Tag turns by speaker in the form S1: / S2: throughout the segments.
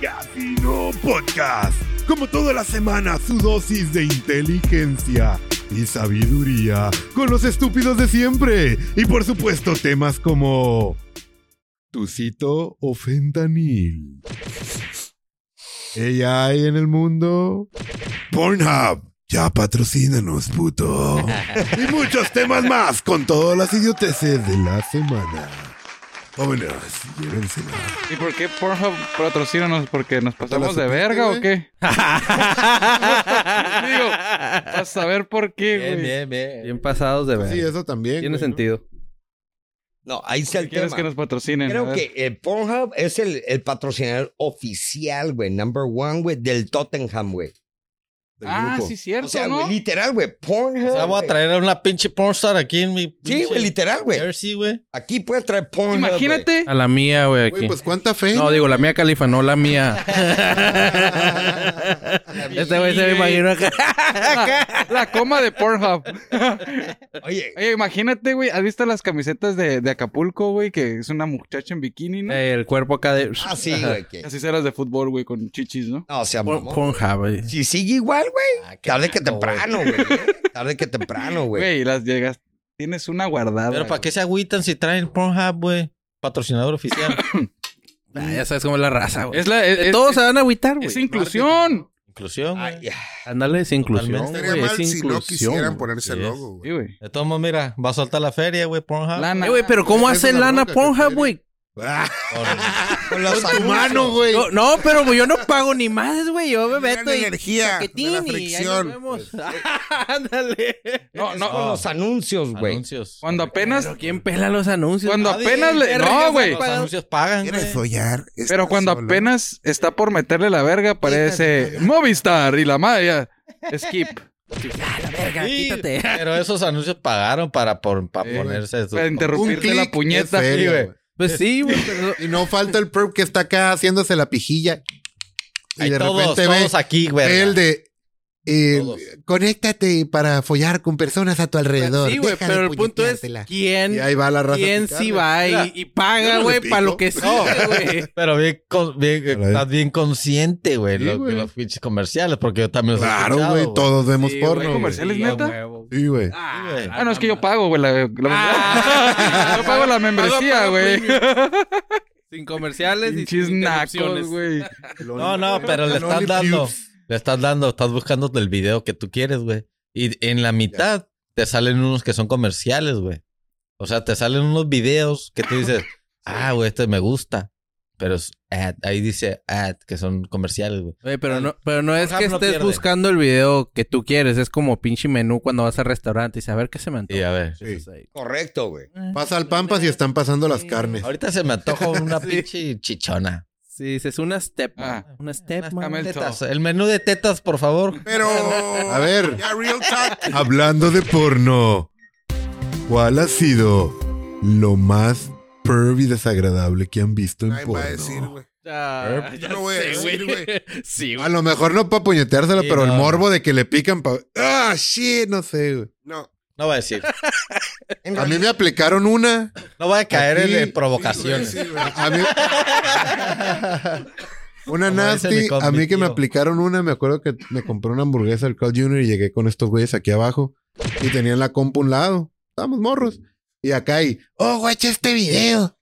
S1: Casino Podcast. Como toda la semana, su dosis de inteligencia y sabiduría con los estúpidos de siempre. Y por supuesto, temas como. Tucito o fentanil. Ella hay en el mundo. Pornhub. Ya patrocínanos, puto. y muchos temas más con todas las idioteces de la semana. Jóvenes, llévensela.
S2: ¿Y por qué Pornhub patrocínanos? ¿Porque nos pasamos de
S1: supiste,
S2: verga
S1: güey?
S2: o qué? Digo, a saber por qué, güey.
S3: Bien, bien, bien.
S4: Bien pasados de ver.
S1: Sí, eso también.
S4: Tiene
S1: güey, ¿no?
S4: sentido.
S3: No, ahí está el
S2: ¿Quieres
S3: tema.
S2: que nos patrocinen? A
S3: Creo
S2: ver.
S3: que eh, Pornhub es el, el patrocinador oficial, güey, number one, güey, del Tottenham, güey.
S1: Del
S2: Ah,
S1: grupo.
S2: sí, cierto,
S3: O sea,
S2: ¿no?
S3: güey, literal, güey, Pornhub.
S5: O sea, voy a
S3: güey.
S5: traer a una pinche pornstar aquí en mi
S3: Sí,
S5: pinche
S3: güey, literal, güey.
S5: jersey, güey.
S3: Aquí puedes traer Pornhub. güey.
S2: Imagínate.
S4: A la mía, güey, aquí.
S1: Güey, pues cuánta fe.
S4: No, digo, la mía califa, no la mía. este güey se me imaginó acá.
S2: La, la coma de Pornhub.
S3: Oye,
S2: Oye, imagínate, güey. ¿Has visto las camisetas de, de Acapulco, güey? Que es una muchacha en bikini, ¿no?
S4: Eh, el cuerpo acá de.
S3: ah, sí, güey. que-
S2: Así serás de fútbol, güey, con chichis, ¿no?
S3: No, o sea,
S4: Por-
S3: mamón.
S4: Pornhub, güey.
S3: Si sigue igual, güey. tarde que
S5: cagado,
S3: temprano, güey. ¿eh? tarde que temprano, güey.
S2: Güey, las llegas. Tienes una guardada.
S5: Pero ¿para qué se agüitan si traen Pornhub, güey? Patrocinador oficial.
S4: Ah, ya sabes cómo es la raza,
S2: güey.
S4: güey.
S2: Es la. es-
S4: Eh,
S2: es-
S4: Todos se
S2: es-
S4: van a agüitar,
S2: es
S4: güey.
S2: inclusión.
S5: Inclusión,
S3: Ay,
S5: güey.
S3: ya.
S4: Ándale, es inclusión,
S5: Totalmente.
S4: güey.
S5: Estaría
S1: Sería mal
S4: Es
S1: si no quisieran
S4: inclusión. güey.
S1: ponerse el
S5: Sí es.
S1: logo,
S2: Sí,
S1: güey.
S2: güey.
S5: De todos modos, mira, va a soltar la feria, güey, Pornhub.
S2: Lana.
S4: Eh, güey, pero ¿cómo
S1: Esa es
S4: hace
S1: la
S4: lana
S1: bronca que
S4: Pornhub,
S1: tiene.
S4: güey?
S1: Ah,
S3: Con los
S1: humano, güey.
S4: Yo- No, pero güey, yo no pago ni más, güey. Yo me
S1: Gran
S4: meto y.
S1: energía, de la
S4: chaquetín y ahí nos
S1: fricción.
S4: vemos. Ándale.
S2: No,
S3: Con
S2: no.
S3: los anuncios, güey.
S5: Anuncios.
S2: Cuando apenas.
S4: Pero ¿quién pela los anuncios? Ah,
S2: Cuando
S4: Nadie.
S2: apenas le.
S4: Qué
S2: No,
S4: vergas,
S2: güey.
S5: Los anuncios pagan,
S1: ¿Quieres
S5: güey.
S1: follar? Estás
S2: Pero cuando
S1: solo.
S2: apenas está por meterle la verga, aparece Movistar y la maya. Skip.
S4: Ah, la verga,
S5: Sí,
S4: quítate.
S5: Pero esos anuncios pagaron para, por, para
S2: Sí, güey.
S5: ponerse esto.
S2: Para interrumpirte
S1: clic
S2: la
S1: es
S2: puñeta.
S1: feria,
S2: Sí, güey.
S1: güey.
S4: Pues sí, güey. pero-
S1: Y no falta el perp que está acá haciéndose la pijilla. Y
S5: Ay,
S1: de
S5: todos,
S1: repente
S5: todos
S1: ve
S5: aquí, güey.
S1: el de... eh,
S5: Todos.
S1: conéctate para follar con personas a tu alrededor.
S4: Sí, güey,
S1: Deja de
S4: pero el punto es
S1: puñeteártela.
S4: quién,
S1: Y ahí va la raza.
S4: quién
S1: picada.
S4: sí va y, y paga,
S1: no
S4: güey,
S1: le
S4: para lo
S1: pico.
S4: que sea, güey.
S5: Pero bien, con- bien-
S1: Caray.
S5: estás bien consciente, güey,
S1: Sí,
S5: lo-
S1: güey.
S5: de los pinches comerciales, porque yo también los he
S1: Claro,
S5: escuchado,
S1: güey. Todos vemos
S4: Sí,
S1: porno.
S2: güey,
S1: güey.
S2: comercial. ¿Comerciales,
S4: Sí,
S2: neta?
S4: a huevo.
S1: Sí, güey.
S4: Ah,
S5: güey.
S2: Ah, no, es que yo pago, güey. La, la
S3: Ah.
S2: membresía. yo pago la membresía,
S4: Pago, pago
S2: güey.
S4: Sin comerciales y
S2: Pinches
S4: sin
S2: nacos,
S4: interrupciones.
S2: güey.
S5: No, no, pero le
S1: No
S5: estás
S1: le
S5: dando.
S1: pides.
S5: Le estás dando, estás buscando el video que tú quieres, güey. Y en la mitad te salen unos que son comerciales, güey. O sea, te salen unos videos que tú dices, ah, güey, este me gusta. Pero es ad. Ahí dice ad, que son comerciales, güey.
S4: Güey, pero no, pero no es
S5: Pornhub
S4: que
S5: no
S4: estés
S5: pierde.
S4: buscando el video que tú quieres, es como pinche menú cuando vas al restaurante y saber qué se me
S5: Y
S4: antoja.
S5: a ver.
S1: Sí.
S4: Eso es ahí.
S3: Correcto, güey.
S1: Pasa al Pampas y están pasando las carnes.
S5: Ahorita se me antoja una
S4: Sí.
S5: pinche chichona.
S4: Sí, dices una step,
S2: Ah.
S4: una step,
S5: Unas
S2: Dame el
S5: tetas.
S2: top.
S5: El menú de tetas, por favor.
S1: Pero. A ver.
S6: Ya, real talk.
S1: Hablando de porno, ¿cuál ha sido lo más perv y desagradable que han visto en
S6: Nadie va a decir,
S1: porno?
S6: güey.
S4: Ah,
S6: Yo
S4: ya
S6: no voy a
S4: sé,
S6: decir, güey.
S4: Sí,
S1: A
S4: güey.
S1: lo mejor no para puñeteársela,
S5: Sí,
S1: pero el
S5: no.
S1: morbo de que le pican pa... ¡Ah, shit! No sé, güey.
S6: No.
S5: No va a decir.
S3: En
S1: A mí
S3: realidad,
S1: me aplicaron una.
S5: No va a caer
S1: Aquí-
S5: en eh,
S6: Vocaciones.
S5: provocaciones.
S6: Sí, güey.
S1: A mí... Una
S5: Como dice
S1: nasty.
S5: mi compi,
S1: A mí que me
S5: tío.
S1: aplicaron una. Me acuerdo que me compré una hamburguesa del Carl Jr. y llegué con estos güeyes aquí abajo. Y tenían la compu a un lado. Estábamos morros. Y acá hay... ¡Oh, guacha este video!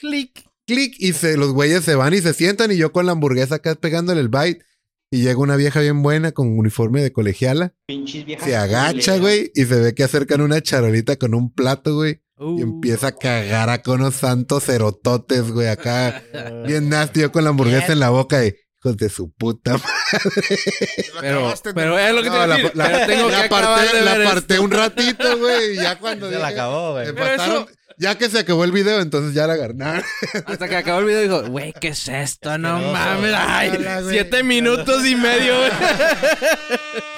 S4: Clic.
S1: clic y se, los güeyes se van y se sientan y yo con la hamburguesa acá pegándole el bite y llega una vieja bien buena con uniforme de colegiala, se agacha, güey, y se ve que acercan una charolita con un plato, güey, y
S4: Uh.
S1: empieza a cagar a con unos santos cerototes, güey, acá bien nasty yo con la hamburguesa en la boca y hijos de su puta. madre".
S6: Te lo
S4: Pero,
S6: acabaste,
S4: pero es lo que te
S1: No,
S4: iba a
S1: la,
S4: decir.
S1: la-
S4: pero tengo
S1: la
S4: que acabar
S1: aparté,
S4: de
S1: la
S4: ver esto.
S1: aparté un ratito, güey, y ya cuando
S5: Se la
S1: dije,
S5: acabó, güey.
S1: me pasaron- ya que se acabó el video, entonces ya la agarnaron.
S4: Hasta que acabó el video dijo, güey, ¿qué es esto? No
S5: Asqueroso.
S4: mames. Ay,
S1: Hola, güey.
S4: siete minutos y medio, güey.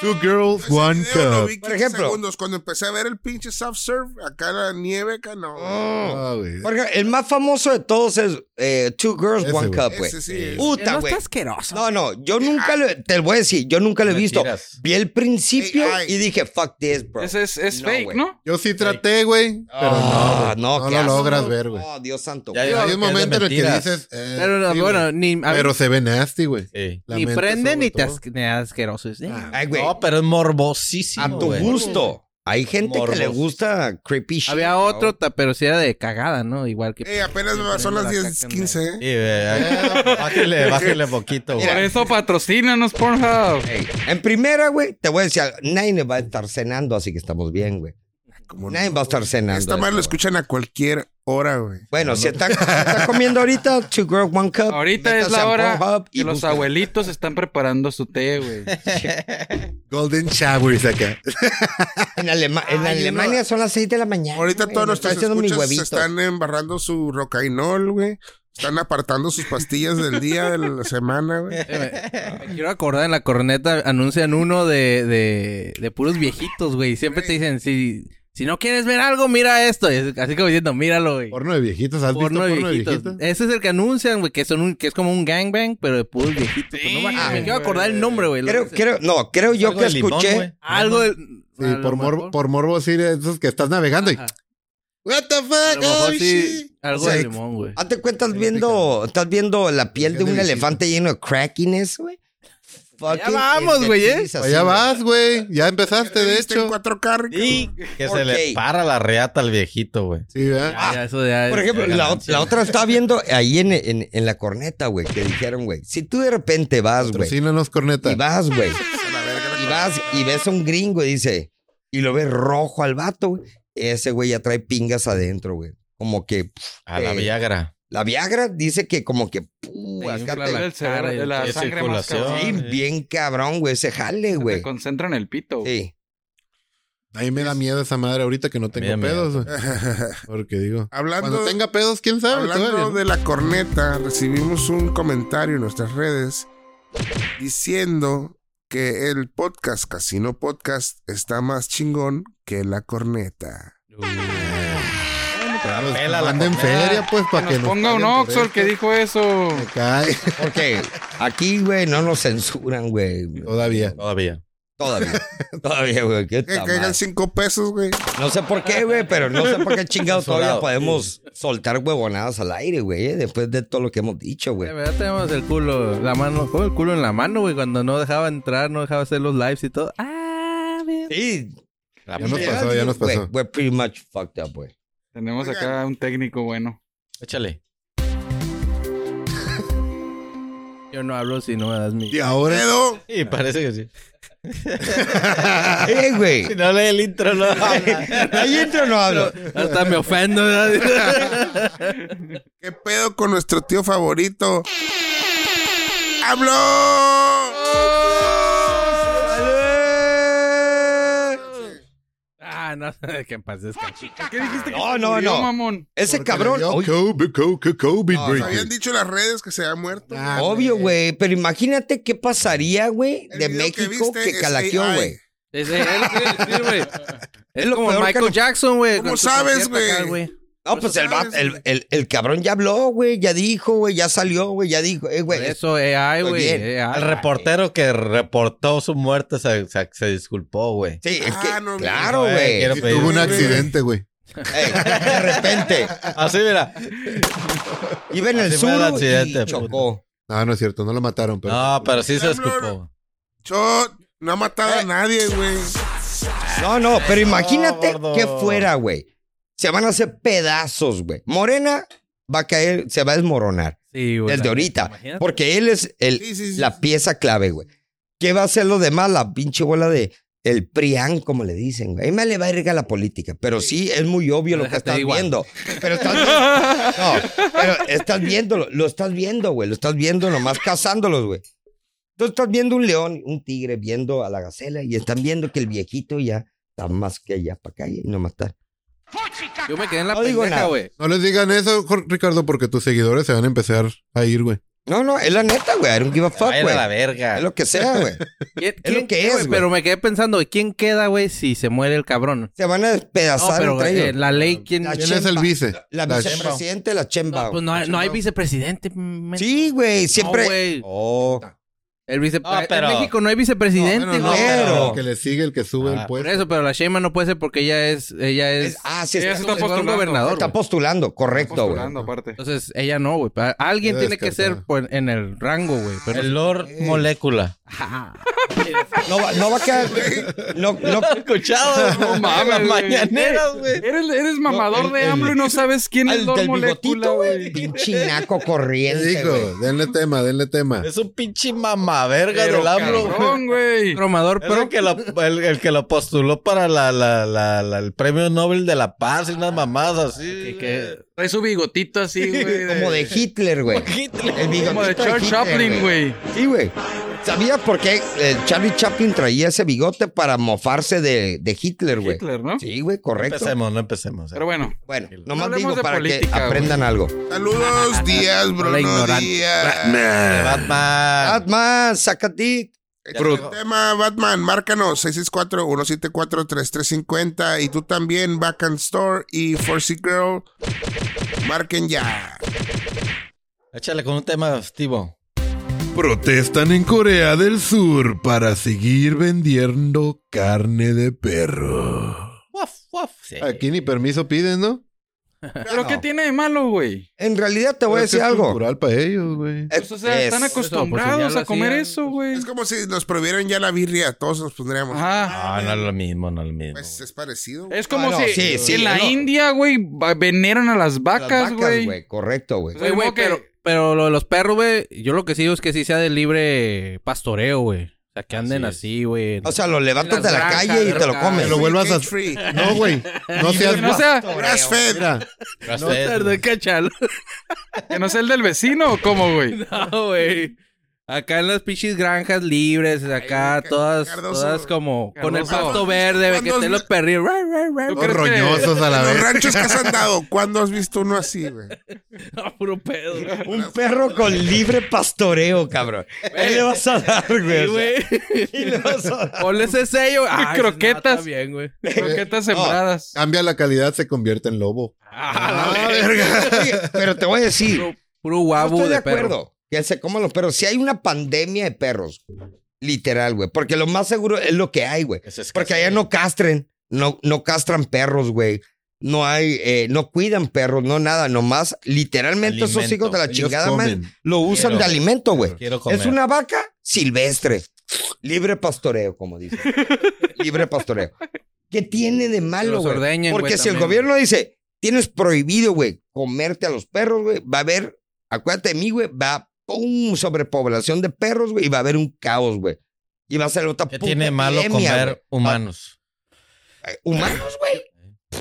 S1: Two girls,
S6: Ese
S1: one
S6: video lo
S1: cup.
S6: vi
S3: Por
S6: 15
S3: ejemplo.
S6: segundos. Cuando empecé a ver el pinche soft serve, acá la nieve, acá no.
S3: Oh.
S1: Ah, güey.
S3: por ejemplo, el más famoso de todos es eh, Two Girls,
S1: Ese, Eh, ah.
S3: One
S1: güey.
S3: Cup, güey.
S6: Ese sí es.
S3: Puta,
S4: no
S3: güey.
S4: está asqueroso.
S3: No, no, yo nunca lo, te lo voy a decir, yo nunca lo he visto.
S5: Mentiras.
S3: Vi el principio
S6: Ay, ay.
S3: y dije, fuck this, bro.
S2: Ese es, es
S3: No,
S2: fake,
S3: güey.
S2: ¿no?
S1: Yo sí traté, güey, pero
S3: Ah, no, No,
S1: No
S3: qué
S1: lo
S3: asco.
S1: logras ver, güey.
S3: Oh, Dios santo.
S5: Ya,
S1: Sí,
S5: ya.
S1: hay
S5: que
S1: un
S5: es de
S1: momento en el que
S5: mentiras.
S1: dices. eh,
S4: Pero no,
S1: sí, güey.
S4: bueno, ni, a-
S1: Pero se ve nasty, güey.
S5: Sí.
S1: La
S4: ni
S1: mente,
S4: prende
S1: sobre
S4: ni te
S1: todo.
S4: as- ni asqueroso. ¿sí?
S3: Ay, güey.
S5: No, pero es morbosísimo.
S3: a tu
S5: güey.
S3: gusto. Hay gente que le
S5: Morbos.
S3: gusta creepy shit.
S4: Había
S3: ¿no?
S4: otro, ta- pero sí era de cagada, ¿no? Igual que.
S6: Eh, apenas me son las 10.15, ¿eh?
S5: Sí, güey. Bájale, bájale poquito,
S2: Por
S5: güey.
S2: eso patrocínanos, Pornhub.
S3: Ey, en primera, güey, te voy a decir, algo. nadie va a estar cenando, así que estamos bien, güey.
S6: Como
S3: Nadie va a estar cenando.
S6: Esta madre lo
S3: esto, güey.
S6: escuchan a cualquier hora, güey.
S3: Bueno, si está, si está comiendo ahorita, two girls, one cup.
S2: Ahorita es
S3: métase
S2: la
S3: a
S2: hora
S3: Pornhub y
S2: que los
S3: busca-
S2: abuelitos están preparando su té, güey.
S1: Golden Showers acá.
S3: En, Alema- en
S1: Ay,
S3: Alemania son las 6 de la mañana.
S6: Ahorita
S3: güey,
S6: todos
S3: me
S6: nuestros
S3: está haciendo mi
S6: escuchas se
S3: huevito.
S6: están embarrando su rocainol, güey. Están apartando sus pastillas del día, de la semana, güey.
S4: Eh, me quiero acordar en la corneta, anuncian uno de, de, de puros viejitos, güey. Siempre te dicen, si, si no quieres ver algo, mira esto. Y es así como diciendo, míralo, güey.
S1: Porno de viejitos. ¿Has visto
S4: Porno de
S1: porno de
S4: viejitos.
S1: viejitos?
S4: Ese es el que anuncian, güey, que, son un- que es como un gangbang, pero de puros viejitos.
S2: Sí,
S4: No me- ah, me
S2: güey.
S4: quiero acordar el nombre, güey. lo
S3: Creo,
S4: dice.
S3: creo, no, creo yo
S5: Algo
S3: que
S5: de limón,
S3: escuché.
S5: güey.
S4: Algo del...
S1: Sí,
S4: a lo
S1: por,
S4: mejor-
S1: morbo, por morbo, sí, de esos que estás navegando y.
S4: Ajá.
S1: ¿What the fuck?
S4: a lo mejor
S1: Oh, shit.
S4: sí, algo de
S3: Sí.
S4: limón, güey.
S3: Hazte cuenta, estás viendo, estás viendo la piel de
S1: Piel de
S3: un
S1: visita.
S3: elefante lleno de crackiness, güey. Fucking
S4: vamos,
S3: el
S4: güey, ¿eh?
S3: tetis así,
S1: Allá vas, güey. Ya empezaste, de
S6: Viste en
S1: hecho.
S6: 4K, Rico.
S5: Y que se le
S3: Ok.
S5: para la reata al viejito, güey.
S1: Sí, ¿verdad?
S4: Ya, ya, Ah, eso ya
S3: Ah, Por
S4: es-
S3: ejemplo,
S4: ya
S3: la,
S4: ganancia.
S3: la otra estaba viendo ahí en, en, en la corneta, güey, que dijeron, güey, si tú de repente vas,
S1: Pues
S3: güey,
S1: Patrocínanos, corneta.
S3: y vas, güey,
S6: A la verga,
S3: y vas y ves a un gringo y dice, y lo ves rojo al vato, güey, ese güey ya trae pingas adentro, güey. Como que pf,
S5: A la
S3: Eh,
S5: Viagra.
S3: la Viagra dice que como que, puh,
S4: Te
S3: acá
S4: infla
S3: te-
S4: la
S2: El cerebro,
S4: cara y
S2: la
S5: el-
S2: sangre más
S5: circulación.
S2: cabrón.
S3: Sí,
S5: eh.
S3: bien cabrón, güey, ese jale,
S2: Se
S3: güey.
S2: concentra en el pito. güey.
S3: Sí.
S1: A mí me da miedo esa madre ahorita que no tengo
S5: Mira, mira.
S1: pedos, güey.
S6: la-
S1: Porque digo.
S6: Hablando,
S1: Cuando tenga pedos, quién sabe.
S6: hablando
S1: todavía,
S6: de la corneta, recibimos un comentario en nuestras redes diciendo que el podcast, Casino Podcast, está más chingón que la corneta.
S1: ¿no? Pues,
S5: Pela la
S1: manden
S5: comida.
S1: feria, pues, para que,
S2: Que nos ponga un Oxxo el que dijo eso.
S1: Cae.
S3: Porque aquí, güey, no nos censuran, güey.
S1: Todavía.
S5: Todavía.
S3: Todavía. Todavía, güey. qué
S6: Que
S3: ta
S6: caigan
S3: madre.
S6: cinco pesos, güey.
S3: No sé por qué, güey, pero no sé por qué chingados todavía
S5: Censurado.
S3: podemos soltar huevonadas al aire, güey, eh, después de todo lo que hemos dicho, güey.
S4: De verdad tenemos el culo, la mano, como el culo en la mano, güey, cuando no dejaba entrar, no dejaba hacer los lives y todo. Ah, bien.
S3: Sí, Pues
S5: La
S1: Ya nos
S5: mierda.
S1: pasó, ya nos
S3: güey,
S1: pasó.
S3: we're pretty much fucked up, güey.
S2: Tenemos
S6: Oigan.
S2: acá un técnico bueno.
S5: Échale.
S4: Yo no hablo si no me das mi.
S1: Y ahora.
S5: Y parece que sí.
S3: Eh, güey.
S5: Si no lee el intro, no habla.
S3: Ahí entro no hablo.
S4: Hasta me ofendo. ¿verdad?
S6: ¿Qué pedo con nuestro tío favorito? ¡Hablo!
S4: ah, no sé qué pasa.
S2: ¿Qué dijiste que
S3: No,
S2: se
S3: no,
S2: murió,
S3: no.
S2: mamón?
S3: Ese
S1: porque
S3: cabrón.
S1: le dio
S3: oye,
S1: Kobe, Kobe, Kobe
S3: No,
S1: Breaker.
S6: Habían dicho en las redes que se había muerto.
S1: Ah,
S3: obvio, güey. Pero imagínate qué pasaría, güey,
S6: El
S3: de
S6: video que
S3: México
S6: viste
S3: que,
S6: es
S3: calaqueó,
S6: AI.
S3: güey.
S4: Es, es, es lo que quiero decir, güey. Es como
S3: peor que
S4: Michael
S3: no-
S4: Jackson, güey.
S6: ¿Cómo
S4: con su
S6: sabes,
S4: concierto acá,
S6: güey?
S3: No, pues el,
S6: sabes,
S3: vato- el, el, el cabrón ya habló, güey, ya dijo, güey, ya salió, güey, ya dijo, eh,
S4: Por
S3: güey.
S4: Eso, AI,
S3: Estoy
S4: güey.
S3: bien.
S4: AI.
S5: Al reportero que reportó su muerte se, se- se disculpó, güey.
S3: Sí, es que,
S6: Ah, no,
S3: claro,
S5: no, eh,
S3: güey.
S5: quiero-
S1: Sí, tuvo un accidente, güey.
S3: Ey, de repente,
S5: Así, Ah, mira.
S3: iba en el
S5: Así fue el
S3: sur y
S5: accidente,
S3: chocó.
S1: No, no es cierto, no lo mataron, pero.
S5: No, pero sí se disculpó.
S6: Yo no ha matado a
S3: Eh.
S6: nadie, güey.
S3: No, no, pero imagínate
S5: gordo.
S3: que fuera, güey. Se van a hacer pedazos, güey. Morena va a caer, se va a desmoronar
S4: Sí, güey.
S3: desde ahorita.
S4: Imagínate.
S3: Porque él es el,
S6: Sí, sí, sí.
S3: la pieza clave, güey. ¿Qué va a hacer lo demás? La pinche bola de el PRIAN, como le dicen, güey. Ahí me le va a ir la política, pero sí, es muy obvio lo que
S4: Déjate
S3: estás
S4: igual.
S3: viendo. Pero estás viendo, no, pero estás viéndolo, lo estás viendo, güey. Lo estás viendo nomás cazándolos, güey. Tú estás viendo un león, un tigre, viendo a la gacela y están viendo que el viejito ya está más que allá para acá y nomás está.
S4: Yo me quedé en la
S3: No digo
S4: pendeja,
S3: nada.
S4: güey.
S1: No les digan eso, Jor- Ricardo, porque tus seguidores se van a empezar a ir, güey.
S3: No, no, es la neta, güey. I don't give a fuck,
S5: Vayan a
S3: güey.
S5: la
S3: Es
S5: verga.
S3: lo que sea, güey.
S4: ¿Quién,
S3: Es lo
S4: quién-
S3: que
S4: eh,
S3: es,
S4: güey,
S3: güey.
S4: Pero me quedé pensando, güey, ¿quién queda, güey, si se muere el cabrón?
S3: Se van a
S4: No,
S3: despedazar
S4: pero
S3: entre
S4: eh,
S3: ellos.
S4: la ley, ¿quién?
S3: La
S1: ¿Quién es el
S3: chempa.
S1: vice?
S3: La
S1: La
S3: vicepresidenta, la Chemba.
S2: pues,
S4: No, pues no hay, no hay vicepresidente. men.
S3: Sí, güey,
S4: No,
S3: siempre.
S4: güey.
S3: Oh,
S4: El vice-
S5: Ah,
S4: en
S5: pero-
S4: México no hay vicepresidente,
S1: No, no, no,
S4: güey.
S3: pero-
S1: pero pues, el que le sigue, el que sube
S5: Ah,
S1: el
S4: Por
S1: puesto.
S4: eso, pero la Shema no puede ser porque ella es, ella es,
S3: Es- ah, sí,
S4: ella
S3: está,
S4: se
S2: está
S4: es buen
S2: postulando.
S4: gobernador.
S3: está
S4: güey.
S3: postulando, correcto, güey.
S2: postulando, aparte.
S4: Entonces, ella no, güey. Pa- Alguien
S1: Queda
S4: tiene que ser
S1: descartada.
S4: pues, en el rango, güey. Pero ah,
S5: El Lord Molécula.
S3: No, va- no va a quedar. No, no,
S5: Escuchado, no mames.
S2: güey.
S5: mañaneras, güey.
S2: Eres, eres mamador
S5: el-
S2: de
S5: el-
S2: AMLO y no sabes quién es
S3: al
S2: Lord
S3: del
S2: Molécula,
S3: bigotito, güey.
S2: güey.
S3: Pinche naco
S1: ¿Qué
S3: corriente, güey.
S1: dijo? Denle tema, denle tema.
S5: Es un pinche mamaverga
S2: Pero
S5: del AMLO, güey.
S2: cabrón, güey.
S4: Tromador,
S5: Es el
S4: pero
S5: que, la- el, el que lo postuló para la, la- la- la- el premio Nobel de la Paz y unas mamadas así.
S4: que-
S2: Eh, Trae su bigotito así, güey.
S3: Como de Hitler, güey. El bigotito
S2: Como de Charles
S3: Hitler,
S2: Chaplin, güey.
S3: Sí, güey. ¿Sabías por qué eh, Charlie Chaplin traía ese bigote para mofarse de, de Hitler, güey?
S2: Hitler, ¿no?
S3: Sí, güey, correcto.
S5: Empecemos, no empecemos. eh.
S2: Pero bueno,
S3: Bueno,
S2: No
S3: nomás
S2: hablemos
S3: digo
S2: de
S3: para que
S2: política,
S3: aprendan algo.
S6: Saludos, Díaz, Bruno
S4: ignorante.
S6: Díaz.
S5: Ah.
S2: Ah.
S5: Batman.
S3: Batman, sácate.
S6: El Tema Batman, márcanos 664-174-3350 y tú también, Backhand Store y Forcy Girl. Marquen ya.
S5: Échale con un tema festivo.
S7: Protestan en Corea del Sur para seguir vendiendo carne de perro.
S5: Sí.
S1: Aquí ni permiso piden, ¿no?
S2: ¿pero qué tiene de malo, güey?
S3: En realidad te voy
S1: Pero
S3: a
S1: es que
S3: decir
S1: es
S3: algo.
S1: cultural para ellos, güey.
S3: Es-
S2: Pues, o sea,
S3: es-
S2: están
S4: eso,
S2: acostumbrados
S4: pues, si ya
S2: a
S4: lo
S2: comer
S4: hacían,
S2: eso, güey.
S6: Es como si nos prohibieran ya la birria, todos nos pondríamos.
S2: Ajá.
S5: Ah, no es lo mismo, no es lo mismo.
S6: Pues es parecido.
S2: Es como
S3: Ah, no,
S2: si,
S3: sí,
S2: si
S3: sí,
S2: en la
S3: no.
S2: India, güey, va- veneran a las
S3: Las
S2: vacas, güey.
S3: Correcto, güey.
S2: Güey,
S4: Güey,
S2: como Pues que-
S4: pero, pero lo de los perros, güey, yo lo que sigo es que sí sea de libre pastoreo, güey. O sea, que anden
S5: Así
S4: así, güey.
S3: O sea, lo levantas
S4: Las
S3: de la
S4: granjas,
S3: calle y te lo
S4: las
S3: comes.
S1: Que lo vuelvas a...
S6: Cage free.
S1: No, güey. No seas...
S2: Que no, sea,
S6: Grass fed.
S1: Mira,
S5: Gracias.
S4: no tardé en cacharlo.
S2: que no sea el del vecino o cómo, güey.
S4: No, güey. Acá en las pinches granjas libres, acá
S6: Ay, Car-
S4: todas,
S6: Cardoso.
S4: todas como con el
S2: Cardoso.
S4: pasto verde, güey, que
S6: ¿Cuándo
S4: estén los
S6: has-
S4: perrillos. Ra, ra, ra,
S2: ¿Tú
S4: ra.
S1: todos
S2: crees que-
S1: roñosos a la
S6: Los
S1: vez.
S6: ranchos que has andado, ¿cuándo has visto uno así, güey?
S4: No, puro pedo. güey.
S3: Un perro con libre pastoreo, cabrón. ¿Qué le vas a dar, güey?
S4: Sí,
S3: O sea,
S4: güey.
S3: ¿qué le vas a dar?
S4: Ponle ese sello. Ay,
S2: croquetas.
S4: no, está bien, güey.
S2: Croquetas sembradas.
S1: Cambia la calidad, se convierte en lobo.
S3: Ah, verga. Oye, Pero te voy a decir,
S4: Puro, puro
S3: yo
S4: guabu
S3: estoy de
S4: de, perro.
S3: acuerdo que se coman los perros. Si hay una pandemia de perros, literal, güey. Porque lo más seguro es lo que hay, güey.
S5: Ese es
S3: Porque
S5: casi-
S3: allá no castren, no, no castran perros, güey. No hay, eh, no cuidan perros, no nada, nomás literalmente esos
S5: Alimento.
S3: hijos de la
S1: Ellos
S3: chingada, man,
S1: comen.
S3: lo usan
S5: Quiero.
S3: de alimento, güey.
S5: Quiero comer.
S3: Es una vaca silvestre, libre pastoreo, como dicen. libre pastoreo. ¿Qué tiene de malo,
S4: Los
S3: güey?
S4: ordeñen, güey,
S3: Porque si el
S4: también.
S3: gobierno dice, tienes prohibido, güey, comerte a los perros, güey, va a haber, acuérdate de mí, güey, va, pum, sobrepoblación de perros, güey, y va a haber un caos, güey. Y va a ser otra
S5: ¿Qué
S3: puta
S5: tiene malo
S3: epidemia,
S5: comer
S3: güey.
S5: humanos?
S3: Eh, ¿Humanos, güey? Pff,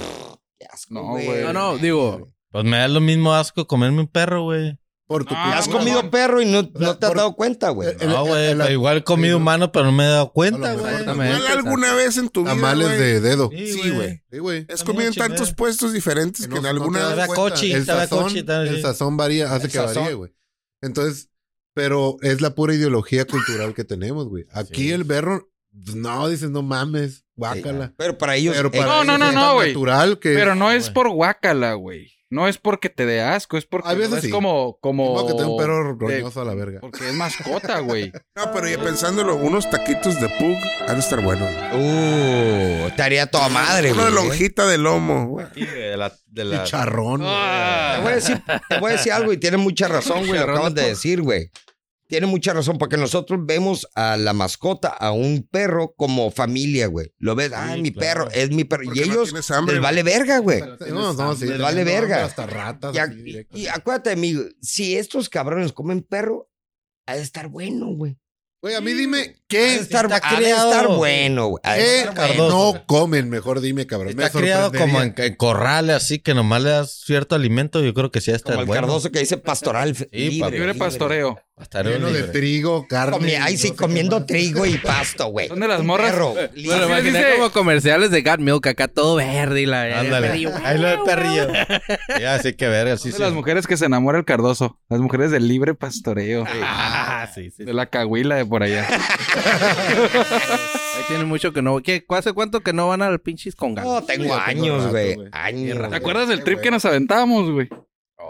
S3: qué asco,
S2: No,
S3: güey.
S2: güey.
S4: No, no, digo.
S5: Pues me da lo mismo asco comerme un perro, güey.
S1: Por tu
S2: No,
S1: culpa.
S3: Has comido perro y no, no te has
S1: por-
S3: dado cuenta, güey.
S1: Eh, En-
S5: No, güey.
S1: en la-
S5: pero Igual he comido
S1: Sí, no.
S5: humano, pero no me he dado
S1: A lo
S5: cuenta, güey.
S1: mejor
S4: Exactamente.
S6: ¿Cuál alguna vez en tu vida,
S1: Tamales
S6: güey?
S1: de dedo.
S6: Sí, güey.
S1: Sí, güey.
S6: Has
S5: También
S6: comido en
S5: chingadera.
S6: tantos puestos diferentes
S1: Que
S6: que en
S1: no-
S6: alguna...
S1: no te
S5: Sabe
S1: das
S5: a
S1: cuenta.
S5: coche,
S1: el
S5: sabe a
S1: sazón,
S5: coche, tal,
S1: el
S5: sí.
S1: sazón varía, hace
S3: El
S1: que
S3: sazón.
S1: varíe, güey. Entonces, pero es la pura ideología cultural que tenemos, güey. Aquí
S5: Sí.
S1: el perro, no, dices, no mames, guácala.
S3: Pero para ellos...
S1: Pero
S3: eh,
S1: para
S2: No,
S1: ellos
S2: no, no,
S1: es
S2: no,
S1: tan
S2: güey.
S1: natural que
S2: Pero no es
S5: güey.
S2: por guácala, güey. No es porque te dé asco, es porque
S1: A veces
S2: no es
S1: sí.
S2: como, como.
S1: como que tengo un perro
S2: de-
S1: roñoso a la verga.
S2: Porque es mascota, güey.
S6: No, pero ya pensándolo, unos taquitos de pug han de estar buenos.
S3: Uh, estaría toda madre,
S6: Uno
S3: güey.
S6: de lonjita de lomo, güey.
S5: Sí, güey, de la- de la-
S1: Chicharrón. güey.
S3: Te
S2: Ah.
S3: voy, a decir, te voy a decir algo y tienes mucha razón, güey. Lo acabas de decir, güey. Tiene mucha razón, porque nosotros vemos a la mascota, a un perro, como familia, güey. Lo ves, ah,
S5: Sí,
S3: mi
S5: claro.
S3: perro, es mi perro.
S6: Porque
S3: Y
S6: no
S3: ellos
S6: tienes hambre,
S3: les
S6: güey.
S3: vale verga, güey.
S1: No, no, sí,
S3: Les
S1: les
S3: vale
S1: dan
S3: verga.
S1: Hasta ratas.
S3: Y, a-
S1: así,
S3: y-
S1: directo.
S3: y acuérdate, amigo, si estos cabrones comen perro, ha de estar bueno, güey.
S1: Güey, a mí dime
S3: Ha de
S1: qué,
S3: estar,
S5: Está
S3: ha de
S5: creado. Eh,
S3: estar bueno, güey. Ha de
S1: qué
S3: estar bueno.
S5: Cardoso.
S1: no comen, mejor dime, cabrón.
S5: Está criado como en, en corrales, así que nomás le das cierto alimento. Yo creo que sí está
S3: Como el
S5: bueno.
S3: cardoso que dice pastoral. libre,
S2: Libre pastoreo.
S5: Hasta
S1: Lleno de
S5: libre.
S1: trigo, carne.
S3: Comi- ay,
S1: no
S3: sí,
S1: sé qué
S3: comiendo
S1: más.
S3: trigo y pasto, güey.
S2: Son de las
S3: Un
S2: morras.
S3: perro,
S4: Me lo
S2: Así
S3: libre.
S2: les
S4: imaginé
S2: dice-
S4: como comerciales de Gat Milk, acá todo verde y la
S5: Ándale.
S4: perrillo.
S5: Ahí lo del perrillo. Ya, sí que verga,
S2: Son
S5: sí,
S2: de
S5: sí.
S2: las mujeres que se enamora el Cardoso. Las mujeres del libre pastoreo.
S5: Ah, sí, sí.
S2: De la cahuila de por allá.
S4: Ahí tienen mucho que no. ¿Qué? ¿Hace cuánto que no van al pinches conga?
S3: No, tengo
S1: Ya tengo
S3: años,
S1: rato,
S3: güey.
S1: güey.
S3: Años.
S2: ¿Te acuerdas del trip que nos aventábamos, güey?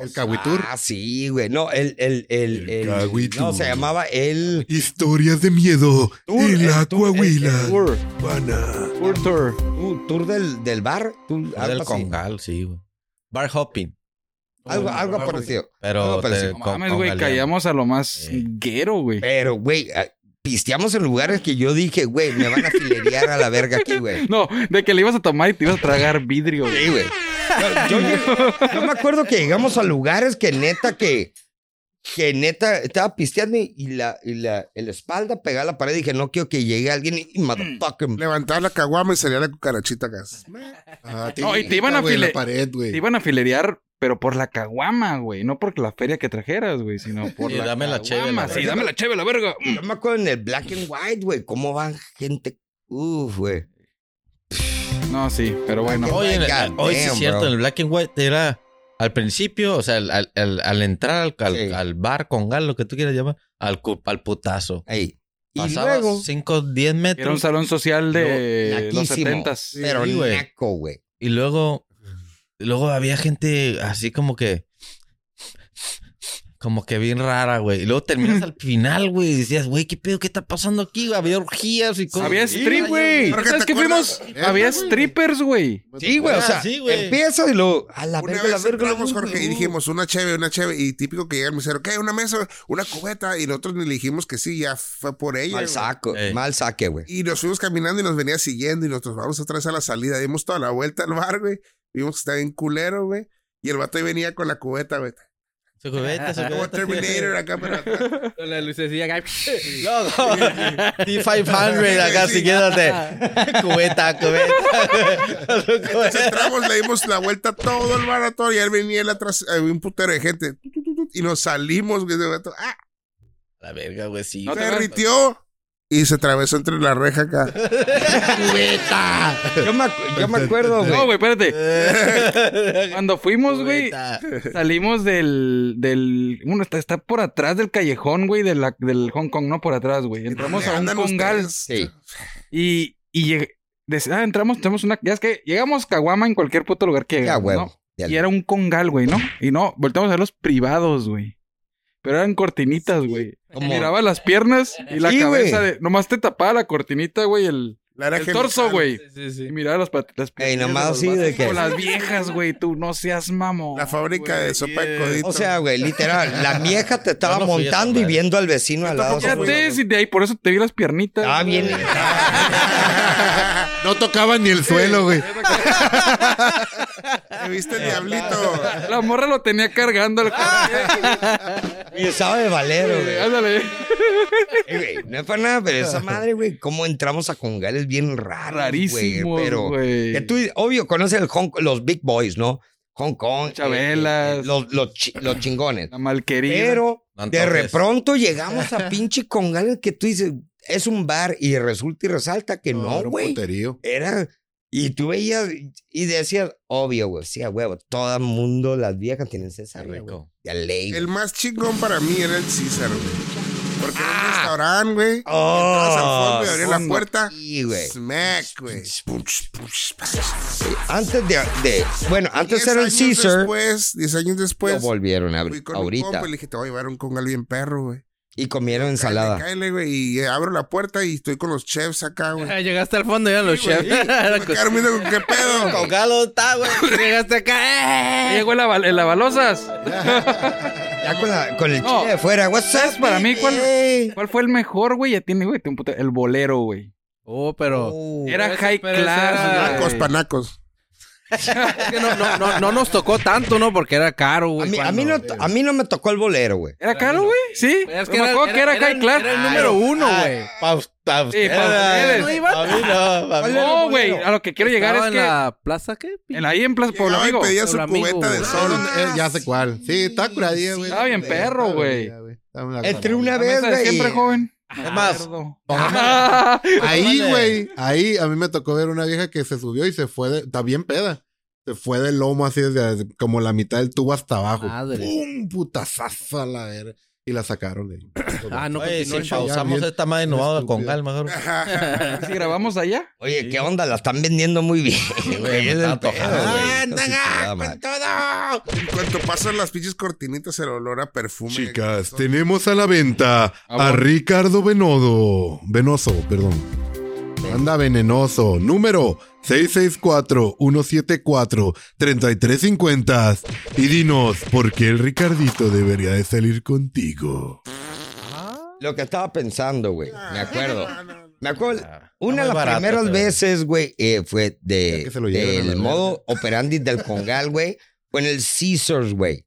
S1: El Cahuitur.
S3: Ah, sí, güey. No, el, el, el,
S7: El
S3: el-
S7: Cahuitur.
S3: no, se llamaba el
S7: Historias de miedo
S3: Tour,
S2: eh,
S7: en la
S3: el tour, el-
S7: Coahuila.
S2: Tour,
S7: Hispana.
S2: tour, tour.
S3: tu- uh, tour del, del bar. tour,
S5: Es
S3: algo
S5: el
S3: así.
S5: congal, sí, güey. Bar hopping.
S3: Algo, algo parecido.
S5: Pero.
S3: Algo parecido.
S5: te
S2: No
S5: con-
S2: mames, güey,
S5: congalean.
S2: callamos a lo más
S5: Sí.
S2: guero, güey.
S3: Pero, güey, ah, pisteamos en lugares que yo dije, güey, me van a filerear a la verga aquí, güey.
S2: No, de que le ibas a tomar y te ibas a tragar vidrio, güey.
S3: Sí, güey. No, Yo, lleg- yo me acuerdo que llegamos a lugares que neta que. Que neta estaba pisteando y y la, y la, y la espalda pegada a la pared. Dije, no quiero que llegue alguien y motherfucker.
S5: Mm.
S6: Levantar la caguama y salía la cucarachita acá.
S1: Ah,
S2: No, y te iban a
S1: güey, en la
S2: file-
S1: pared, güey.
S2: Te iban a filerear, pero por la caguama, güey. No por la feria que trajeras, güey, sino por
S5: Y
S2: la
S5: dame la cheve,
S2: caguama.
S5: la
S2: Sí,
S5: verga.
S2: dame la cheve, la verga. Mm.
S3: Yo me acuerdo en el black and white, güey, cómo van gente. Uf, güey.
S2: No, sí, pero bueno.
S3: Oye,
S5: Hoy, en el-
S3: God
S5: hoy sí
S3: damn,
S5: es cierto,
S3: bro.
S5: en el Black and White era al principio, o sea, al, al- al- al entrar al, al-
S3: Sí.
S5: al bar con gal, lo que tú quieras llamar, al, cu- al putazo.
S3: Ey. Y
S5: Pasabas
S3: luego,
S5: 5, 10
S2: Era un
S5: metros
S2: salón social de
S3: Luego,
S2: los
S3: naquísimo.
S2: setentas.
S5: Sí,
S3: pero
S5: güey.
S3: naco, güey.
S5: y luego, luego había gente así como que, como que bien rara, güey. Y luego terminas al final, güey, y decías, güey, ¿qué pedo? ¿Qué está pasando aquí? Había orgías y cosas.
S2: Había
S5: Sí,
S2: strip, güey.
S6: ¿Pero qué
S2: ¿Sabes
S6: te
S2: qué fuimos?
S6: acuerdas?
S2: Eh, Había strippers, güey.
S3: Sí, güey, o
S5: Ah,
S3: sea,
S5: sí, güey.
S3: empieza y luego, a la
S6: Pues, Una
S3: verga, la
S6: vez
S3: verga. la
S6: entramos,
S3: verga,
S6: Jorge, y
S3: uh.
S6: dijimos una cheve, una cheve. Y típico que llega el mesero, ¿qué? Una mesa, una cubeta. Y nosotros ni le dijimos que sí, ya fue por ella.
S3: Mal
S6: güey.
S3: saco,
S5: Ey.
S3: mal saque, güey.
S6: Y nos fuimos caminando y nos venía siguiendo. Y nosotros vamos otra vez a la salida. Dimos toda la vuelta al bar, güey. Vimos que estaba bien culero, güey. Y el vato ahí venía con la cubeta, güey.
S5: Su cubeta, su
S6: Como
S5: cubeta.
S6: Terminator acá, pero atrás.
S4: Con la lucecilla acá.
S5: No, no. T500 acá, si quédate. Cubeta,
S6: Entonces
S5: cubeta.
S6: entramos, le dimos la vuelta a todo el bar, a todo, y él venía él atrás, había un putero de gente. Tu, tu, tu, tu, Y nos salimos, güey, de vato. ¡Ah!
S5: La verga, güey, sí.
S2: No te
S6: Se
S2: vas.
S6: ritió y se atravesó entre la reja acá.
S3: Yo me, acu- yo me acuerdo, güey.
S2: No, güey, espérate. Cuando fuimos, güey,
S5: Cubeta.
S2: salimos del, del... Uno está, está por atrás del callejón, güey, de la- del Hong Kong, no por atrás, güey. Entramos a un
S6: Andan
S2: congal
S3: Sí.
S6: ustedes.
S2: y, y lleg- des- ah, entramos, tenemos una... Ya es que llegamos caguama en cualquier puto lugar que
S3: Ya,
S2: llegamos,
S3: güey.
S2: ¿no? Y era un congal, güey, ¿no? Y no, volteamos a ver los privados, güey. Pero eran cortinitas, güey.
S3: Como-
S2: Miraba las piernas y la
S3: Sí,
S2: cabeza
S3: güey.
S2: de... Nomás te tapaba la cortinita, güey, el,
S6: La reja
S2: el
S6: en-
S2: torso, güey.
S4: Sí, sí.
S2: Y miraba las, pat- las
S3: Ey,
S2: piernas
S3: nomás
S2: los
S3: así de
S2: vatos
S3: que-
S2: Con las viejas, güey, tú no seas mamón.
S6: La fábrica de sopa de codito.
S3: O sea, güey, literal, la vieja te estaba
S5: no fui a esa
S3: montando y
S5: madre.
S3: viendo al vecino al lado.
S6: tampoco
S2: Fíjate, si de ahí por eso te vi las piernitas.
S3: Ah, bien.
S1: No tocaba ni el suelo, güey.
S6: ¿Te viste el diablito?
S2: La morra lo tenía cargando
S3: Ah.
S2: al
S3: Y sabe valero, güey.
S2: Ándale.
S3: Eh, güey, no es para nada, pero esa madre, güey, cómo entramos a congar es bien raro.
S2: Rarísimo,
S3: Ah, pero
S2: güey.
S3: que tú, obvio, conoces el Hong- los Big Boys, ¿no? Hong Kong. eh,
S2: Chabelas.
S3: eh, los, los, chi- los chingones.
S2: La malquerida.
S3: Pero
S5: No,
S3: de
S5: entonces-
S3: repronto llegamos a pinche congal que tú dices, es un bar y resulta y resalta que no,
S1: era un
S3: güey.
S1: puterío.
S3: Era. Y tú veías y decías, obvio, güey, sí, a huevo, todo el mundo, las viejas tienen esa
S5: rico.
S3: Ya ley. güey.
S6: El más chingón para mí era el César, güey. Porque era un
S3: Ah.
S6: restaurante, güey. Entrabas al
S3: Oh,
S6: fondo y abrías la
S3: sí,
S6: puerta.
S3: sí, güey.
S6: Smack, güey.
S3: Antes de, de- bueno, antes era el Caesar,
S6: Después, 10 años
S3: lo
S6: después,
S3: volvieron a
S6: fui
S3: abrir
S6: con un
S3: ahorita
S6: compa y le dije, te voy a llevar un congal bien perro, güey.
S3: y comieron
S6: Cáele,
S3: ensalada.
S6: cáele, güey. Y eh, abro la puerta y estoy con los chefs acá, güey. Me
S4: Ah, Llegaste al fondo y eran los chefs. Era co-
S6: quedaron viendo con qué pedo.
S5: Cogalo está, güey.
S4: Llegaste acá. ¡eh!
S2: Llegó el aval- el avalosas.
S3: Ya con, la- con el
S2: No.
S3: chile de fuera, what's up?
S2: ¿Sabes para mí cuál-
S3: baby?
S2: ¿Cuál fue el mejor, güey? Ya tiene, güey, un puto- el bolero, güey.
S4: Oh, pero.
S3: Oh.
S2: Era
S4: ese-
S2: high
S4: pero ese era-
S2: class,
S6: Panacos,
S2: güey.
S6: panacos.
S4: es que no, no, no, no nos tocó tanto, ¿no? Porque era caro,
S3: A
S4: güey.
S3: mí, a mí no,
S4: cuando-
S3: a mí no me tocó el bolero, güey.
S2: ¿Era caro, güey? Sí.
S4: Es
S2: me acuerdo que era, high class.
S4: era el número uno,
S5: Ah,
S4: güey.
S5: Pa' us- pa' ustedes.
S2: ustedes. ¿No iban?
S5: Pa' mí no, pa' mí.
S2: No, güey. A lo que quiero llegar
S4: Estaba
S2: es
S4: en
S2: que...
S4: la plaza, ¿qué?
S2: en- ahí en Plaza Pueblo
S6: Llegaba y
S2: Amigo.
S6: pedía su
S4: Pueblo Amigo,
S6: cubeta de
S4: güey.
S1: Ah,
S6: sol.
S1: donde- eh, ya sé cuál. Sí, está curadilla, güey.
S2: Está bien perro, güey.
S3: Entre una
S2: La
S3: vez,
S2: mesa de
S3: güey.
S2: siempre,
S3: y-
S2: joven.
S5: Es más,
S2: Cerdo.
S1: Ahí,
S5: Órale.
S1: güey. Ahí a mí me tocó ver una vieja que se subió y se fue. de- Está bien peda. Se fue del lomo así desde como la mitad del tubo hasta abajo.
S4: Madre.
S1: ¡Pum! Putazazo a la verga. y la sacaron. ahí.
S4: Ah, no
S5: Oye, si
S4: continúa el show.
S5: pausamos
S1: bien.
S5: esta madre, nos vamos a
S1: Estúpido.
S5: congal mejor.
S2: ¿Y si grabamos allá?
S3: Oye, ¿qué onda? La están vendiendo muy bien. güey,
S5: me
S3: es
S5: estaba
S3: el pedo,
S5: antojando,
S3: güey.
S5: güey.
S3: Entonces, chingada madre.
S6: En cuanto pasan las pinches cortinitas, el olor a perfume. Ah,
S7: Chicas, tenemos a la venta a Ricardo Venodo. Venoso, perdón. Anda venenoso. Número 664-174-3350. Y dinos por qué el Ricardito debería de salir contigo.
S3: Lo que estaba pensando, güey. Me acuerdo. Me acuerdo.
S5: muy
S3: Una de las
S5: barato,
S3: primeras
S5: pero-
S3: veces, güey, eh, fue
S1: Ya
S3: de,
S1: que se lo lleven a la
S3: del
S1: verga.
S3: modo operandi del Congal, güey. Fue en el Caesars, güey.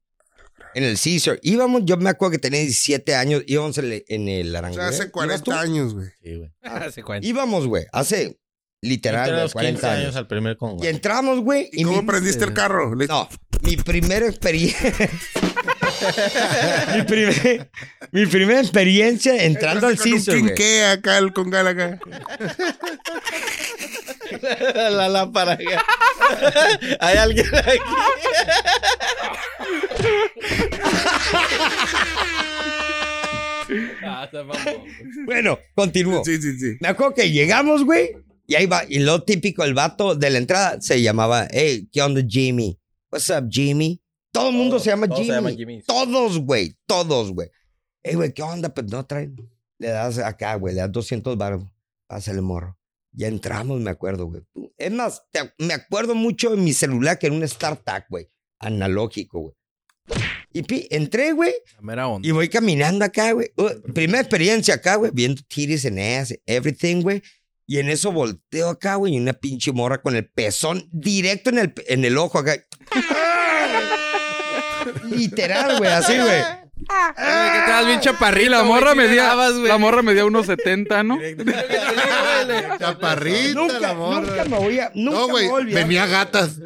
S3: En el Caesar. Íbamos, yo me acuerdo que tenía 17 años, íbamos en el, en el
S6: O
S3: Aranjuez.
S6: sea, hace
S3: ¿Ibas
S6: 40
S3: tú?
S6: años, güey.
S5: Sí, güey.
S4: Hace cuarenta.
S3: Íbamos, güey. Hace literal,
S5: Entre
S3: güey,
S5: los 15
S3: 40
S5: años,
S3: años.
S5: al primer congal.
S3: Y entramos, güey.
S6: ¿Y cómo
S3: mi-
S6: prendiste el carro? Le-
S3: No, mi primera experiencia. mi, primer- mi primera experiencia entrando al
S6: Entraste con
S3: Caesar,
S6: un
S3: güey.
S6: quinqué acá, el congal acá.
S5: la lámpara. acá. Hay alguien aquí.
S3: Ah, Bueno, continúo.
S6: Sí, sí, sí.
S3: Me acuerdo que llegamos, güey. Y ahí va. Y lo típico, el vato de la entrada se llamaba, hey, ¿qué onda, Jimmy? What's up, Jimmy? Todo el mundo
S5: Todos-
S3: se llama
S5: todos se
S3: Jimmy.
S5: llaman Jimmy.
S3: Todos, güey. Todos, güey. Hey, güey, ¿qué onda? Pues no traen. Le das acá, güey. Le das 200 baros. Pásale, morro. Ya entramos, me acuerdo, güey. Es más, te- me acuerdo mucho de mi celular que era un StarTAC, güey. Analógico, güey. Y pi, entré, güey.
S4: La mera onda.
S3: Y voy caminando acá, güey. Uh, primera experiencia acá, güey. Viendo titties en ass, everything, güey. Y en eso volteo acá, güey. Y una pinche morra con el pezón directo en el, en el ojo acá. Literal, güey. Así, güey.
S4: Ay, que estabas bien chaparril, la
S2: La morra
S4: me
S2: medía, la morra medía unos 70, ¿no?
S1: Chaparrita
S3: Nunca,
S1: la morra.
S3: nunca me voy a... Nunca
S1: no,
S3: me
S1: güey.
S3: voy a olvidar.
S1: Venía gatas.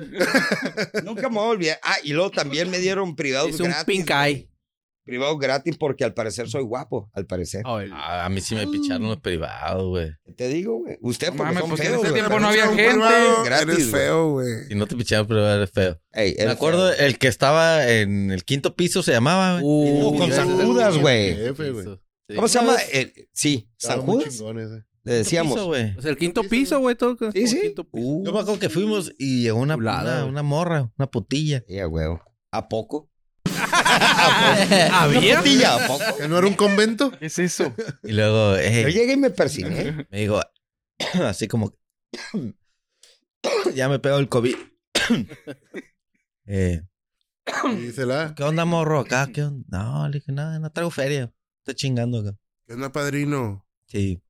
S3: Nunca me voy a olvidar. Ah, y luego también me dieron privados
S4: Es un
S3: gratis.
S4: pink eye.
S3: Privados gratis porque al parecer soy guapo. Al parecer.
S4: Oh, el-
S5: Ah, a mí sí me picharon los privados, güey.
S3: Te digo, güey. Usted
S2: No
S3: porque
S2: mames,
S3: son
S2: pues, en
S3: feos,
S2: ese
S3: güey.
S2: tiempo no había
S6: Un
S2: gente.
S6: privado,
S3: Gratis,
S6: Eres
S3: güey.
S6: feo, güey.
S5: Si no te picharon privados, eres feo.
S3: Ey,
S5: Me
S3: eres
S5: acuerdo
S3: feo.
S5: el que estaba en el quinto piso se llamaba, güey.
S4: Uh,
S3: Uh, con zancudas, güey.
S1: Jefe, güey.
S3: ¿Cómo se llama?
S5: Una vez-
S3: El- sí,
S1: Estaba
S3: San
S1: muy
S3: Judas.
S1: chingón
S7: eh.
S1: ese.
S3: Le
S5: Quinto piso,
S3: decíamos.
S5: güey.
S4: Pues el quinto piso, güey, todo.
S3: Sí, sí.
S4: Quinto piso.
S3: Uh,
S5: Yo me acuerdo que fuimos y llegó una,
S4: Chulada,
S5: una,
S4: güey.
S5: una morra, una putilla.
S3: ya, huevo. ¿A poco?
S4: ¿Había?
S3: Tía, ¿a poco?
S1: ¿Que no era un convento?
S2: ¿Qué es eso?
S5: Y luego eh,
S3: Yo llegué y me persigné.
S5: me dijo, así como, ya me pegó el COVID. eh,
S1: Dísela.
S5: ¿Qué onda, morro? Acá, ¿qué onda? No, le dije, nada, no traigo feria. Está chingando acá.
S6: ¿Qué onda, padrino?
S5: Sí.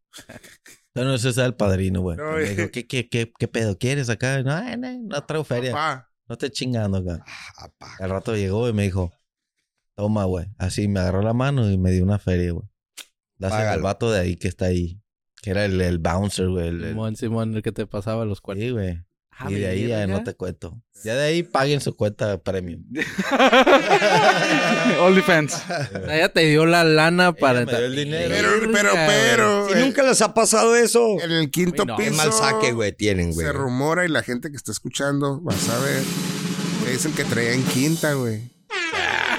S5: No, no, ese es el padrino, güey.
S6: No,
S5: Y me
S6: eh.
S5: dijo, ¿qué, qué, qué, qué pedo quieres acá? No, eh, no, no traigo feria.
S6: Papá.
S5: No estés chingando acá.
S3: Ah, pa.
S5: Al rato llegó y me dijo, toma, güey. Así me agarró la mano y me dio una feria, güey. Dásela al
S3: Págalo.
S5: vato de ahí que está ahí. Que era el, el bouncer, güey. el- el-
S4: Simón, Simón, el que te pasaba los cuartos.
S5: Sí, güey.
S4: Ah,
S5: y de ahí ya
S4: verga.
S5: no te cuento. Ya de ahí paguen su cuenta premium.
S2: OnlyFans.
S4: O sea, ya te dio la lana para...
S5: me dio el dinero.
S4: Verga,
S6: Pero, pero,
S4: güey.
S6: pero.
S3: Si
S6: eh,
S3: nunca les ha pasado eso.
S6: En el quinto
S4: Güey, no,
S3: Qué
S6: piso.
S3: mal saque, güey, tienen, güey.
S6: Se rumora y la gente que está escuchando va a saber. que dicen que traían quinta, güey.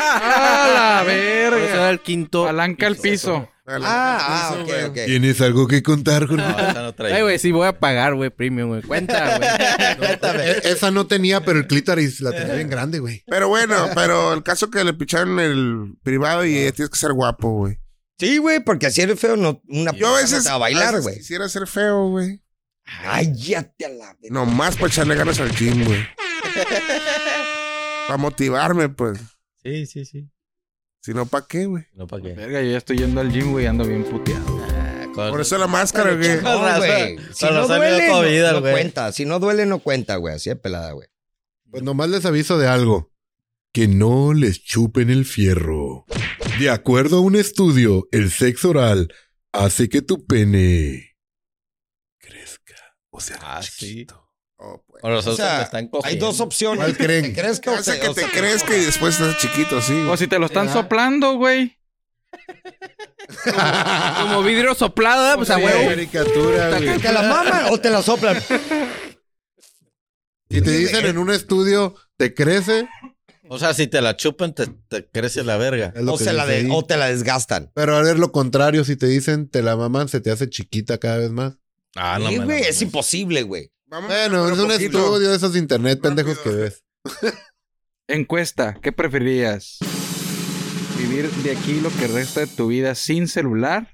S2: ¡A ¡Ah, la
S4: Por eso era
S2: verga!
S4: el quinto.
S2: Palanca al piso.
S3: Ah, ah, ok, ok.
S7: ¿Tienes algo que contar, Jorge?
S3: Ah,
S5: No, esa no traía.
S4: Ay, güey, sí voy a pagar, güey, premium, güey. Cuenta, güey.
S1: E- Esa no
S7: Ah,
S1: tenía, pero el clítoris
S3: eh.
S1: la tenía bien grande, güey.
S6: Pero bueno, pero el caso que le picharon el privado y eh, tienes que ser guapo, güey.
S3: Sí, güey, porque así eres feo, no, una
S6: Yo a veces.
S3: a bailar,
S6: veces
S3: güey.
S6: Quisiera ser feo, güey.
S3: Cállate a la verga.
S6: Nomás para echarle ganas al gym, güey. para motivarme, pues.
S5: Sí, sí, sí.
S6: Si no, ¿para qué, güey?
S5: No, ¿para qué?
S2: Verga, yo ya estoy yendo al gym, güey, ando bien puteado.
S6: Por eso la máscara, güey.
S3: No,
S5: Con razón-
S3: güey. Si
S5: con
S3: no
S5: razón le dio
S3: duele, no-
S5: COVID al
S3: no
S5: güey.
S3: cuenta. Si no duele, no cuenta, güey. Así es pelada, güey.
S7: Pues nomás les aviso de algo. Que no les chupen el fierro. De acuerdo a un estudio, el sexo oral hace que tu pene crezca. O sea,
S5: Ah, sí.
S6: Oh, pues.
S5: Con razón
S3: O sea,
S5: se me están
S3: Hay
S5: cogiendo.
S3: dos opciones.
S1: ¿Cuál creen?
S3: Que te crezca o
S6: Hace
S3: te-
S6: que
S3: o
S6: te
S3: sea,
S6: crezca y después estás chiquito, sí. güey.
S2: O si te lo están
S4: Ajá.
S2: soplando, güey.
S4: Como vidrio soplado, pues a huevo.
S1: caricatura, güey.
S3: ¿Te la maman o te la soplan?
S1: Si te dicen en un estudio, te crece
S5: O sea, si te la chupan, te, te crece la verga.
S1: Es lo
S3: o,
S1: que
S3: se la
S1: dice ahí.
S3: de- o te la desgastan.
S1: Pero a ver lo contrario, si te dicen te la maman, se te hace chiquita cada vez más.
S5: Ah,
S3: Sí,
S5: me la
S3: güey,
S5: mames.
S3: es imposible, güey.
S6: Vamos
S1: Bueno,
S6: poquito
S1: es
S6: a
S1: un
S6: poquito.
S1: estudio de esos de internet pendejos
S6: Rápido.
S1: que ves.
S2: Encuesta, ¿qué preferirías? ¿Vivir de aquí lo que resta de tu vida sin celular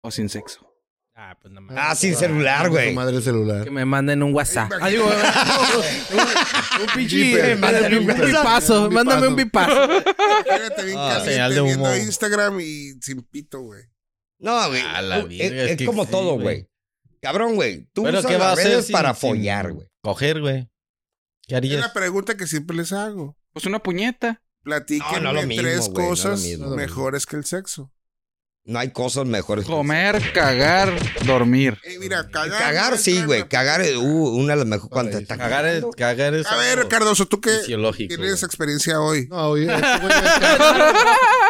S2: o sin sexo?
S4: Ah, pues no
S3: Ah,
S4: mames.
S3: sin celular,
S1: Tu
S3: güey.
S1: madre el celular.
S4: Que me manden un WhatsApp. Ah, digo, un, un pinche.
S1: Beeper.
S4: mándame un
S1: Beeper.
S4: pipazo.
S1: Un
S4: Mándame un pipazo.
S6: Fíjate bien
S5: Ah,
S6: caliente
S5: señal de
S6: viendo
S5: humo.
S6: Instagram y sin pito, güey.
S3: No, güey.
S5: A la vida,
S3: es,
S5: es
S3: es
S5: que
S3: como
S5: sí,
S3: todo,
S5: güey.
S3: güey. Cabrón, güey. Tú
S5: Pero,
S3: usas
S5: ¿qué va a
S3: las
S5: hacer
S3: redes
S5: sin-
S3: para
S5: sin-
S3: follar, güey.
S5: Coger, güey. ¿Qué
S6: Es la
S5: harías?
S6: pregunta que siempre les hago.
S2: Pues una puñeta.
S6: Platíquenme
S3: No, no lo mismo,
S6: tres
S3: güey, no lo
S6: cosas
S3: mismo,
S1: no lo
S6: mejores que el sexo.
S3: No hay cosas mejores. que-
S2: Comer, cagar, dormir.
S6: Eh, mira, cagar.
S3: Cagar,
S6: no
S3: sí,
S6: entra en
S3: güey.
S6: la-
S3: Cagar, eh, uh, una de las mejores. Cuando te está
S5: Cagar es,
S3: cagando.
S5: cagar es
S6: A ver,
S5: algo
S6: Cardoso, ¿tú qué
S5: fisiológico.
S6: tienes
S5: güey.
S6: experiencia hoy?
S1: No, oye, este güey es cagar.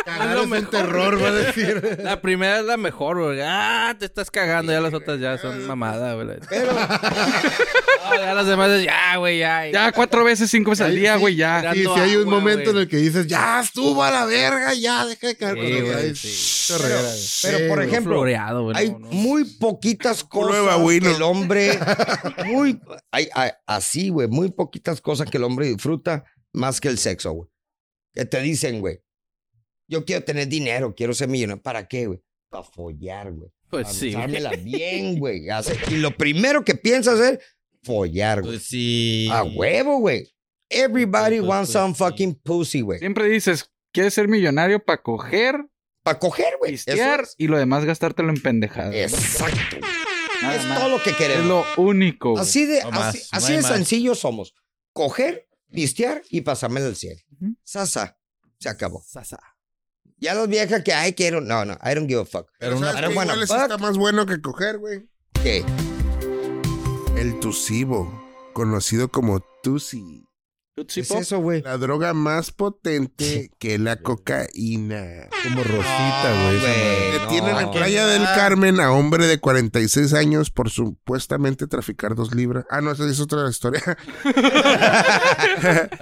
S1: Cagar
S4: Lo
S1: es un
S4: mejor.
S1: terror, va a decir.
S4: La primera es la mejor, güey. Ah, te estás cagando. Ya las otras ya son mamada, güey.
S3: Pero,
S4: Ah, ya las demás es ya, güey, ya.
S2: Ya cuatro veces, cinco veces al día, güey,
S6: "Ah,
S2: ya.
S1: Y
S4: Dando
S1: si hay un
S4: agua,
S1: momento
S4: güey.
S1: en el que dices, ya estuvo a la verga, ya, deja de caer
S4: Sí,
S1: con los
S4: güey,
S1: guys".
S4: sí.
S1: Te regalas.
S3: pero, por
S1: Sí,
S4: Todo
S3: ejemplo,
S4: floreado, güey.
S3: hay
S4: no, no.
S3: muy poquitas cosas
S6: Prueba, güey,
S3: que
S6: no.
S3: el hombre. Muy, hay, hay- así, güey. Muy poquitas cosas que el hombre disfruta más que el sexo, güey. Que te dicen, güey. Yo quiero tener dinero, quiero ser millonario. ¿Para qué, güey? Para follar, güey.
S4: Pues
S3: Para
S4: sí. güey.
S3: usármela bien, güey. Hace- Y lo primero que piensas es follar, güey.
S5: Pues sí.
S3: A huevo, Ah, güey. Everybody
S5: Pues,
S3: wants
S5: pues,
S3: some
S5: sí.
S3: fucking pussy, güey.
S2: Siempre dices, ¿quieres ser millonario para coger,
S3: Para coger, güey. Pues, Eso
S2: pistear
S3: es-
S2: y lo demás gastártelo en pendejadas?
S3: Exacto. güey.
S2: Nada
S3: es
S2: más.
S3: todo lo que
S2: Es
S3: queremos.
S2: lo único. güey.
S3: Así de,
S5: No más,
S3: así,
S5: no
S3: así
S5: hay
S3: de
S5: más.
S3: sencillo somos. Coger, pistear y pasármela al cielo.
S2: Ujú.
S3: Sasa. Se acabó.
S4: Sasa.
S3: Ya las viejas que, ay, quiero. No, no, I don't give a fuck.
S6: Pero
S3: una-
S6: ¿sabes
S3: Pero
S6: qué?
S3: bueno,
S6: Igual eso
S3: fuck.
S6: está más bueno que coger, güey.
S3: ¿Qué?
S6: El tusivo, conocido como tusi.
S3: ¿Qué
S2: Tootsie
S3: es
S2: Pop.
S3: eso, güey?
S6: La droga más potente que la cocaína.
S1: Como Rosita, güey. esa madre.
S6: Que
S3: no. Ah,
S6: tienen en Playa del Carmen a hombre de 46 años por supuestamente traficar dos libras. Ah, no, esa es otra historia.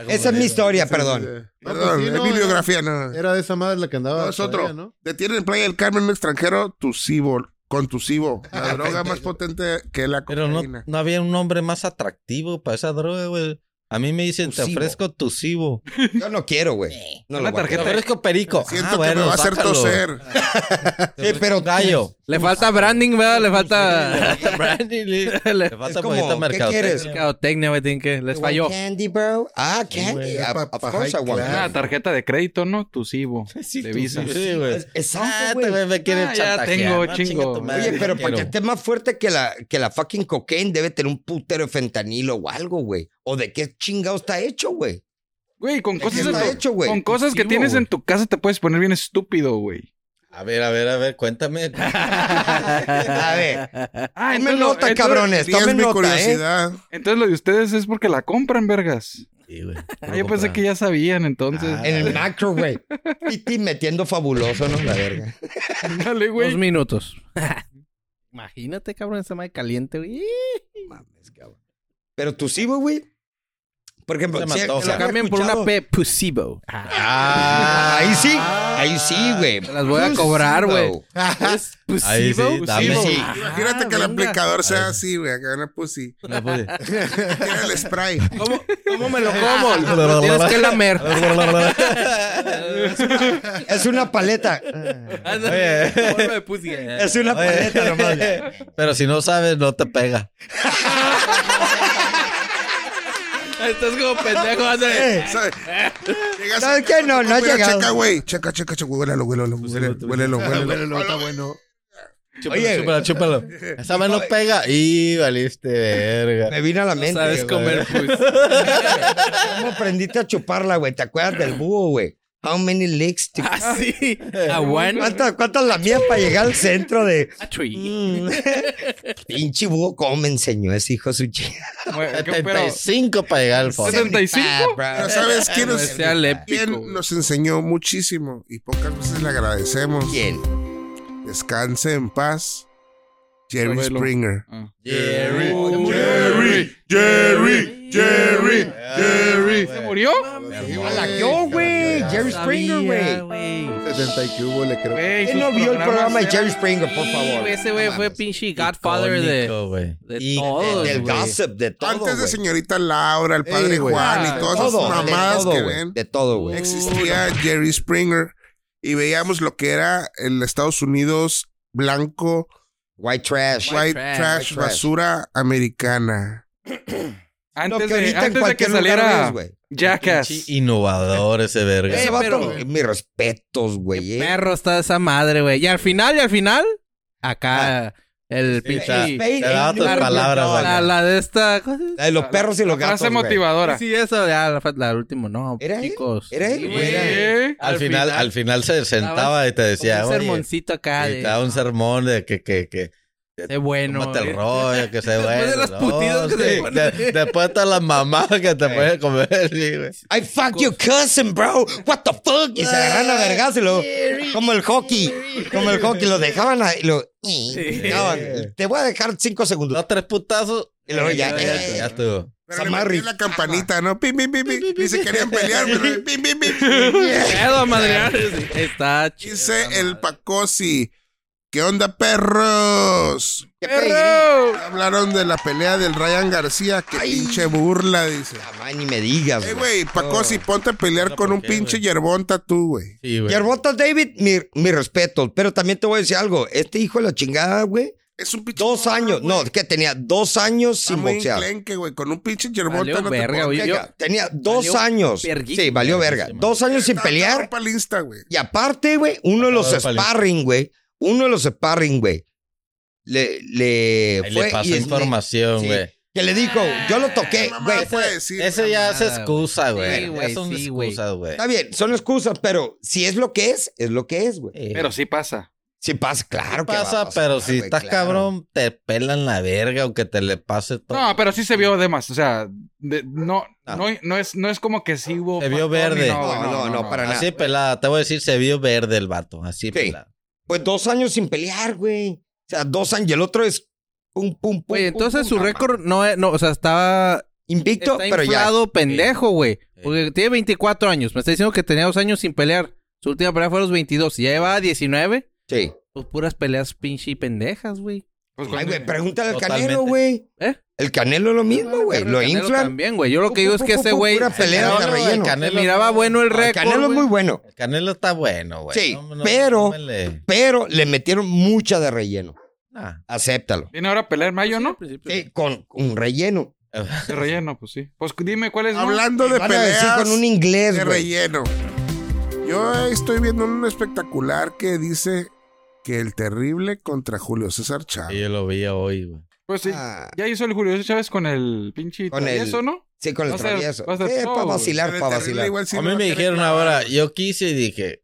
S3: Esa es mi historia, perdón.
S1: Perdón.
S6: Perdón,
S1: pues sí,
S6: es
S1: no,
S6: mi
S1: era-
S6: biografía, no.
S1: Era de esa madre la que andaba.
S6: No, es
S1: todavía,
S6: otro.
S1: ¿no?
S6: Detienen en Playa del Carmen un extranjero tusivo, con tusivo. La droga más potente que la
S5: Pero
S6: cocaína.
S5: no, no había un hombre más atractivo para esa droga, güey. A mí me dicen, te
S3: Tusivo.
S5: ofrezco tusivo.
S3: Yo no quiero, güey. No
S2: Una
S3: lo voy a
S5: Te
S2: tarjeta.
S3: querer.
S5: ofrezco perico.
S6: Siento
S5: Ah,
S6: que
S5: bueno,
S6: me va a hacer
S5: sácalo.
S6: toser.
S3: Eh, pero
S5: Gallo.
S4: Le falta branding, ¿verdad? Le falta.
S5: Brandy Lee.
S4: Le
S5: Te
S4: falta.
S5: falta
S3: Es como,
S5: poquita
S3: ¿qué
S5: mercadotecnia.
S3: quieres?
S4: Mercadotecnia, güey, tienen que. Les
S3: You want
S4: falló.
S3: Candy, bro. Ah, candy.
S1: güey,
S3: Ah,
S1: pa-
S3: of
S1: pa-
S3: course I
S1: high
S3: want
S1: class.
S2: Ah,
S3: candy.
S2: tarjeta de crédito, ¿no? Tusivo.
S5: Sí,
S2: de
S5: tú-
S2: Visa.
S5: Sí, güey. Ah,
S3: Exacto,
S5: este
S3: güey.
S5: güey me quiere
S2: Ah, ya
S5: chantajear.
S2: tengo,
S5: No,
S2: chingo.
S5: chinga tu madre,
S3: Oye, pero
S5: no
S3: para que
S5: quiero.
S3: esté más fuerte que la, que la fucking cocaine, debe tener un putero de fentanilo o algo, güey. ¿O de qué chingado está hecho, güey?
S2: Güey, con
S3: ¿De
S2: cosas,
S3: qué
S2: en
S3: está
S2: tu-
S3: hecho, güey?
S2: con cosas que
S3: Tusivo,
S2: tienes
S3: güey.
S2: en tu casa te puedes poner bien estúpido, güey.
S5: A ver, a ver, a ver, cuéntame.
S3: A ver,
S2: Ah,
S3: tomen nota, cabrones.
S6: Sí, es
S3: Tomen
S6: mi
S3: nota, ¿eh?
S6: curiosidad.
S2: Entonces lo de ustedes es porque la compran, vergas.
S5: Sí, güey.
S2: Ah, yo pensé que ya sabían, entonces.
S5: Ah,
S3: En el macro, güey. Titi metiendo fabuloso, ¿no? La verga. Ah,
S2: Dale,
S4: Dos
S2: güey.
S4: minutos. Imagínate, cabrón, esa madre caliente, güey.
S3: Mames, cabrón. Pero tú sí, güey. Por ejemplo,
S5: Se me
S3: si-
S5: antoja.
S3: ¿lo
S4: Lo
S3: han
S4: cambian por una
S3: escuchado?
S4: P. Pusibo.
S3: Ah, ahí sí. Ahí sí, güey.
S4: Te las voy a cobrar, güey.
S3: Placebo.
S4: ¿Es Ah, Pusibo?
S5: Ahí sí, dame.
S2: Pusivo.
S5: Sí.
S6: Imagínate que el aplicador sea así, güey, acá una pussy.
S5: No pues, pude.
S6: Tira el spray.
S4: ¿Cómo, ¿Cómo me lo como? Lo tienes que lamer.
S3: Ah, Es una paleta.
S5: Oye.
S4: Polvo de pussy.
S3: Es una paleta nomás. güey.
S5: Pero si no sabes, no te pega.
S4: Estás como pendejo. ándale.
S6: ¿Sabes? Llegas
S3: ¿Sabes qué? No, no ha
S6: Mira,
S3: llegado.
S6: Checa, güey. Checa, checa, checa. Huélalo, huélalo, huélalo, huélalo, huélalo.
S1: Huélelo, está bueno.
S5: Chúpalo,
S3: Oye,
S5: chúpalo, chúpalo. Esa vez no pega. Y valiste verga.
S3: Me vino a la
S4: No
S3: mente.
S4: sabes
S3: güey.
S4: comer pussy.
S3: ¿Cómo aprendiste a chuparla, güey? ¿Te acuerdas del búho, güey? How many licks? to- Ah,
S4: Así. Ah, A one.
S3: ¿Cuántas, cuántas la mía para llegar al centro de...
S4: a three.
S3: Mm. Pinche búho, ¿cómo me enseñó ese hijo su chica?
S2: Bueno, ¿qué- pero-
S5: 75 para llegar al fondo.
S2: 75.
S6: Pero ¿sabes quién
S4: No
S6: nos,
S4: sea lépico,
S6: quién
S4: güey.
S6: nos enseñó muchísimo? Y pocas veces le agradecemos.
S3: ¿Quién?
S6: Descanse en paz. Jerry
S2: Abuelo.
S6: Springer.
S2: Ah.
S5: Jerry.
S2: Uh,
S6: Jerry, Jerry,
S7: Jerry, Jerry.
S2: ¿Se murió?
S1: Sí,
S3: A
S1: güey,
S3: la yo, güey.
S1: ya.
S3: Jerry Springer,
S4: Sabía,
S3: güey.
S4: güey.
S1: 70 y que hubo, le creo.
S2: Güey,
S3: ¿Quién
S2: sus
S3: no vio el
S2: programas
S3: programa de
S2: eran-
S3: Jerry Springer, por favor?
S4: Sí, Ese güey fue pinche godfather de,
S5: Icónico, güey.
S4: de
S5: Y-
S4: todos,
S3: Del
S4: güey.
S3: gossip, de todo,
S6: Antes de
S3: güey.
S6: señorita Laura, el padre
S1: Eh, güey.
S6: Juan
S4: Ah,
S6: y todas
S3: todo,
S6: esas
S3: de
S6: mamadas
S3: todo,
S6: que
S3: güey,
S6: ven,
S3: De todo, güey.
S6: existía Jerry Springer y veíamos lo que era el Estados Unidos blanco,
S3: White trash.
S6: white,
S4: trash,
S6: trash,
S3: white trash.
S6: basura americana.
S3: Lo
S2: Antes
S3: que
S2: de,
S3: ahorita en
S2: antes de que
S3: cualquier lugar
S2: saliera
S3: ves, güey.
S2: Jackass.
S5: Pinche Innovador ese verga.
S3: Ese
S4: Eh,
S3: vato,
S4: pero-
S3: mis respetos, güey. eh.
S4: Perro está esa madre, güey. Y al final, y al final, acá el
S5: Sí, o sea,
S4: pinche.
S5: te daba tus
S4: la-
S5: palabras.
S4: La,
S5: acá.
S4: la de esta. ¿cómo se dice?
S3: La de los
S6: Ah,
S3: perros y los gatos.
S2: Frase
S3: güey.
S2: motivadora.
S4: Sí, eso, ya, la, la última, no.
S3: ¿Era él?
S4: chicos.
S3: Era él,
S4: Sí,
S3: güey, era él.
S2: Eh,
S5: al final, al final se sentaba y te decía,
S4: como un
S5: oye,
S4: sermoncito acá
S5: y
S4: de.
S5: te daba un sermón de que, que, que,
S4: de bueno.
S5: cómate el
S4: eh.
S5: rollo, que se
S4: Después de
S5: bueno,
S4: las
S5: ¿no?
S4: putidas que se
S5: Sí,
S4: ponen.
S5: de- después de todas las mamadas que te puedes comer, sí, güey.
S3: I fuck your cousin, bro. What the fuck? Y se agarran a vergas y luego, como el hockey, como el hockey, lo dejaban ahí, lo dejaban. Te voy a dejar cinco segundos.
S5: Dos, tres putazos.
S3: Y luego ya,
S5: Ya,
S3: eh.
S5: ya estuvo.
S6: Pero le
S3: Samarri.
S6: metí la campanita, ¿no? Pim, pim, pim, Ah, pim. Y se querían pelear, pero pim, pim, pim.
S4: Pedo, madrear. Está chido.
S6: Dice el Pacosi. ¿Qué onda, perros?
S3: ¿Qué pedo?
S2: ¡Perro!
S6: Hablaron de la pelea del Ryan García. ¡Qué
S3: Ay.
S6: pinche burla! Dice.
S3: Jamás Ah, ni me digas,
S6: Ey,
S3: güey.
S6: güey, Pacosi, ponte a pelear
S5: No,
S6: con
S5: ¿por
S6: un
S5: qué,
S6: pinche
S5: güey?
S6: yerbonta tú, güey.
S5: Sí, güey.
S3: Yerbotas, David, mi, mi respeto. Pero también te voy a decir algo. Este hijo de la chingada, güey,
S6: Es un pinche.
S3: dos años, no, que tenía dos años
S6: Ah, Está
S3: sin
S6: muy
S3: boxear.
S6: enclenque, güey. Con un pinche
S4: Valió
S6: yerbonta no
S4: verga,
S6: te
S4: oye, yo-
S3: Venga, tenía dos
S4: valió
S3: años.
S4: verguísima.
S3: Sí, valió verga.
S5: Verguísima.
S3: Dos años sin pelear.
S6: Para güey.
S3: Y aparte, güey, uno de los
S5: Acabó de paliar.
S3: sparring, güey. Uno de los sparring, güey. Le, le
S5: Ahí
S3: fue
S5: le pasó
S3: y es-
S5: información,
S3: sí.
S5: güey.
S3: que le dijo, yo lo toqué,
S6: ¿Qué mamá
S3: güey.
S6: puede decir?
S5: Ese ya es
S4: Mamada,
S5: excusa,
S4: güey. Sí,
S5: güey.
S4: güey,
S5: Ya son
S4: sí, güey.
S5: excusas, güey.
S3: Está bien, son excusas, pero si es lo que es, es lo que es, güey.
S5: Sí.
S2: Pero sí pasa.
S3: Si pasa, claro que va a
S5: pasa,
S3: pasar,
S5: pero si
S3: güey,
S5: estás
S3: claro.
S5: cabrón, te pelan la verga o que te le pase todo.
S2: No, pero sí se vio de más. O sea, de- no,
S5: Ah.
S2: no, no, es, no es como que sí hubo.
S5: Se vio
S2: factor ni
S5: verde.
S2: güey,
S3: No, no, no, para nada.
S5: Así pelada, te voy a decir, se vio verde el vato, así pelada.
S3: Pues dos años sin pelear, güey. O sea, dos años. Y el otro es pum, pum, pum.
S4: Güey,
S3: pum,
S4: entonces
S3: pum,
S4: su
S3: pam,
S4: récord no, es- no, o sea, estaba
S3: Invicto,
S4: está
S3: pero ya.
S4: inflado pendejo, güey.
S5: Sí.
S4: Porque tiene 24 años. Me está diciendo que tenía dos años sin pelear. Su última pelea fue a los 22. Y ya llevaba 19.
S3: Sí.
S4: Pues puras peleas pinche y pendejas, güey.
S2: Pues
S3: Ay,
S2: cuando-
S3: güey, pregúntale al
S5: Totalmente.
S3: Canelo, güey.
S4: ¿Eh?
S3: El Canelo lo mismo, güey.
S4: Pero
S3: Lo
S4: Canelo
S3: inflan.
S4: También, güey. Yo lo que digo es que este güey...
S3: Pura pelea de
S5: Canelo, el
S3: relleno.
S5: Canelo.
S4: se miraba bueno el
S5: No,
S3: El
S4: récord,
S3: Canelo es
S4: güey.
S3: muy bueno,
S5: El Canelo está bueno, güey.
S3: Sí, pero-
S5: le-
S3: pero le metieron mucha de relleno.
S5: nah.
S3: Acéptalo.
S2: Viene ahora a pelear en mayo, ¿no?
S6: pues.
S3: Sí, con un relleno.
S2: De relleno, pues sí. Pues dime cuál es. no?
S6: Hablando de
S3: Van a decir
S6: peleas
S3: con un inglés,
S6: de
S3: güey.
S6: relleno. Yo estoy viendo un espectacular que dice que el terrible contra Julio César
S5: Sí,
S6: Chávez.
S5: yo lo vi hoy, güey.
S2: Pues sí.
S3: Ah,
S2: Ya hizo el Julio Chávez con el pinche.
S3: Con
S2: Con
S3: el-
S2: eso, ¿no?
S3: sí, con el
S2: Va a ser-
S3: travieso.
S2: va a ser
S3: Sí,
S2: todo,
S3: para
S2: güey.
S3: vacilar,
S6: El
S3: para
S6: terrible
S3: vacilar.
S6: igual sí
S5: a
S6: no
S5: mí
S6: va
S5: me
S6: querer
S5: dijeron
S6: clavar.
S5: ahora, yo quise y dije,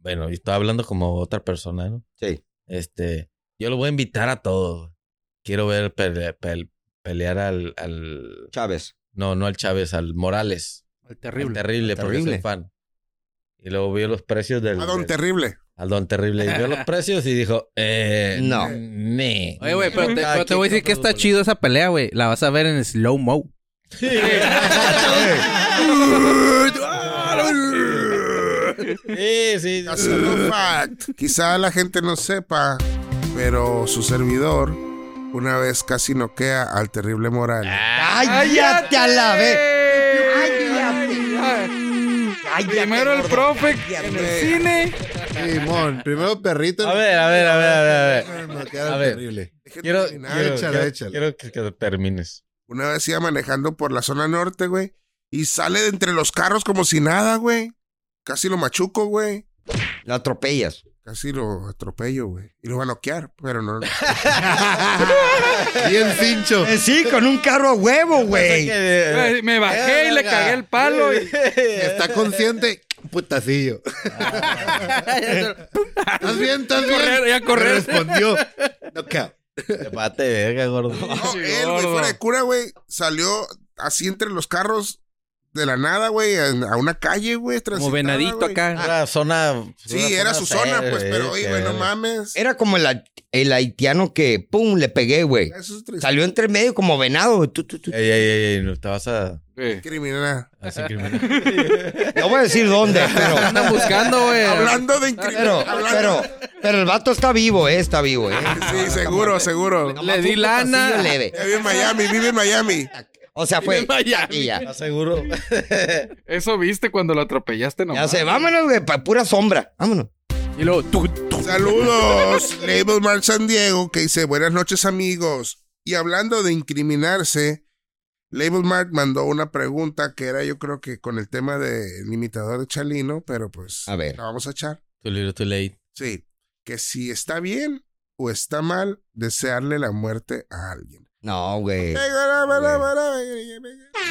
S5: bueno, y estaba hablando como otra persona, ¿no?
S3: Sí.
S5: Este, yo lo voy a invitar a todos. Quiero ver pele- pel- pelear al, al,
S3: Chávez.
S5: no, no al Chávez, al Morales.
S4: El terrible.
S5: Terrible. terrible, porque
S3: Terrible.
S5: soy fan. Y luego vio los precios del...
S6: A don
S5: del-
S6: terrible.
S5: al don Terrible. Y vio los precios y dijo, eh...
S3: No.
S5: ne.
S4: Oye, güey, pero te,
S5: Cada
S4: pero te voy a
S5: quien
S4: decir que
S5: compra
S4: está
S5: su
S4: chido esa pelea, güey. La vas a ver en slow-mo.
S5: boleto. Sí, sí.
S6: Casino Fact. Quizá la gente no sepa, pero su servidor una vez casi noquea al terrible Morales.
S3: ¡Cállate a la vez!
S2: ¡Cállate! Primero el profe en el cine.
S1: Simón, primero perrito.
S5: A ver, a ver, a ver, a ver, a ver.
S1: No, queda
S5: A ver.
S1: terrible.
S6: Dejen
S5: Quiero,
S6: terminar.
S5: quiero,
S1: Échala,
S5: quiero-
S1: échala.
S5: quiero que, que termines.
S6: Una vez iba manejando por la zona norte, güey, y sale de entre los carros como si nada, güey. Casi lo machuco, güey.
S3: Lo atropellas.
S6: Casi lo atropello, güey. Y lo va a noquear, pero no.
S1: Bien cincho.
S3: Eh, sí, con un carro a huevo, güey.
S6: Eh,
S5: Eh,
S2: Güey, Me bajé y le cagué el palo. Y...
S1: Está consciente. Putacillo. ¿Estás bien? ¿Estás bien?
S5: eh,
S4: correr, ya correr.
S1: Me respondió. No, cabrón.
S5: Bate verga, gordo.
S6: eh. No,
S2: Sí,
S6: él, güey,
S2: gordo.
S6: fuera de cura, güey, salió así entre los carros, de la nada, güey, a, a una calle, güey,
S4: Como
S6: transitada,
S4: venadito
S6: güey.
S4: acá.
S5: Era zona. eh,
S6: Sí, era su zona, pues, pero, oye, güey, no
S4: Eh,
S6: mames.
S3: Era como el, ha- el haitiano que, pum, le pegué, güey.
S6: Eso es triste.
S3: Salió entre medio como venado. güey. Tu, tu, tu.
S5: Ey, ey, ey, ey, no te vas a.
S2: güey.
S6: Criminal.
S5: Así criminal.
S3: No voy a decir dónde, pero...
S4: Andan
S3: Ah,
S4: buscando, güey.
S6: Hablando de
S3: Pero,
S6: incriminal.
S3: pero,
S6: hablando-
S3: pero el vato está vivo, eh, está vivo, eh.
S6: Sí, seguro, seguro.
S4: Le di lana.
S3: Pasillo leve.
S6: Vive en Miami, vive en Miami.
S3: O sea, fue. y ya.
S5: ¿Estás seguro?
S2: Eso viste cuando lo atropellaste,
S3: Ya
S2: nomás.
S3: se, vámonos, güey, pa' pura sombra. Vámonos.
S4: Y luego, tu, tu.
S6: Saludos, Label Mark San Diego, que dice buenas noches amigos. Y hablando de incriminarse, Label Mark mandó una pregunta que era yo creo que con el tema del imitador de Chalino, pero pues
S3: A ver.
S6: la vamos a echar.
S5: Too little, too late.
S6: Sí, que si está bien o está mal desearle la muerte a alguien.
S3: No, güey.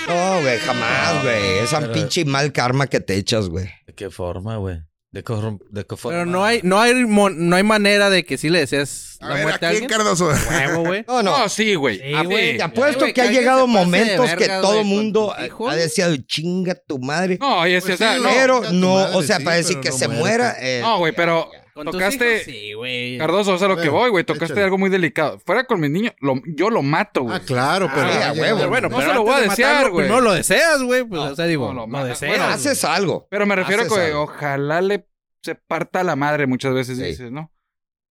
S6: Pero
S3: No, güey, jamás, güey. Esa
S5: Pero-
S3: pinche mal karma que te echas, güey.
S5: ¿De qué forma, güey? ¿De, qué form- de qué forma?
S4: Pero no hay, no hay, mon- no hay manera de que sí le deseas
S6: A
S4: la
S6: ver, ¿a
S4: muerte a
S6: quién
S4: alguien.
S6: Cardoso?
S4: Huevo, güey.
S3: No, no.
S2: No, sí, güey.
S4: Sí,
S2: Ah,
S4: güey,
S2: sí.
S3: Te apuesto
S4: güey,
S3: que ha
S4: que alguien
S3: llegado
S4: se pase de
S3: momentos que
S4: verga,
S3: todo
S4: güey, con
S3: mundo
S4: tus hijos.
S3: ha deseado, chinga tu madre.
S2: No, y es,
S1: Pues
S2: o sea,
S1: sí,
S2: no,
S3: pero
S1: chinga tu
S3: no, o
S1: madre,
S3: sea,
S1: sí,
S3: para decir
S1: pero
S3: que
S1: no
S3: se
S1: muerta.
S3: muera. eh,
S2: No, güey, pero
S4: Con tus
S2: Tocaste-
S4: hijos, sí, güey.
S3: Ah,
S2: Cardoso, o sea, lo que
S1: Bueno,
S2: voy, güey, tocaste
S1: échale.
S2: algo muy delicado. Fuera con mis niños, lo- yo lo mato, güey.
S1: Ah, claro, pero.
S3: Ah,
S1: ya
S3: huevo.
S1: llega-
S4: bueno,
S2: No
S4: pero
S2: se lo voy a
S4: antes de
S2: desear,
S4: matarlo,
S2: güey.
S4: Primero lo deseas, güey. Pues, o sea, digo,
S2: no,
S4: lo,
S2: lo ma-
S4: deseas.
S2: bueno,
S4: güey.
S3: haces algo.
S2: Pero me refiero a
S3: Haces
S2: que
S3: algo.
S2: ojalá le se parta la madre muchas veces,
S3: Sí.
S2: dices, ¿no?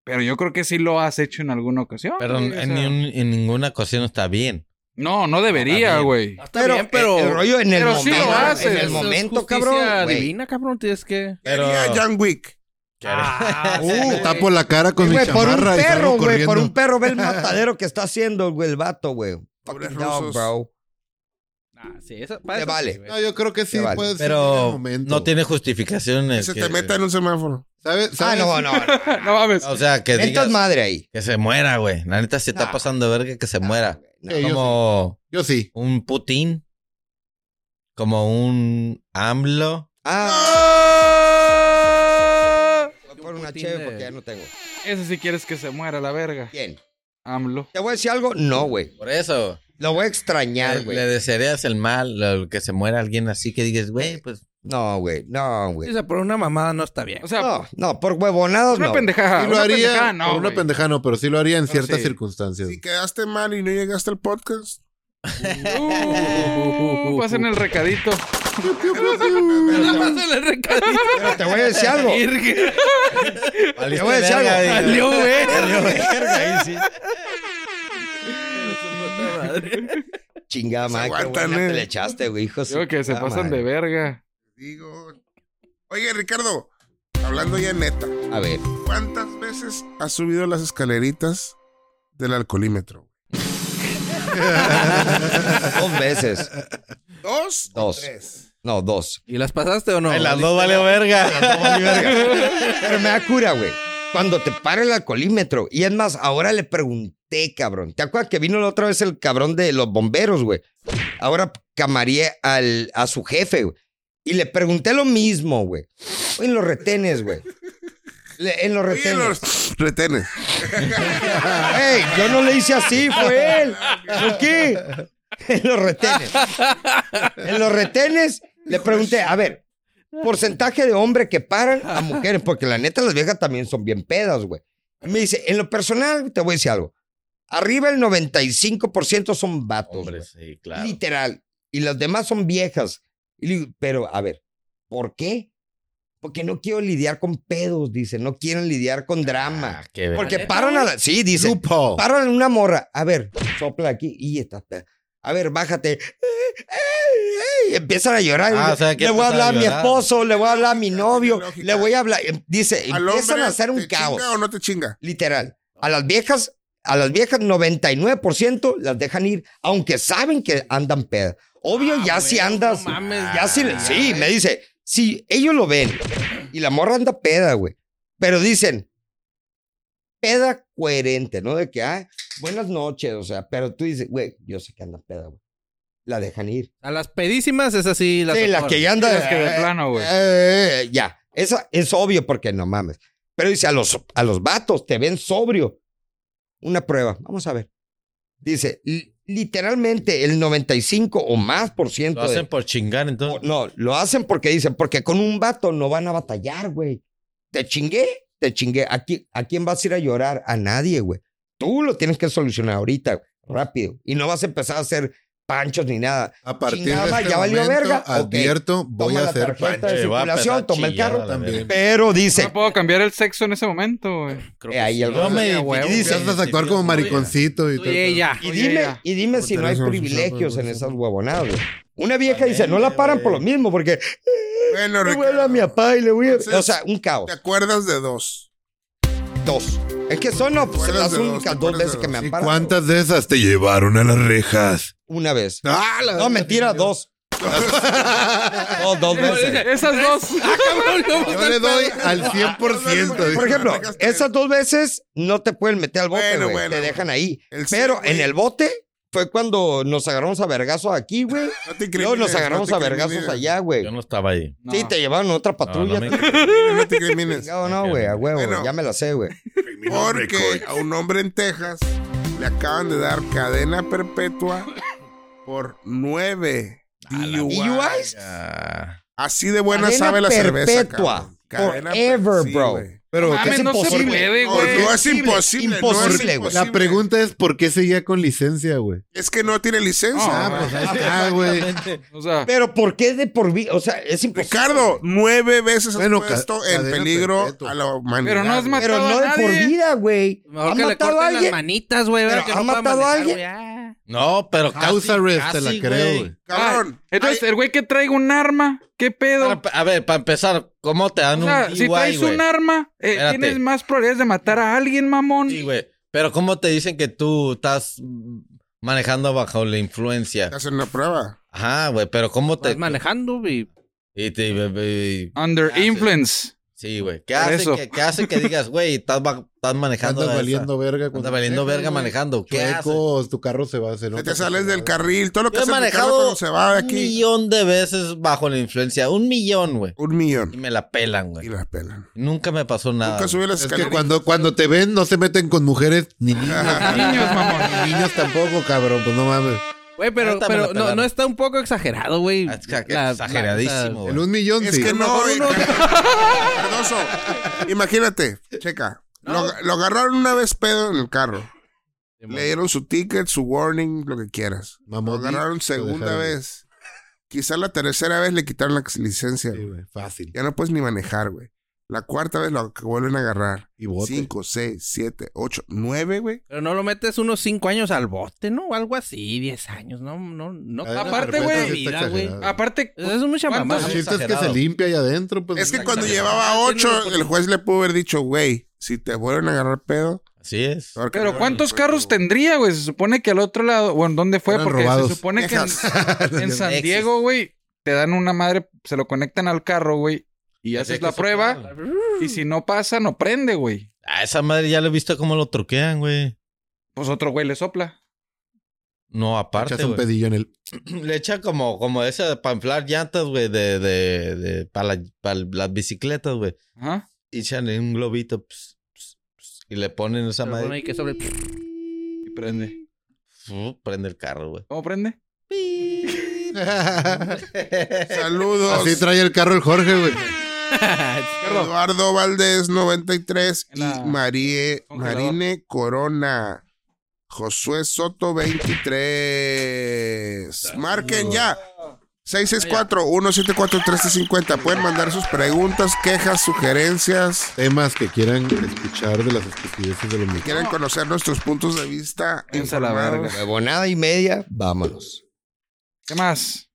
S2: Pero yo creo que sí lo has hecho en alguna ocasión.
S5: Pero
S2: güey,
S5: en,
S2: o sea,
S5: ni un- en ninguna ocasión está bien.
S2: No, no debería,
S5: Está bien.
S2: güey.
S4: Está
S3: Pero,
S4: bien, pero.
S3: el, el rollo en el
S2: pero sí
S3: momento.
S2: lo haces.
S3: En el
S2: Eso es
S3: momento,
S4: justicia
S3: cabrón. güey.
S4: divina, cabrón. Tienes que.
S5: Pero.
S6: John Wick.
S4: Ah.
S1: Uh, tapo la cara con
S3: Sí,
S1: mi
S3: güey, por un
S1: chamarra y
S3: perro,
S1: salgo
S3: güey, por un
S1: corriendo.
S3: perro, ve el matadero que está haciendo, güey, el vato, güey.
S6: Pobres
S3: Fucking dog,
S6: rusos.
S3: bro.
S4: Ah, sí, eso.
S3: Te
S4: eso sí,
S3: vale.
S4: güey.
S1: No, yo creo que sí
S3: Te vale.
S1: puede ser en el
S5: Pero
S1: momento.
S5: no tiene justificaciones.
S6: Se
S5: que-
S6: te meta en un semáforo.
S1: ¿Sabes?
S3: Ah,
S1: ¿Sabes?
S3: no, no.
S2: No mames.
S5: O sea, que
S3: Mentas
S5: digas
S3: madre ahí.
S5: que se muera, güey. La neta se está
S3: Nah.
S5: pasando de verga que se muera.
S3: No,
S1: Eh, yo
S5: Como
S1: Yo sí.
S5: un Putin. Como un AMLO.
S3: Ah, voy por una
S4: Putin
S3: cheve
S4: de-
S3: porque ya no tengo.
S2: Ese sí quieres que se muera la verga.
S3: ¿Quién?
S2: AMLO.
S3: ¿Te voy a decir algo? No, güey.
S5: Por eso.
S3: Lo voy a
S5: Le,
S3: extrañar,
S5: le
S3: güey.
S5: desearías el mal, lo- que se muera alguien así que digas, güey, pues.
S3: No, güey. No,
S4: Sí,
S3: güey.
S4: o sea, por una mamada no está bien.
S2: O sea,
S3: No, no, por huevonadas
S2: una
S3: no. güey.
S2: pendejada.
S1: Sí lo
S2: una pendejada,
S1: haría.
S2: no,
S1: por una
S2: güey.
S1: pendejada no, pero sí lo haría en
S6: Pero
S1: ciertas
S6: sí.
S1: circunstancias.
S6: Si quedaste mal y no llegaste al podcast,
S2: Uh, pasen el recadito.
S4: Pásale el recadito.
S3: Pero te voy a decir algo.
S5: Te
S3: voy a decir algo.
S4: Salió, güey.
S3: Chingada
S6: Se
S3: madre, qué
S6: aguantan,
S3: buena
S6: eh.
S3: te le echaste, güey, hijo. de su
S2: Digo que se
S3: puta
S2: pasan de
S3: madre.
S2: verga.
S6: digo. Oye, Ricardo, hablando ya neta,
S3: A ver.
S6: ¿cuántas veces has subido las escaleritas del alcoholímetro?
S3: Dos veces.
S6: ¿Dos? o
S3: Dos.
S6: tres?
S3: No, dos.
S4: ¿Y las pasaste o no?
S5: Las dos valió verga.
S3: Pero me da cura, güey. Cuando te para el alcoholímetro. Y es más, ahora le pregunté, cabrón. ¿Te acuerdas que vino la otra vez el cabrón de los bomberos, güey? Ahora camaré al, a su jefe, güey. Y le pregunté lo mismo, güey. En los retenes, güey. Le- en los
S6: Oye,
S3: retenes.
S6: los retenes.
S3: Ey, yo no le hice así, fue él. ¿Por qué? En los retenes. En los retenes le pregunté, a ver, porcentaje de hombre que paran a mujeres, porque la neta las viejas también son bien pedas, güey. Me dice, en lo personal, te voy a decir algo. Arriba el 95% son vatos.
S5: Hombre,
S3: güey.
S5: sí, claro.
S3: Literal. Y las demás son viejas. Y le digo, pero a ver, ¿por qué? Porque no quiero lidiar con pedos, dice. No quieren lidiar con drama.
S5: Ah, qué verga.
S3: Porque paran a la. Sí, dice.
S1: Lupo.
S3: Paran una morra. A ver, sopla aquí. Y está. está. A ver, bájate. Eh, eh, eh. Empiezan a llorar.
S5: Ah, o sea, que
S3: le voy a
S5: empiezan a
S3: hablar a mi
S5: llorar.
S3: esposo, le voy a hablar a mi
S6: Lógica,
S3: novio,
S6: tiene lógica.
S3: le voy a hablar. Em- Dice,
S6: Al
S3: empiezan
S6: hombre,
S3: a hacer un
S6: ¿te
S3: caos.
S6: chinga o no te chinga?
S3: Literal. A las viejas, a las viejas, 99% las dejan ir, aunque saben que andan pedas. Obvio, ya si andas. ya si. le- sí, me dice, si ellos lo ven y la morra anda peda, güey. Pero dicen, peda coherente, ¿no? De que, ah, buenas noches, o sea, pero tú dices, güey, yo sé que anda peda, güey. La dejan ir.
S4: A las pedísimas es así. Las
S3: Sí, la que ya anda.
S2: Es que de
S3: eh,
S2: plano, güey.
S3: eh, ya, eso es obvio porque no mames. Pero dice, a los, a los vatos te ven sobrio. Una prueba, vamos a ver. Dice, l- literalmente el 95 o más por ciento.
S5: Lo
S3: de-
S5: hacen por chingar,
S3: o-
S5: entonces.
S3: no, lo hacen porque dicen, porque con un vato no van a batallar, güey. Te chingué, te chingué. ¿A, qui- ¿A quién vas a ir a llorar? A nadie, güey. Tú lo tienes que solucionar ahorita, rápido. Y no vas a empezar a hacer panchos ni nada.
S1: A partir de
S3: Chingada,
S1: este
S3: ya valió
S1: momento,
S3: verga. Ok.
S1: advierto, voy
S3: Toma
S1: a
S3: la
S1: hacer
S3: tarjeta
S1: pancho.
S3: de
S5: Eh, voy a
S3: circulación,
S5: empezar a
S3: toma el
S5: chillar
S3: carro
S5: a la
S1: también.
S5: verga.
S3: Pero dice,
S2: No puedo cambiar el sexo en ese momento, güey.
S4: Creo
S3: Eh, ahí
S4: sí.
S3: el-
S4: Ah,
S5: Yo me
S4: huevo,
S5: identifico.
S4: güey.
S1: Empiezas a actuar como mariconcito y
S4: Tú
S1: todo.
S4: y ella.
S3: y
S2: Oye,
S3: dime,
S2: ya.
S3: y dime si no hay
S1: Tenés razón,
S3: privilegios en
S1: razón.
S3: esas huevonadas. güey. Una vieja dice, no la paran por lo mismo, porque
S6: Bueno,
S3: le voy a hablar
S6: Ricardo,
S3: a mi papá y le voy a...
S6: Entonces,
S3: O sea, un caos.
S6: ¿te acuerdas de dos?
S3: Dos. Es que son no, pues,
S6: Fueron
S3: las
S6: de dos,
S3: únicas dos
S6: fueron de
S3: veces que
S6: dos.
S3: me han
S1: ¿Y
S3: parado.
S1: cuántas de esas te llevaron a las rejas?
S3: Una vez.
S1: ¡Ah, la
S3: No, mentira, dos. dos, dos veces.
S2: Esas dos.
S4: Ah, cabrón, ¿cómo
S1: Yo
S4: está
S1: le
S4: el
S1: doy
S4: pedo?
S1: al 100%.
S3: Por ejemplo, esas dos veces no te pueden meter al bote,
S6: Bueno,
S3: güey.
S6: bueno.
S3: te dejan ahí.
S6: El
S3: Pero
S6: sí,
S3: en
S6: güey.
S3: el bote fue cuando nos agarramos a vergazos aquí, güey.
S6: No te
S3: Luego
S6: incrimines,
S3: nos agarramos
S6: no
S3: a
S6: te
S3: vergazos
S6: incrimines.
S3: allá, güey.
S5: Yo no estaba ahí.
S2: No.
S3: Sí, te llevaron a otra patrulla.
S5: No, no me-
S6: No te incrimines.
S3: Chingado, no, güey, a huevo,
S6: Bueno.
S3: ya me la sé, güey.
S6: Porque a un hombre en Texas le acaban de dar cadena perpetua por nueve DUIs.
S3: DUIs.
S5: Ah,
S6: Así de buena
S3: Cadena
S6: sabe la cerveza.
S3: perpetua.
S6: cabrón. Cadena
S3: Forever,
S6: per- sí,
S3: bro.
S6: güey.
S1: Pero ¿qué
S2: Mames,
S1: se-
S2: no se
S3: imposible.
S2: puede,
S6: No,
S2: güey.
S6: no es imposible. no es
S3: Imposible, güey.
S1: la pregunta es ¿por qué seguía con licencia, güey?
S6: Es que no tiene licencia.
S2: No.
S1: Ah, pues ahí está, güey.
S2: O sea,
S3: Pero ¿por qué de por vida? O sea, es imposible.
S6: Ricardo, nueve veces
S1: Pues, Bueno,
S6: has puesto
S1: ca-
S6: en
S1: cadena
S6: peligro
S1: perpetua.
S6: a la humanidad.
S2: pero no has
S6: güey.
S2: matado
S3: Pero no
S2: a
S3: de
S2: nadie.
S3: por vida, güey. ¿Ha
S4: Mejor que le
S3: matado a
S4: corten las
S3: alguien?
S4: manitas, güey.
S3: Pero,
S4: ¿verdad? Que
S3: ¿ha
S4: no pueda
S3: matado a
S4: manejar,
S3: alguien?
S4: güey. Ah.
S5: No, pero casi.
S1: House arrest, te la
S5: casi,
S1: creo,
S5: güey.
S1: güey.
S6: Cabrón.
S2: Ah, entonces, el güey que traiga un arma, ¿qué pedo?
S5: Para- a ver, para empezar, ¿cómo te dan
S2: O sea,
S5: un
S2: si
S5: DUI,
S2: traes
S5: güey?
S2: un arma, eh,
S5: Espérate.
S2: tienes más probabilidades de matar a alguien, mamón.
S5: Sí, güey. Pero ¿cómo te dicen que tú estás mm, manejando bajo la influencia?
S6: Te hacen una prueba.
S5: Ajá, güey, pero ¿cómo te...
S4: Estás manejando, güey.
S5: Y te- y- y-
S2: Under
S5: Ah, sí.
S2: influence.
S5: sí, güey. ¿Qué,
S2: Por
S5: hace
S2: eso.
S5: que, qué hace que digas, güey, estás, ba- estás manejando...
S1: Andas
S5: esa-
S1: valiendo verga. cuando-
S5: Andas valiendo verga
S1: güey.
S5: manejando. ¿Qué haces?
S1: Chuecos, tu carro se va a hacer.
S6: Que te sales del carril. Todo lo que
S5: Yo he
S6: hace Ricardo
S5: manejado
S6: cuando se va de
S5: Un
S6: aquí.
S5: millón de veces bajo la influencia. Un millón, güey.
S6: Un millón.
S5: Y me la pelan,
S6: Y
S5: güey.
S6: la pelan.
S5: Nunca me pasó nada.
S6: Nunca subí
S1: Es
S6: las
S1: que
S6: escaleras.
S1: cuando, cuando te ven, no se meten con mujeres ni niños.
S2: Niños, mamón.
S1: ni niños tampoco, cabrón. Pues no mames.
S4: Güey, pero,
S5: Ahorita me la
S4: pero no,
S5: pelaron.
S4: no está un poco exagerado, güey.
S3: Ah,
S5: güey. Exa-
S4: La- la-
S5: Exageradísimo,
S1: En
S5: güey.
S1: un millón
S6: Es
S1: sí.
S6: que no,
S4: mejor uno-
S6: eh, Cardoso, Imagínate, checa. Lo, lo agarraron una vez pedo en el carro.
S4: o sea,
S6: Le dieron su ticket, su warning, lo que quieras. Lo
S1: Mamón, pues,
S6: agarraron
S1: lo
S6: segunda
S1: dejaron.
S6: vez. Quizá la tercera vez le quitaron la licencia.
S1: Sí,
S6: güey.
S1: güey, Fácil.
S6: Ya no puedes ni manejar, güey. La cuarta vez lo vuelven a agarrar.
S1: Y bote.
S6: Cinco, seis, siete, ocho, nueve, güey.
S4: Pero no lo metes unos 5 años al bote, ¿no? Algo así, 10 años. No, no, no.
S1: Cadena
S2: Aparte,
S1: perpetua
S2: güey,
S1: sí está
S4: vida, güey.
S1: exagerado.
S2: Aparte,
S4: Eso es mucha
S2: ¿Cuántos
S4: mamá.
S1: El
S5: es
S1: chiste es que se
S5: exagerado.
S1: limpia ahí adentro. Pues,
S6: Es que
S1: la-
S6: cuando
S4: exagerado.
S6: llevaba
S4: Ah,
S6: ocho,
S4: tiene
S6: el juez le pudo haber dicho, güey, si te vuelven a agarrar pedo.
S5: Así es.
S6: ahora que
S2: pero
S6: te
S2: ¿cuántos
S6: vuelven a
S2: carros tendría, güey? Se supone que al otro lado, bueno, ¿dónde fue?
S1: Fueron
S2: Porque
S1: robados.
S2: se supone que en, en San
S5: Texas.
S2: Diego, güey, te dan una madre, se lo conectan al carro, güey, y haces la prueba, y si no pasa, no prende, güey.
S5: A esa madre ya lo he visto cómo lo truquean, güey.
S2: Pues otro güey le sopla.
S5: No, aparte,
S1: Echas un
S5: güey.
S1: pedillo en el.
S5: Le echa como, como esa de panflar llantas, güey, de, de, de, para la- para las bicicletas, güey.
S2: Ajá.
S5: Y echan en un globito, ps, ps, ps, y le ponen esa
S4: Se lo pone ahí
S5: madre.
S4: que sobre-
S2: Y prende.
S5: Fu, prende el carro, güey.
S2: ¿Cómo prende?
S6: pedo. Saludos.
S1: Así trae el carro el Jorge, güey.
S2: Ricardo,
S6: Eduardo Valdés, 93.
S2: En la-
S6: Y Marie,
S2: Congelador.
S6: Marine Corona. Josué Soto, 23. Marquen ya. 664-174-1350. Pueden mandar sus preguntas, quejas, sugerencias.
S1: Temas que quieran escuchar de las estupideces de los mexicanos.
S6: Quieren conocer nuestros puntos de vista.
S2: Váyanse a la
S6: informados.
S2: verga.
S3: Huevonada y media, vámonos.
S2: ¿Qué más?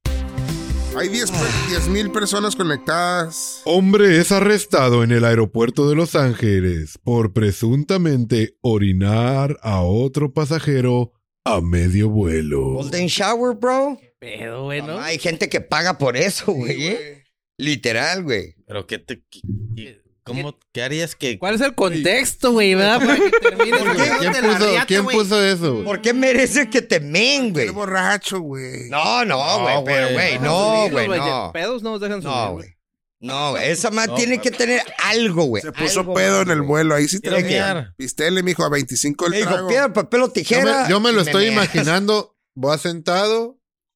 S6: Hay 10 pe- 10 mil personas conectadas.
S7: Hombre es arrestado en el aeropuerto de Los Ángeles por presuntamente orinar a otro pasajero a medio
S1: Uh.
S7: vuelo.
S5: Pues
S3: Golden Shower, bro. Ah,
S4: Pedo, güey, ¿no?
S3: Hay gente que paga por eso, güey. ¿eh? Literal, güey.
S5: Pero qué te. qué- qué- ¿Cómo? ¿Qué harías que.?
S4: ¿Cuál es el contexto, güey? ¿Verdad? Para que termines
S3: qué?
S4: de
S1: ¿Quién
S4: la
S1: puso,
S4: riata,
S1: ¿quién
S4: güey.
S1: puso eso? güey?
S3: ¿Por qué merece que te men, güey?
S6: Qué borracho, güey.
S3: No, no, güey, pero,
S5: güey,
S3: güey,
S4: subirlos,
S3: no, güey, no.
S4: Pedos no nos dejan subir.
S3: No, güey. No, güey, esa madre
S5: No,
S3: tiene que tener algo, güey.
S6: Se puso
S3: algo
S6: pedo
S3: más,
S6: en el
S3: güey.
S6: vuelo. Ahí sí
S5: Quiero
S6: te
S5: miar.
S6: Pistele, mijo, a 25 el
S3: Me dijo,
S6: trago.
S3: piedra, papel o
S1: Yo
S3: tijera.
S1: me, yo me lo
S3: y
S1: estoy
S3: meas.
S1: imaginando va sentado,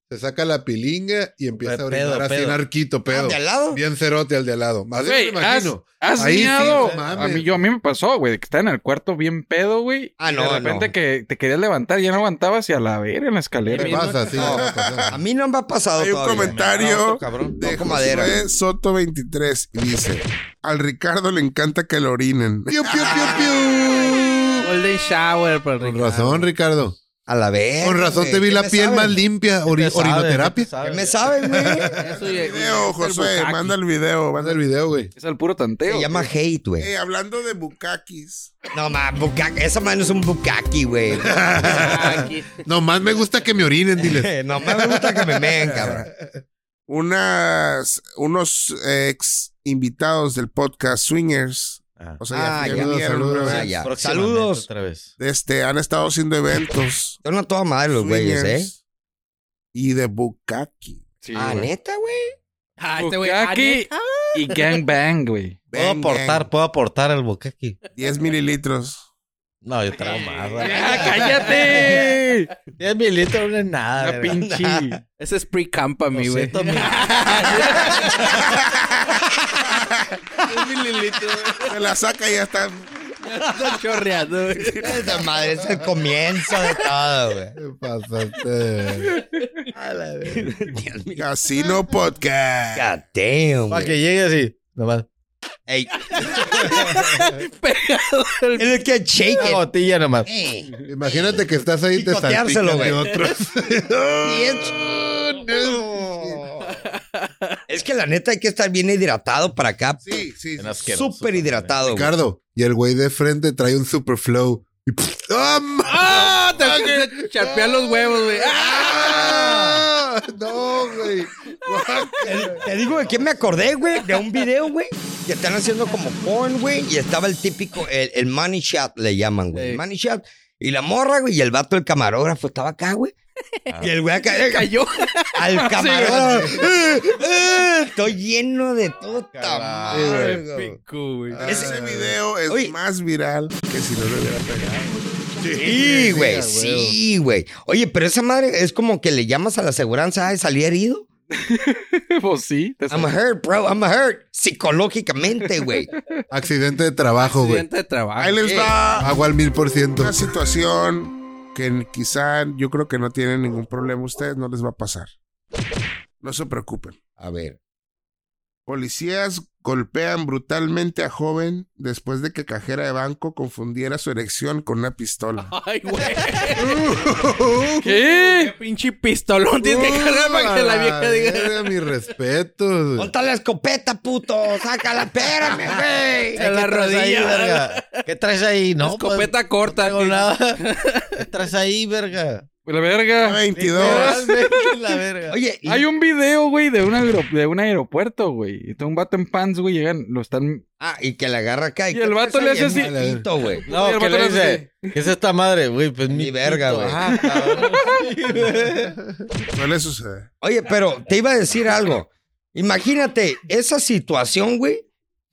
S1: se saca la pilinga y empieza
S5: Pe-
S1: a orinar
S5: pedo,
S1: así
S5: pedo.
S1: en arquito,
S3: Ah,
S1: pedo.
S3: ¿De al lado?
S1: Bien cerote al de al lado. Así me
S2: Güey, ah, has,
S1: imagino.
S2: has
S1: Ahí sí,
S2: miado.
S1: no mames.
S2: a, mí, yo, a mí me pasó, güey, de que estaba en el cuarto bien pedo, güey.
S3: Ah,
S2: y
S3: no,
S2: De repente
S3: no.
S2: que te querías levantar y ya no aguantabas y a la verga en la escalera.
S1: ¿Qué
S2: güey.
S1: pasa? Sí,
S3: No.
S1: me va a pasar.
S3: A mí no me ha pasado
S6: Hay un
S3: todavía.
S6: comentario
S5: cabrón.
S6: de
S3: Toco madera.
S6: Josué Soto 23 y dice, al Ricardo le encanta que lo orinen.
S1: Piu, piu, piu, piu.
S4: Golden Shower para el
S1: Con
S4: Ricardo.
S1: razón, Ricardo.
S3: A la vez.
S1: Con razón te vi la piel más limpia. Ori- orinoterapia.
S3: ¿Qué me saben, güey?
S4: Eso y- y-
S6: Video, Josué,
S4: el bucaki.
S6: manda el
S1: Manda
S6: video. manda el-
S1: el video, güey.
S2: Es al puro tanteo.
S3: Se llama
S2: güey.
S3: hate, güey.
S6: Eh, hablando de bukakis,
S3: No, ma, bukaki. Esa mano es un bukaki, güey.
S4: Ah, aquí.
S1: Nomás me gusta que me orinen, diles.
S3: no, ma, me gusta que me meen, cabrón.
S6: unas, unos ex invitados del podcast Swingers, o sea, ya-
S3: Ah, ya.
S6: ya vinieron una
S3: Ah,
S6: vez,
S3: ya. Saludos.
S5: Otra vez.
S6: este, han estado haciendo eventos.
S3: Son a toda madre los güeyes, ¿eh?
S6: swingers Y de bukaki.
S2: Sí,
S3: ah,
S2: güey.
S3: neta, güey.
S4: Ah, este güey. ah,
S2: Bukaki
S4: neta.
S2: y gangbang, güey.
S5: Puedo
S6: Bang,
S5: aportar, puedo aportar al bukaki.
S6: bang. 10 mililitros.
S5: No, yo traigo más, güey.
S2: ¡Ah, cállate!
S5: 10 mililitros no es nada,
S2: La
S5: güey.
S2: pinche.
S4: Ese es pre-camp a mí, güey.
S5: 200 mil.
S6: Se la saca y ya está.
S4: Está chorreando, güey.
S3: Esa madre es el comienzo de todo, güey.
S1: ¿Qué pasaste?
S6: Casino Podcast.
S3: God damn,
S5: Para
S3: güey.
S5: que llegue así. Nomás.
S3: Ey,
S4: Pegado al-
S3: look at shake
S5: Una
S3: it.
S5: gotilla nomás.
S3: Ey,
S1: Imagínate que estás ahí y te
S3: Picoteárselo,
S1: salpican de
S3: güey.
S1: otros.
S3: bitch. Es que la neta hay que estar bien hidratado para acá.
S6: Sí, sí.
S5: En asqueroso,
S3: Súper hidratado, güey.
S1: Ricardo, y el güey de frente trae un super flow. Y pff, ¡ah,
S4: ¡Ah! Te te charpear los huevos, güey.
S1: ma- Ah, No, güey.
S3: Te digo de qué me acordé, güey, de un video, güey, que están haciendo como porn, güey, y estaba el típico, el, el money shot le llaman, güey,
S4: Sí.
S3: el money shot, y la morra, güey, y el vato, el camarógrafo, estaba acá, güey, y el güey acá, eh,
S4: Cayó.
S3: al camarógrafo, eh, eh, estoy lleno de todo madre, güey.
S4: Pico, güey.
S1: Ah.
S6: Ese video es
S3: Oye.
S6: más viral que si no lo hubiera pegado.
S3: Sí, güey, sí, güey. Oye, pero esa madre es como que le llamas a la aseguranza, ay, salí herido.
S2: Pues sí. te
S4: Ah,
S3: I'm hurt, bro, I'm hurt. Psicológicamente, güey.
S1: Accidente de trabajo, güey.
S4: Accidente de trabajo.
S6: Ahí les va
S1: Agua al mil por ciento.
S6: una situación que quizá yo creo que no tienen ningún problema. Ustedes no les va a pasar. No se preocupen.
S3: A ver.
S6: Policías golpean brutalmente a joven después de que cajera de banco confundiera su erección con una pistola.
S4: Ay, güey. Qué
S2: ¿Qué?
S4: pinche pistolón tienes
S6: Uh,
S4: que cargar para que la vieja diga.
S1: Verga, mis respetos. güey.
S3: Ponta la escopeta, puto. Sácala, espérame, güey.
S4: A la
S5: ¿Qué traes ahí,
S4: rodilla.
S5: verga? ¿Qué traes ahí? No,
S4: escopeta corta.
S5: pues, no tengo nada. ¿Qué traes ahí, verga?
S2: La verga.
S6: 22.
S5: Literalmente la verga.
S3: Oye, y-
S2: Hay un video, güey, de, un aero- de un aeropuerto, güey. Y está un vato en pants, güey. Llegan, lo están.
S3: ah, y que la agarra acá.
S2: Y el
S3: ¿qué
S2: vato
S3: pasa?
S2: le
S3: Y
S2: hace
S3: es
S2: así.
S3: maldito, güey.
S5: No,
S2: Oye, el
S5: ¿qué
S2: vato
S5: le
S2: le hace
S5: dice? ¿Qué es esta madre, güey? Pues mi
S3: eh. Ni verga,
S5: pito.
S3: güey.
S5: Ah, cabrón.
S6: Suele suceder.
S3: Oye, pero te iba a decir algo. Imagínate esa situación, güey.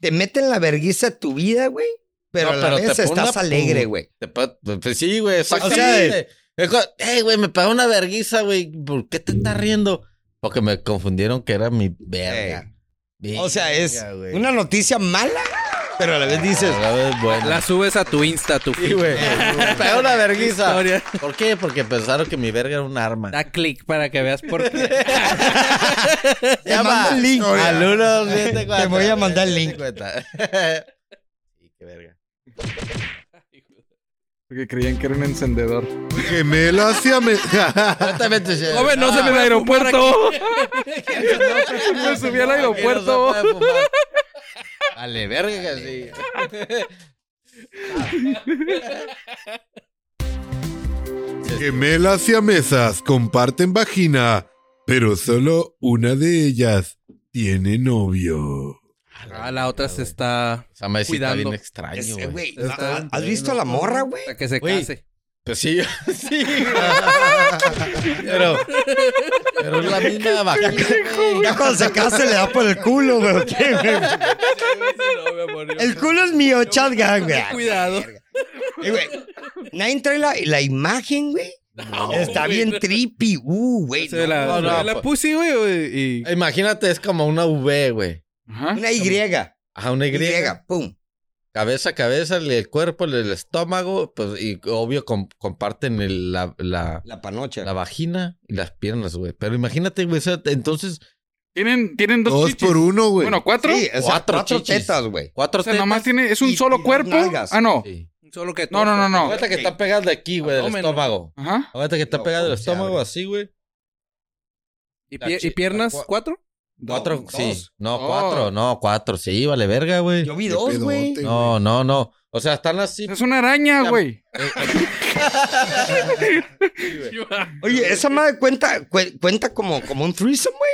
S3: Te meten la vergüenza de tu vida, güey. Pero
S5: No,
S3: a la
S5: pero te
S3: vez
S5: pone
S3: estás
S5: la
S3: alegre,
S5: pu-
S3: güey.
S5: Te pa- Pues sí, güey, exactamente. Es co- Ey, güey, me pagó una verguiza, güey. ¿Por qué te estás riendo? Porque me confundieron que era mi verga.
S3: O sea, es
S5: Verga, güey.
S3: una noticia mala, pero a la vez dices,
S5: A la vez buena.
S4: La subes a tu Insta, a tu
S5: Sí, güey. Me pagó una verguiza.
S4: historia.
S5: ¿Por qué? Porque pensaron que mi verga era un arma.
S4: Da clic para que veas por qué.
S3: te mando el link.
S5: Al uno,
S3: Te voy a mandar el link.
S5: Sí, qué verga.
S2: Porque creían que era un encendedor.
S1: Gemelo hacia me...
S5: Exactamente, sí.
S4: Joven, no se me
S2: en el
S4: va a fumar
S2: aeropuerto.
S5: No,
S2: Me subí al
S5: Ah, no,
S2: aeropuerto.
S5: aquí no se puede fumar. Vale, verga, sí.
S1: Gemelo hacia mesas comparten vagina, pero solo una de ellas tiene novio.
S4: Ah, la otra se está.
S5: Esa madre sí está
S4: Cuidando.
S5: bien extraño,
S3: "Ese,
S5: güey.
S3: güey,
S4: Está
S3: ¿has- ¿Has visto a la morra, güey?
S4: Hasta que se
S5: Güey.
S4: case.
S5: Pues sí, sí. pero, pero es la misma vagina, güey.
S3: Ya cuando se casa le da por el culo, güey. ¿Qué, güey? El culo es mío, chat gang, güey.
S4: Cuidado.
S3: Eh, güey, Nadie trae la, la imagen, güey, Está bien trippy. Uh, güey.
S2: Se
S3: no.
S2: la,
S5: no, no,
S2: la
S5: pues.
S2: puse, güey, güey, y...
S5: Imagínate, es como una V, güey.
S2: Ajá.
S3: Una Y. Y,
S5: Ajá, una Y.
S3: pum.
S5: Cabeza a cabeza, el cuerpo, el estómago, pues, y obvio com- comparten el- la, la,
S3: La panocha.
S5: la vagina y las piernas, güey. Pero imagínate, güey, o sea, entonces,
S2: Tienen, tienen dos,
S1: Dos
S2: chichis.
S1: por uno, güey.
S2: Bueno, cuatro.
S3: Sí, o sea,
S5: Cuatro
S3: cuatro
S5: chichis.
S3: tetas, güey.
S5: cuatro
S2: o sea,
S5: tetas.
S2: nomás tiene... Es un
S3: y-
S2: solo
S3: y
S2: cuerpo.
S3: nalgas.
S2: Ah, no.
S5: Sí.
S4: Solo que
S2: No, no, no, no.
S5: Aguanta que está pegada de aquí, güey, del
S4: Abdomen.
S5: estómago.
S2: Ajá.
S5: Aguanta que está
S3: No,
S5: pegada del
S3: ¿cómo se
S5: estómago
S3: abre?
S5: así, güey.
S4: ¿Y,
S5: La
S4: pie-
S5: chi-
S4: ¿Y piernas
S5: la cua-
S4: cuatro?
S5: Cuatro,
S3: dos.
S5: sí. No,
S2: Oh.
S5: cuatro, no, cuatro. Sí, vale verga, güey.
S3: Yo vi
S1: Qué
S3: dos, güey.
S1: pedote,
S5: No, no, no. O sea, están así.
S2: Es una araña,
S5: Ya-
S2: güey.
S3: Oye, esa madre cuenta, cu- cuenta como, como un threesome, güey.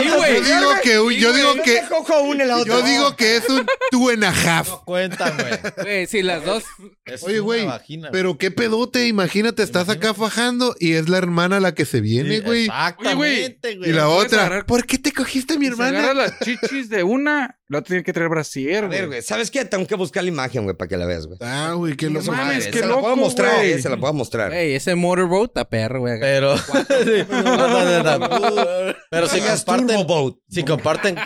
S2: Sí, güey.
S1: Yo digo que, un- yo digo que,
S3: Yo cojo una y la otra.
S1: yo digo que es un two and a half.
S5: No cuentan, güey.
S4: Güey, sí, las dos.
S5: Es
S1: Oye,
S5: una
S1: güey,
S5: vagina, güey.
S1: Pero qué pedote, imagínate, estás acá fajando y es la hermana la que se viene,
S5: Sí,
S1: güey.
S5: Exactamente, güey.
S1: Y la
S2: puedes
S1: otra,
S2: agarrar-
S1: ¿por qué te cogiste a mi
S2: Si agarras
S1: hermana?
S2: las chichis de una, la otra tiene que traer brasier,
S3: A ver,
S2: güey.
S3: güey, ¿sabes qué? Tengo que buscar la imagen, güey, para que la veas, güey.
S1: Ah, güey, qué
S2: No
S1: loco.
S2: mames,
S3: Madre,
S2: qué
S3: se la puedo
S2: loco,
S3: mostrar,
S2: güey.
S3: eh, se la puedo mostrar.
S4: Güey, ese motorboat está perro, güey.
S5: Pero. Sí. No, no, no. Pero si
S3: Digas
S5: comparten.
S3: turboboat.
S5: Si comparten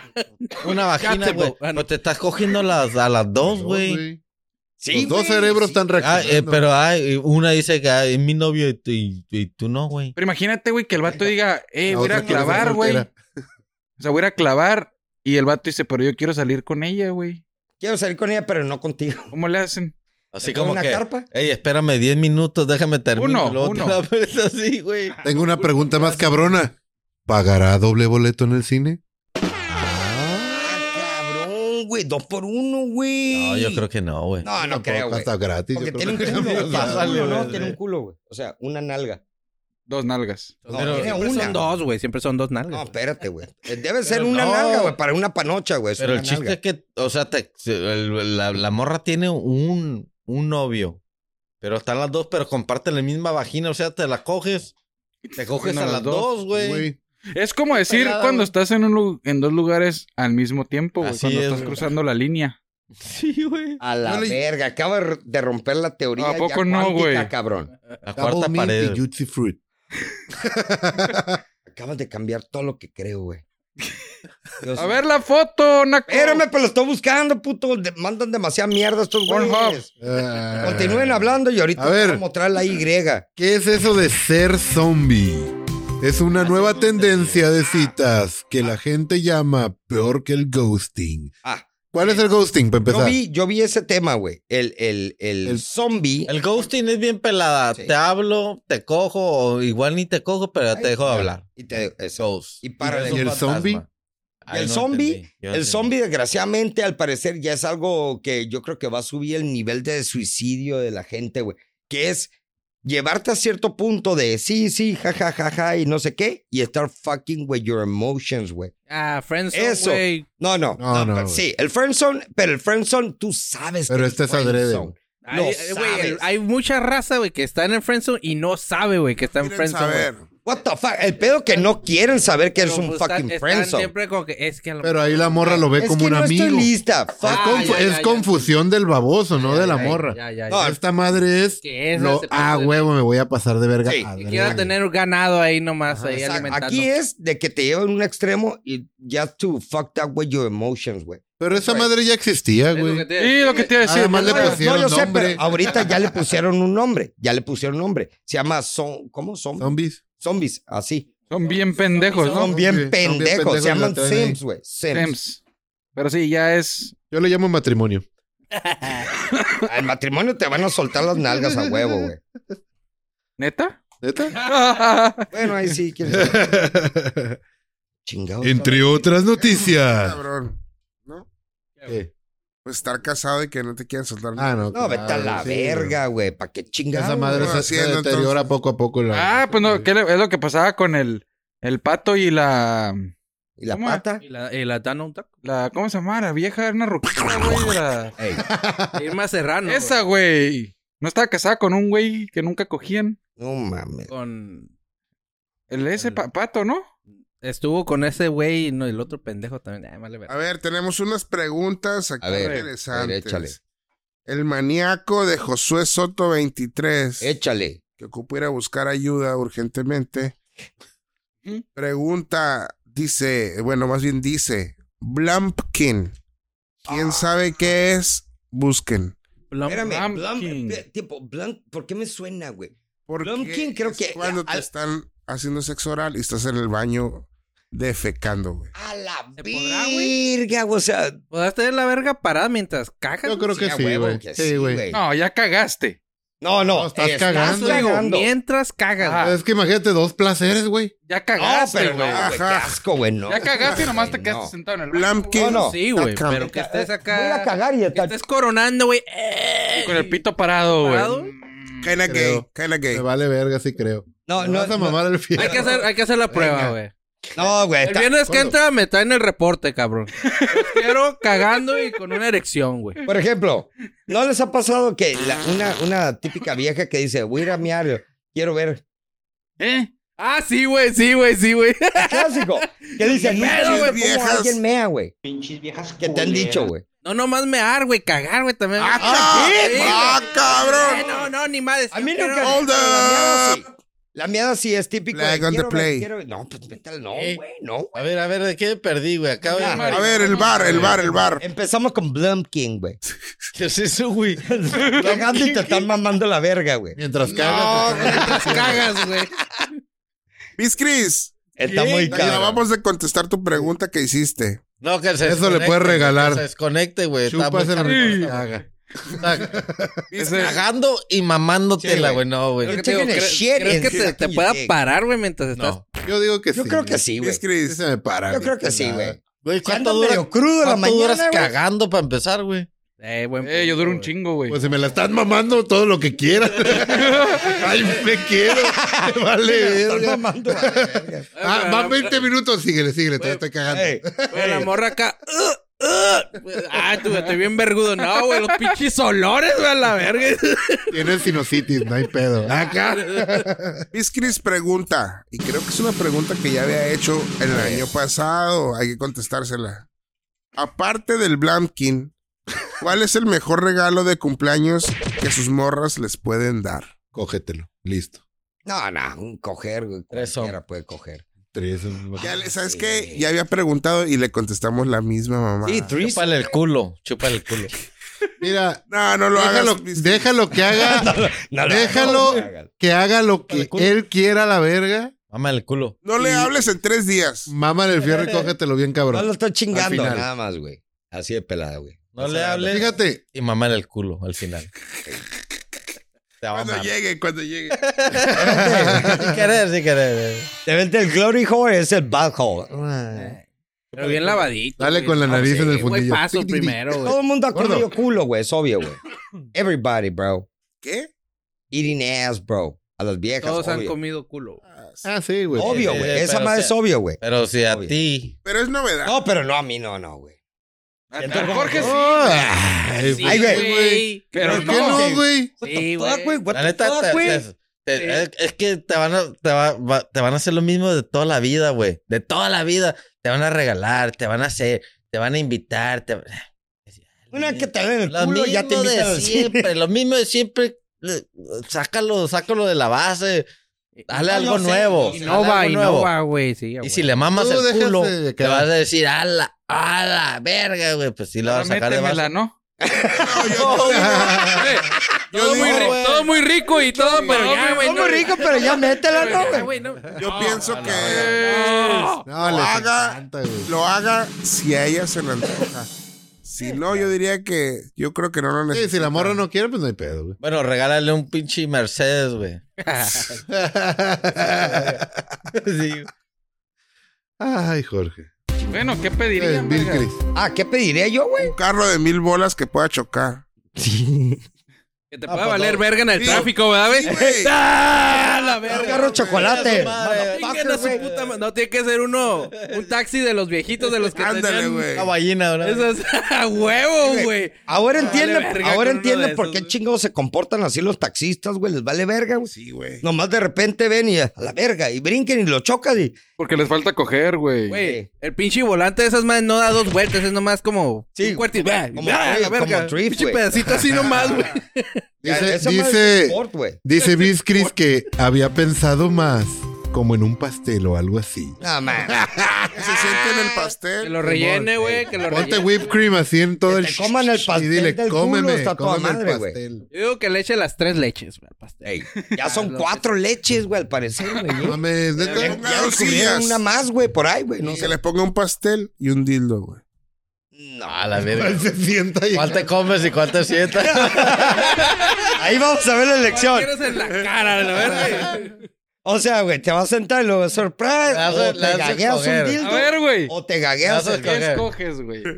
S5: una vagina,
S4: Cateboat.
S5: güey.
S4: Ah, no.
S5: Pero te estás cogiendo las, a las dos,
S1: No,
S5: güey.
S3: Sí,
S1: Los dos
S3: güey,
S1: cerebros
S3: sí.
S1: están
S5: Ah, eh,
S1: reaccionando.
S5: pero hay una dice que ah, es mi novio y, tú- y- y tú no, güey.
S2: Pero imagínate, güey, que el vato diga, eh,
S1: La
S2: voy a ir a
S1: otra quiere ser
S2: clavar, güey.
S1: soltera.
S2: O sea, voy a ir a clavar. Y el vato dice, pero yo quiero salir con ella, güey.
S3: Quiero salir con ella, pero no contigo.
S2: ¿Cómo le hacen?
S5: Así
S3: ¿Te pongo
S5: como
S3: una
S5: que.
S3: carpa?
S5: Ey, espérame 10 minutos, déjame terminar.
S2: Uno, uno.
S5: Pues así, eh, güey.
S1: Tengo una pregunta más cabrona. ¿Pagará doble boleto en el cine?
S3: Ah, cabrón, güey. Dos por uno, güey.
S5: No, yo creo que no, güey.
S3: No, no creo, güey.
S1: Hasta gratis.
S3: Porque
S1: yo
S3: tiene
S1: creo
S3: un
S1: que
S3: culo,
S1: no.
S3: güey. Tiene un culo,
S5: güey,
S3: ¿no?
S5: sí.
S3: Tiene un culo, güey. O sea, una nalga.
S2: Dos nalgas.
S3: No,
S5: Pero-
S3: tiene
S4: Siempre
S3: una.
S4: son dos, güey. Siempre son dos nalgas.
S3: No,
S4: güey.
S3: espérate, güey. Eh, Debe ser
S5: Pero
S3: una
S5: no.
S3: nalga, güey, para una panocha, güey. Es
S5: Pero el
S3: una
S5: chiste
S3: nalga.
S5: es que, o sea, te- el- la, la morra tiene un, un novio. Pero están las dos, pero comparten la misma vagina. O sea, te la coges. Te coges
S2: cogiendo
S5: a las dos, güey.
S1: Güey,
S2: Es como decir
S5: pelada,
S2: cuando
S5: güey.
S2: estás en, un, lu- en dos lugares al mismo tiempo, güey.
S5: Así
S2: Cuando
S5: es,
S2: estás
S5: güey.
S2: cruzando la línea.
S5: Sí, güey.
S3: A la
S1: Yo le-
S3: verga. Acaba de r- de romper la teoría.
S2: ¿A
S3: ya
S2: poco no,
S3: cuántica,
S2: güey?
S3: cabrón.
S5: La
S1: Double
S5: cuarta
S1: mint y
S5: pared.
S1: Juicy Fruit.
S3: Acabas de cambiar todo lo que creo, güey. Dios
S2: A
S3: mío.
S2: ver la foto, Naco.
S3: Espérame, pero lo estoy buscando, puto. De- mandan demasiada mierda estos
S2: Pornhub.
S3: güeyes.
S1: Ah.
S3: Continúen hablando y ahorita
S1: A ver.
S3: voy a mostrar la Y.
S1: ¿Qué es eso de ser zombie? Es
S3: Ah,
S1: una nueva tendencia de citas que la gente llama peor que el ghosting.
S3: Ah,
S1: ¿Cuál es el ghosting, para
S3: yo
S1: empezar?
S3: vi, yo vi ese tema, güey. El, el, el,
S1: El-
S3: zombie.
S5: El ghosting es bien pelada.
S3: Sí.
S5: Te hablo, te cojo, o igual ni te cojo, pero te dejo de hablar.
S3: Y te, eso.
S5: Ghost.
S3: Y para
S1: ¿Y el zombie?
S3: Y el zombie, el zombie desgraciadamente al parecer ya es algo que yo creo que va a subir el nivel de suicidio de la gente, güey, que es llevarte a cierto punto de sí, sí, ja, ja, ja, ja, y no sé qué, y estar fucking with your emotions, güey.
S4: Ah, friends,
S3: Eso.
S4: güey.
S3: No, no,
S1: No,
S3: no,
S1: no,
S3: pero
S1: güey.
S3: sí, el friendzone, pero el friendzone tú sabes
S1: Pero
S3: que
S1: este es
S3: friendzone.
S1: adrede, güey.
S3: Lo
S4: Hay, eh, güey,
S3: sabes.
S4: el- hay mucha raza, güey, que está en el friendzone y no sabe, güey, que está en
S6: Quieren
S4: friendzone. güey.
S6: saber.
S3: What the fuck, el pedo que no quieren saber que eres
S4: Pero,
S3: un
S4: pues,
S3: fucking
S4: están- están
S3: friendzone.
S4: siempre como que es que a lo
S1: Pero ahí la morra lo ve
S3: es
S1: como
S3: que
S1: un
S3: no
S1: amigo.
S3: estoy lista. fuck.
S1: Es,
S4: Ah,
S1: confu-
S4: ya, ya,
S1: es
S4: ya.
S1: confusión del baboso, no de la
S4: Ay,
S1: morra.
S4: Ya, ya, ya.
S3: No,
S1: Esta madre es.
S4: Que es
S1: lo-
S4: ese
S1: ah,
S4: pedo.
S1: huevo, me voy a pasar de verga.
S3: Sí.
S1: a
S4: Que
S1: verga.
S4: quiera tener ganado ahí nomás, ahí
S3: Exacto.
S4: alimentando.
S3: Aquí es de que te llevan a un extremo y ya to fuck that with your emotions, güey.
S1: Pero esa madre ya existía,
S4: Pues, Es lo
S1: güey.
S4: que te-
S2: Sí, lo que te iba a decir.
S1: Además le
S3: No, yo-
S1: pusieron
S3: no, yo sé,
S1: nombre.
S3: pero ahorita ya le pusieron un nombre. Ya le pusieron nombre. Se llama son, ¿cómo son?
S1: Zombies.
S3: Zombies, así.
S2: Son bien pendejos,
S3: Son
S2: ¿no?
S3: bien
S1: Sí, son bien
S3: pendejos.
S1: pendejos,
S3: Se llaman
S1: la traen ahí.
S3: Sims, güey. Sims.
S2: Temps. Pero sí, ya es.
S1: Yo le llamo matrimonio.
S3: Al matrimonio te van a soltar las nalgas a huevo, güey.
S2: ¿Neta? Ah,
S1: ¿Neta?
S3: Bueno, ahí sí, quién sabe. Chingado.
S1: Entre otras noticias.
S6: Cabrón.
S1: Ah. ¿Qué?
S6: Pues estar casado y que no te quieran soltar.
S1: Ah, no.
S3: No, vete a
S1: claro,
S3: la
S1: sí,
S3: verga, güey. ¿Para qué
S1: güey.
S3: chingado?
S1: Esa madre
S6: Bueno,
S1: se, se
S6: haciendo,
S1: deteriora poco a poco. La...
S2: ah, pues no, ¿qué le- es lo que pasaba con el, el pato y la.
S3: ¿Y la
S2: ¿Cómo?
S3: pata?
S4: Y la, y la Donald Duck.
S2: la ¿Cómo se llama? La vieja era una ruquita, güey. de la-
S3: Ey,
S4: Irma Serrano.
S2: Esa, güey. No estaba casada con un güey que nunca cogían.
S3: no mames.
S4: Con...
S2: El ese
S4: El-
S2: pa- pato, ¿no?
S4: Estuvo con ese güey y no, el otro pendejo también. Ay, vale,
S6: A
S4: verga.
S6: ver, tenemos unas preguntas aquí
S3: A ver,
S6: interesantes.
S3: a ver, échale.
S6: El maníaco de Josué Soto 23.
S3: Échale.
S6: que ocupa ir a buscar ayuda urgentemente. Pregunta, dice, bueno, más bien dice, Blumpkin. ¿Quién sabe qué es? Busquen.
S3: Espérame,
S2: Blumpkin.
S3: Blum- tipo, Blum- ¿por qué me suena, güey?
S6: Porque
S3: Blumpkin creo
S6: es
S3: que-
S6: cuando te
S3: al-
S6: están haciendo sexo oral y estás en el baño defecando, güey.
S3: A la
S4: ¿Se podrá, güey?
S3: virga, güey, o sea.
S4: ¿Podrás tener la verga parada mientras cajas?
S1: Yo creo que
S3: a
S1: sí,
S3: huevo
S1: güey.
S3: que
S1: Sí, güey.
S2: No, ya cagaste.
S3: No, no,
S1: No, estás cagando.
S4: Digo,
S3: cagando.
S4: Mientras cagas.
S2: Ah.
S4: güey.
S1: Es que imagínate dos placeres, güey.
S2: Ya
S3: No,
S2: cagaste,
S3: pero no,
S2: güey.
S3: güey, qué asco, güey, no.
S2: ya cagaste y nomás te
S3: Güey,
S2: quedaste
S3: no.
S2: sentado en el baño.
S6: Blumpkin.
S3: No, no.
S4: Sí, güey.
S6: Taca.
S4: Pero que estés acá.
S3: Voy a ir a cagar y
S4: que
S3: está...
S4: estés coronando, güey. Eh,
S2: güey, Con el pito parado,
S4: ¿Parado?
S2: güey. Mm,
S6: Kinda gay,
S1: Creo.
S6: kinda
S1: Me
S6: gay.
S1: vale verga, sí creo.
S3: No,
S1: Me
S3: no,
S1: vas a mamar el fierro.
S4: Hay que, hacer, hay que hacer la prueba, güey.
S3: no, güey.
S4: El
S3: está-
S4: viernes que
S3: cuando-
S4: entra me traen el reporte, cabrón. Los Quiero cagando y con una erección, güey.
S3: Por ejemplo, ¿no les ha pasado que la- una, una típica vieja que dice, voy a ir a miar, quiero ver...
S2: ¿Eh?
S4: Ah, sí, güey, sí, güey, sí, güey.
S3: Clásico. Que dice, no,
S6: Pinches
S3: güey, ¿cómo
S6: viejas.
S3: alguien mea, güey? Pinches viejas ¿Qué te han dicho, güey?
S4: No nomás mear, güey, cagar, güey, también.
S6: ¡Ah,
S4: Sí,
S6: ca-
S4: güey.
S6: ah,
S4: Eh, No,
S6: cabrón!
S4: no, ni madres.
S3: A mí
S4: Yo
S3: nunca...
S4: quiero-
S6: Hold
S3: pero la
S6: up.
S3: meada sí. La miada sí es típica.
S6: Flag on the play.
S3: No, pues vete al- no,
S5: Eh.
S3: güey, no.
S5: A ver, a ver, ¿de qué perdí, güey? Acabo de...
S6: A ver, el bar, el bar, el bar.
S3: Empezamos con Blumpkin, güey.
S5: ¿Qué es eso, güey?
S3: Cagando y te están mamando la verga, güey.
S1: Mientras
S6: No,
S1: cagas.
S6: güey.
S4: cagas, güey.
S6: Miss Chris,
S3: Está muy
S6: te
S3: caro.
S6: acabamos de contestar tu pregunta que hiciste.
S5: No, que se
S1: Eso le
S5: desconecte,
S1: puedes
S5: güey,
S1: regalar.
S5: que Se desconecte, güey. Está muy
S1: Chupas en
S5: cabrón.
S1: la caga.
S5: Está cagando y mamándotela,
S3: Sí, güey.
S5: güey. No,
S4: Es
S5: güey.
S4: que te digo,
S3: Taking a
S4: ¿crees-
S3: shit
S4: ¿Crees
S3: and
S4: que te, te
S3: sucking
S4: pueda
S3: dick.
S4: parar, güey, mientras estás
S5: No.
S1: Yo digo que
S3: Yo
S1: sí.
S3: creo que sí, güey.
S6: Miss
S1: Sí
S6: Chris,
S1: se me para.
S3: Yo
S1: güey.
S3: creo que sí,
S1: Nada.
S3: güey.
S5: Güey,
S3: Ando
S5: ¿cuánto dura?
S3: medio crudo la
S5: ¿Cuánto duras
S3: mañana, güey.
S5: cagando para empezar, güey?
S4: Eh, buen
S2: Eh, yo duro un
S4: punto,
S2: chingo, güey.
S1: Pues si me la están mamando todo lo que quieran. Ay, me quiero. Me vale
S3: Estás
S1: verga.
S3: mamando a la verga.
S4: güey.
S1: Ah, van
S4: Pero la-
S1: 20 minutos. Síguele, síguele. Todavía estoy cagando.
S3: Ey,
S4: pero la morra acá. "Uh, uh". Ah, tú, estoy bien vergudo. No, güey, los pinches olores, güey, a la verga.
S1: Tienes sinusitis, no hay pedo. Acá.
S6: Miss Chris pregunta, y creo que es una pregunta que ya había hecho el año pasado, hay que contestársela. Aparte del Blumpkin, ¿cuál es el mejor regalo de cumpleaños que sus morras les pueden dar?
S1: Cógetelo. Listo.
S3: No, no, un coger, güey.
S5: Tres
S3: Cualquiera puede coger.
S1: Tres.
S6: Ya le- ¿Sabes
S3: Sí.
S6: qué? Ya había preguntado y le contestamos la misma mamá.
S3: Sí, threes.
S5: Chúpale el culo, chúpale el culo.
S1: Mira,
S6: No, no lo
S1: déjalo,
S6: hagas. Miss
S1: déjalo que haga,
S3: No, no,
S1: déjalo
S3: no, no, no, no.
S1: que haga lo que
S5: Dale, culo.
S1: él quiera la verga.
S5: Mama el culo.
S6: No le
S1: Y-
S6: hables en tres días.
S1: Mama del fierro y cógetelo bien,
S3: No lo
S1: cabrón.
S3: estoy chingando,
S1: Al final.
S3: nada más, güey. Así de pelada, güey.
S5: No le hables
S1: Fíjate,
S5: y mamar el culo al final. Te va a
S6: Cuando
S5: mamar.
S6: llegue, cuando llegue.
S5: Sin querer, sin querer.
S3: Te vente el glory hole, es el bad hole.
S5: Eh.
S4: Pero bien lavadito.
S1: dale
S4: güey.
S1: con la
S4: No,
S1: nariz en el
S4: sí, Ah, pues, güey,
S1: fundillo.
S4: paso
S1: Tic, tic, tic.
S4: primero, güey.
S3: Todo el mundo ha
S1: Gordo.
S3: comido culo, güey. Es obvio, güey. Everybody, bro.
S6: ¿Qué?
S3: Eating ass, bro. A las viejas,
S4: Todos han
S3: obvio.
S4: comido culo.
S1: Ah, sí, güey.
S3: Obvio,
S5: Sí,
S3: güey.
S5: sí, sí,
S3: Esa
S5: pero
S3: madre
S5: sí.
S3: es obvio, güey.
S5: Pero si a
S3: Obvio.
S5: ti.
S6: Pero es novedad.
S3: No, pero no a mí, no, no, güey.
S2: Ah,
S3: Entonces,
S2: ah, Jorge sí.
S1: Oh, ay,
S4: Sí,
S3: Ay, güey.
S2: Pero
S1: ¿Por qué no, güey?
S3: What
S4: Sí,
S3: the fuck,
S4: güey.
S3: güey? What
S5: La
S3: the
S5: neta,
S3: fuck,
S5: te-
S3: güey?
S5: te- te- es que te van, a, te, va- va- te van a hacer lo mismo de toda la vida, güey. De toda la vida. Te van a regalar, te van a hacer, te van a invitar. Te... eh,
S3: Una que te den el
S5: Lo
S3: culo
S5: mismo
S3: ya te invitan
S5: de
S3: al cine.
S5: siempre, lo mismo de siempre. Le- Sácalo, sácalo de la base. Dale
S3: No,
S5: algo
S3: yo sé,
S5: nuevo.
S3: yo sé.
S5: dale
S4: Innova,
S5: algo nuevo.
S4: innova, güey. Sí,
S5: Y
S4: güey.
S5: si le mamas
S1: Tú
S5: el
S1: déjate
S5: culo,
S1: de
S5: te vas
S1: cagar.
S5: a decir, a la, a la verga, güey. Pues sí, la vas a sacar de
S2: Métemela,
S5: base.
S2: ¿no?
S6: No, yo- yo digo-
S4: Güey,
S6: Yo
S4: todo, muy
S6: digo,
S4: rico,
S5: güey.
S4: todo muy rico y todo, pero ya, güey.
S3: Está muy rico, pero ya métela, ¿no, güey?
S6: yo pienso que
S1: No, les
S6: haga-
S1: encanta, güey.
S6: lo haga si a ella se le antoja. Si no, yo diría que yo creo que no lo
S1: Sí,
S6: necesita.
S1: si la morra no quiere, pues no hay pedo, güey.
S5: Bueno, regálale un pinche Mercedes, güey. Sí.
S1: Ay, Jorge.
S2: Bueno, ¿qué pediría?
S1: Eh, Bill
S2: verga?
S1: Chris.
S3: Ah, ¿qué pediría yo, güey?
S6: Un carro de mil bolas que pueda chocar.
S4: Que te
S5: Ah,
S4: pueda
S5: pues,
S4: valer
S5: no.
S4: verga en el
S6: Sí,
S4: tráfico, ¿verdad, güey?
S6: güey.
S4: ¡Ah, la
S3: Un
S4: verga!
S3: carro de chocolate.
S5: Chinga su madre.
S4: Chinguen a su
S3: güey.
S4: puta ma- No, tiene que ser uno, un taxi de los viejitos de los que
S6: Ándale,
S4: tenían
S6: güey.
S5: Una ballena, ¿no?
S4: Eso es a huevo, güey.
S3: Ahora entiende,
S4: Vale verga
S3: ahora
S4: con uno
S3: entiende
S4: de
S3: por
S4: esos,
S3: qué
S4: güey.
S3: chingados se comportan así los taxistas, güey. Les vale verga, güey.
S6: Sí, güey.
S3: Nomás de repente ven y a la verga y brinquen y lo chocan y.
S2: Porque les falta coger, güey.
S4: Güey, el pinche volante de esas madres no da dos vueltas, es nomás como
S3: Sí,
S4: un cuartito.
S3: como- como drift,
S4: Pinche
S3: güey.
S4: pedacito así nomás, güey.
S3: Ya,
S1: Dice,
S3: esa madre es
S1: dice,
S3: sport, güey.
S1: dice Miss Chris que había pensado más como en un pastel o algo así.
S3: No, man.
S6: Se siente en el
S2: Que
S6: pastel.
S2: lo rellene, güey, que lo
S1: Ponte
S2: rellene.
S1: whipped cream así en todo
S3: Que
S1: el
S3: te coman el pastel del culo hasta toda madre, güey".
S1: pastel.
S4: Yo digo que le eche las tres leches, güey, al pastel.
S3: Ey, ya son cuatro leches, güey, al parecer, güey. ¿eh?
S1: No mames, neta.
S6: Ya-
S3: Ya descubrieron
S6: Sillas.
S3: una más, güey, por ahí, güey. No
S6: Y
S3: sé.
S6: que le ponga un pastel y un dildo, güey.
S3: No.
S5: A la verga.
S1: Se sienta y
S5: ¿Cuál te comes y cuál te sientas?
S3: Ahí vamos a ver la elección.
S4: Quieres en la cara, de la verga.
S3: O sea, güey, te vas a sentar y luego surprise.
S5: La hace-
S3: O
S5: la
S3: te
S5: hace
S3: gagueas
S5: escoger.
S3: un
S5: A
S3: dildo.
S2: A ver, güey.
S3: O te
S5: La
S3: gagueas
S5: hace
S3: el
S5: escoger.
S2: ¿Qué escoges, güey? ¿Qué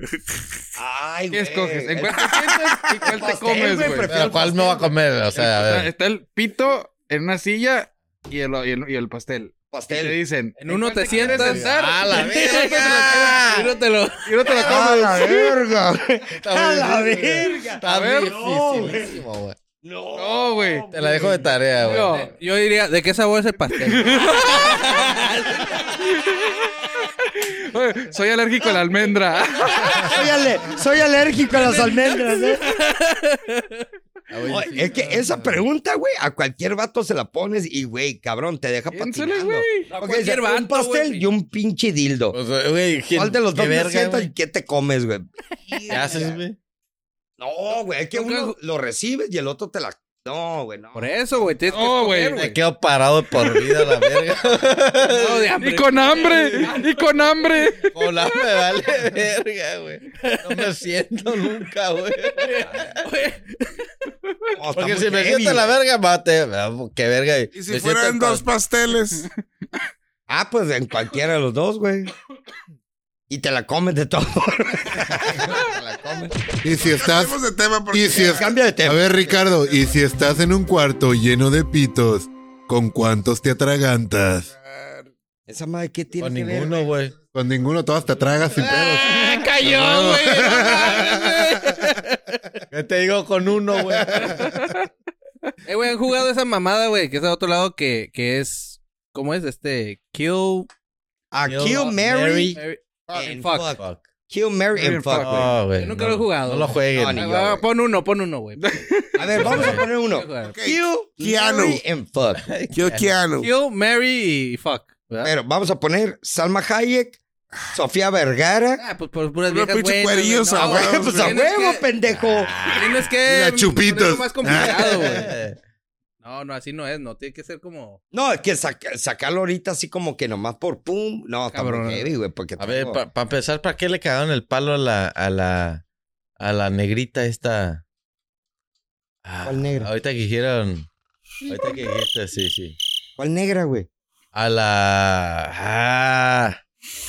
S3: Ay, güey.
S2: escoges? ¿En
S3: El
S2: cuál te sientas y cuál te
S3: pastel,
S2: comes,
S3: güey,
S2: güey?
S3: prefiero-
S5: Pero ¿Cuál me va a comer? O sea, a
S2: Está,
S5: ver.
S2: está el pito en una silla y el, y el, y el pastel. Y te
S3: pastel.
S2: dicen.
S4: En uno
S2: cuál
S4: te
S2: quieres
S4: sientas? Ah.
S2: sentar?
S5: ¡A la
S2: Y
S5: verga!
S2: no te lo, y no te lo
S3: A
S2: comes.
S3: la verga. güey.
S5: Está
S3: A
S5: muy
S3: la
S5: difícil.
S3: verga.
S5: Está
S2: A ver,
S5: dificilísimo, güey.
S2: No, güey.
S5: Te la dejo de tarea, güey.
S2: No.
S4: De- Yo diría, ¿de qué sabor es el pastel?
S2: Oye, Soy alérgico a la almendra.
S3: Soy, ale- soy alérgico a las almendras, ¿eh?
S5: Está muy
S3: Oye,
S5: difícil.
S3: Es que esa pregunta, güey, a cualquier vato se la pones y, güey, cabrón, te deja
S2: Piénsale,
S3: patinando.
S2: güey.
S3: Porque
S4: cualquier
S3: dice,
S4: vato,
S3: un pastel
S4: güey.
S3: y un pinche dildo.
S5: O sea, güey, ¿quién-
S3: ¿Cuál de los
S5: qué
S3: dos te
S5: verga,
S3: sientas
S5: güey?
S3: y qué te comes, güey?
S5: ¿Qué haces, güey?
S3: No, güey, es que
S4: Nunca-
S3: uno lo recibes y el otro te la... No, güey, no.
S4: Por eso, güey. Tienes que
S2: No,
S4: escoger,
S2: güey.
S5: Me quedo parado de por vida, la verga.
S4: No, de hambre.
S2: Y con hambre. Y con hambre.
S5: Hola, me vale verga, güey. No me siento nunca, güey.
S3: No, está
S5: Porque
S3: muy
S5: si me
S3: heavy,
S5: siento la
S3: güey.
S5: verga, mate. Qué verga.
S6: Y si fueran dos pasteles.
S3: Ah, pues en cualquiera de los dos, güey. Y te la comes de todo.
S1: y si estás
S6: Cambiemos de tema porque
S1: y si es-
S3: Cambia de
S1: A
S3: tema.
S1: ver, Ricardo, y si estás en un cuarto lleno de pitos, ¿con cuántos te atragantas?
S3: Esa madre, ¿qué tiene
S5: Con
S3: que ver?
S5: ninguno, güey.
S1: Con ninguno todas te atragas sin pedos.
S4: Ah, cayó, güey.
S5: ¿Qué te digo con uno, güey?
S4: Eh, güey, han jugado esa mamada, güey, que es de otro lado que, que es. ¿Cómo es? Este. Kill.
S3: A
S5: Kill,
S3: Ah, Kill Mary,
S5: Mary,
S4: Mary-
S3: and
S4: fuck.
S3: fuck.
S5: Fuck.
S3: Kill Mary and fuck, güey.
S5: No, güey.
S4: Eh, Yo nunca
S5: no,
S4: lo he jugado.
S5: No lo jueguen.
S3: No, ni
S4: Ah,
S3: yo,
S4: va,
S3: güey.
S4: pon uno, pon uno, güey.
S3: A ver, vamos a poner uno. Kill
S6: Keanu.
S3: Mary and fuck.
S6: Yo, Keanu.
S4: Kill, Mary y fuck. ¿verdad?
S3: Pero vamos a poner Salma Hayek, Sofía Vergara.
S4: Ah, pues por puras
S6: Unos
S4: viejas buenas, güey.
S6: pinches cuerillos,
S4: No,
S6: ah,
S4: güey,
S6: güey,
S3: Pues a
S4: tienes
S3: huevo,
S4: que- Ah.
S3: pendejo.
S4: Tienes
S1: Y
S4: que.
S1: las chupitos.
S4: ponerlo más complicado, güey.
S5: Eh,
S4: No, no, así no es, no. Tiene que ser como.
S3: No, es que saca- sacarlo ahorita así como que nomás por pum. No, está
S4: Cabrón.
S3: muy heavy, güey, porque...
S5: A ver,
S3: tengo-
S5: para empezar, ¿para qué le cagaron el palo a la, a la, a la negrita esta? Ah,
S3: ¿Cuál negra?
S5: Ahorita que dijeron. Ahorita que dijiste, sí, sí.
S3: ¿Cuál negra, güey?
S5: A la. Ah,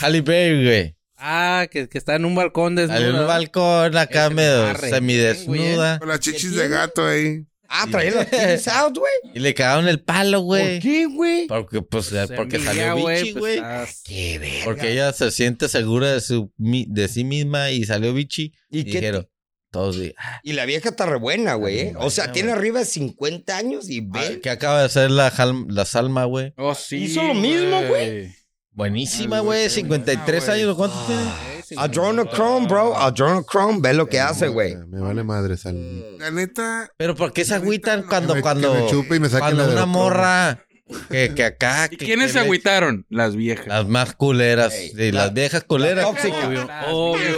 S5: Halle Berry, güey.
S4: Ah, que, que está en un balcón desnudo.
S5: En un
S4: ¿no?
S5: balcón acá
S4: Ese
S5: medio
S4: arre,
S5: semidesnuda.
S6: Con las chichis de gato ahí.
S3: Ah,
S5: Sí.
S3: traer los titties out, güey.
S5: Y le cagaron el palo,
S3: ¿Por
S5: güey.
S3: qué, güey?
S5: Porque, pues,
S4: Pues,
S5: porque
S4: envidia,
S5: salió
S4: pues,
S5: bichi,
S2: ah,
S5: güey.
S4: estás-
S3: Qué verga.
S5: porque ella se siente segura de, su, mi- de sí misma y salió bichi.
S3: ¿Y
S5: Y,
S3: qué
S5: dijeron, todos, di-
S3: Y la vieja está re buena, güey. ¿eh? O sea,
S5: buena,
S3: tiene
S5: güey.
S3: arriba de 50 años y
S5: Ah,
S3: ve.
S5: ¿Qué acaba de hacer la, Jal- la Salma, güey?
S2: Oh, sí.
S3: Hizo lo mismo,
S5: Buenísima,
S6: Ay, güey,
S5: güey.
S6: qué
S5: 53
S6: buena,
S5: años. ¿Cuánto tiene?
S4: Eh, sí,
S3: Adrenochrome, bro. Adrenochrome, ve lo que hace, güey.
S1: Me vale madre,
S3: Mm.
S1: sal.
S6: La neta,
S5: Pero ¿por qué se
S6: Ahorita
S5: agüitan
S6: no.
S5: cuando,
S1: que me,
S5: cuando,
S1: que me chupe y me saquen
S5: cuando
S1: la de
S5: una
S1: otro.
S5: morra que, que acá...
S2: ¿Y
S5: que-
S2: quiénes
S5: que
S2: se
S5: le-
S2: agüitaron? Las viejas.
S5: Las más culeras.
S3: Ey,
S5: sí,
S3: la-
S5: las viejas culeras.
S3: Tóxica.
S2: Obvio.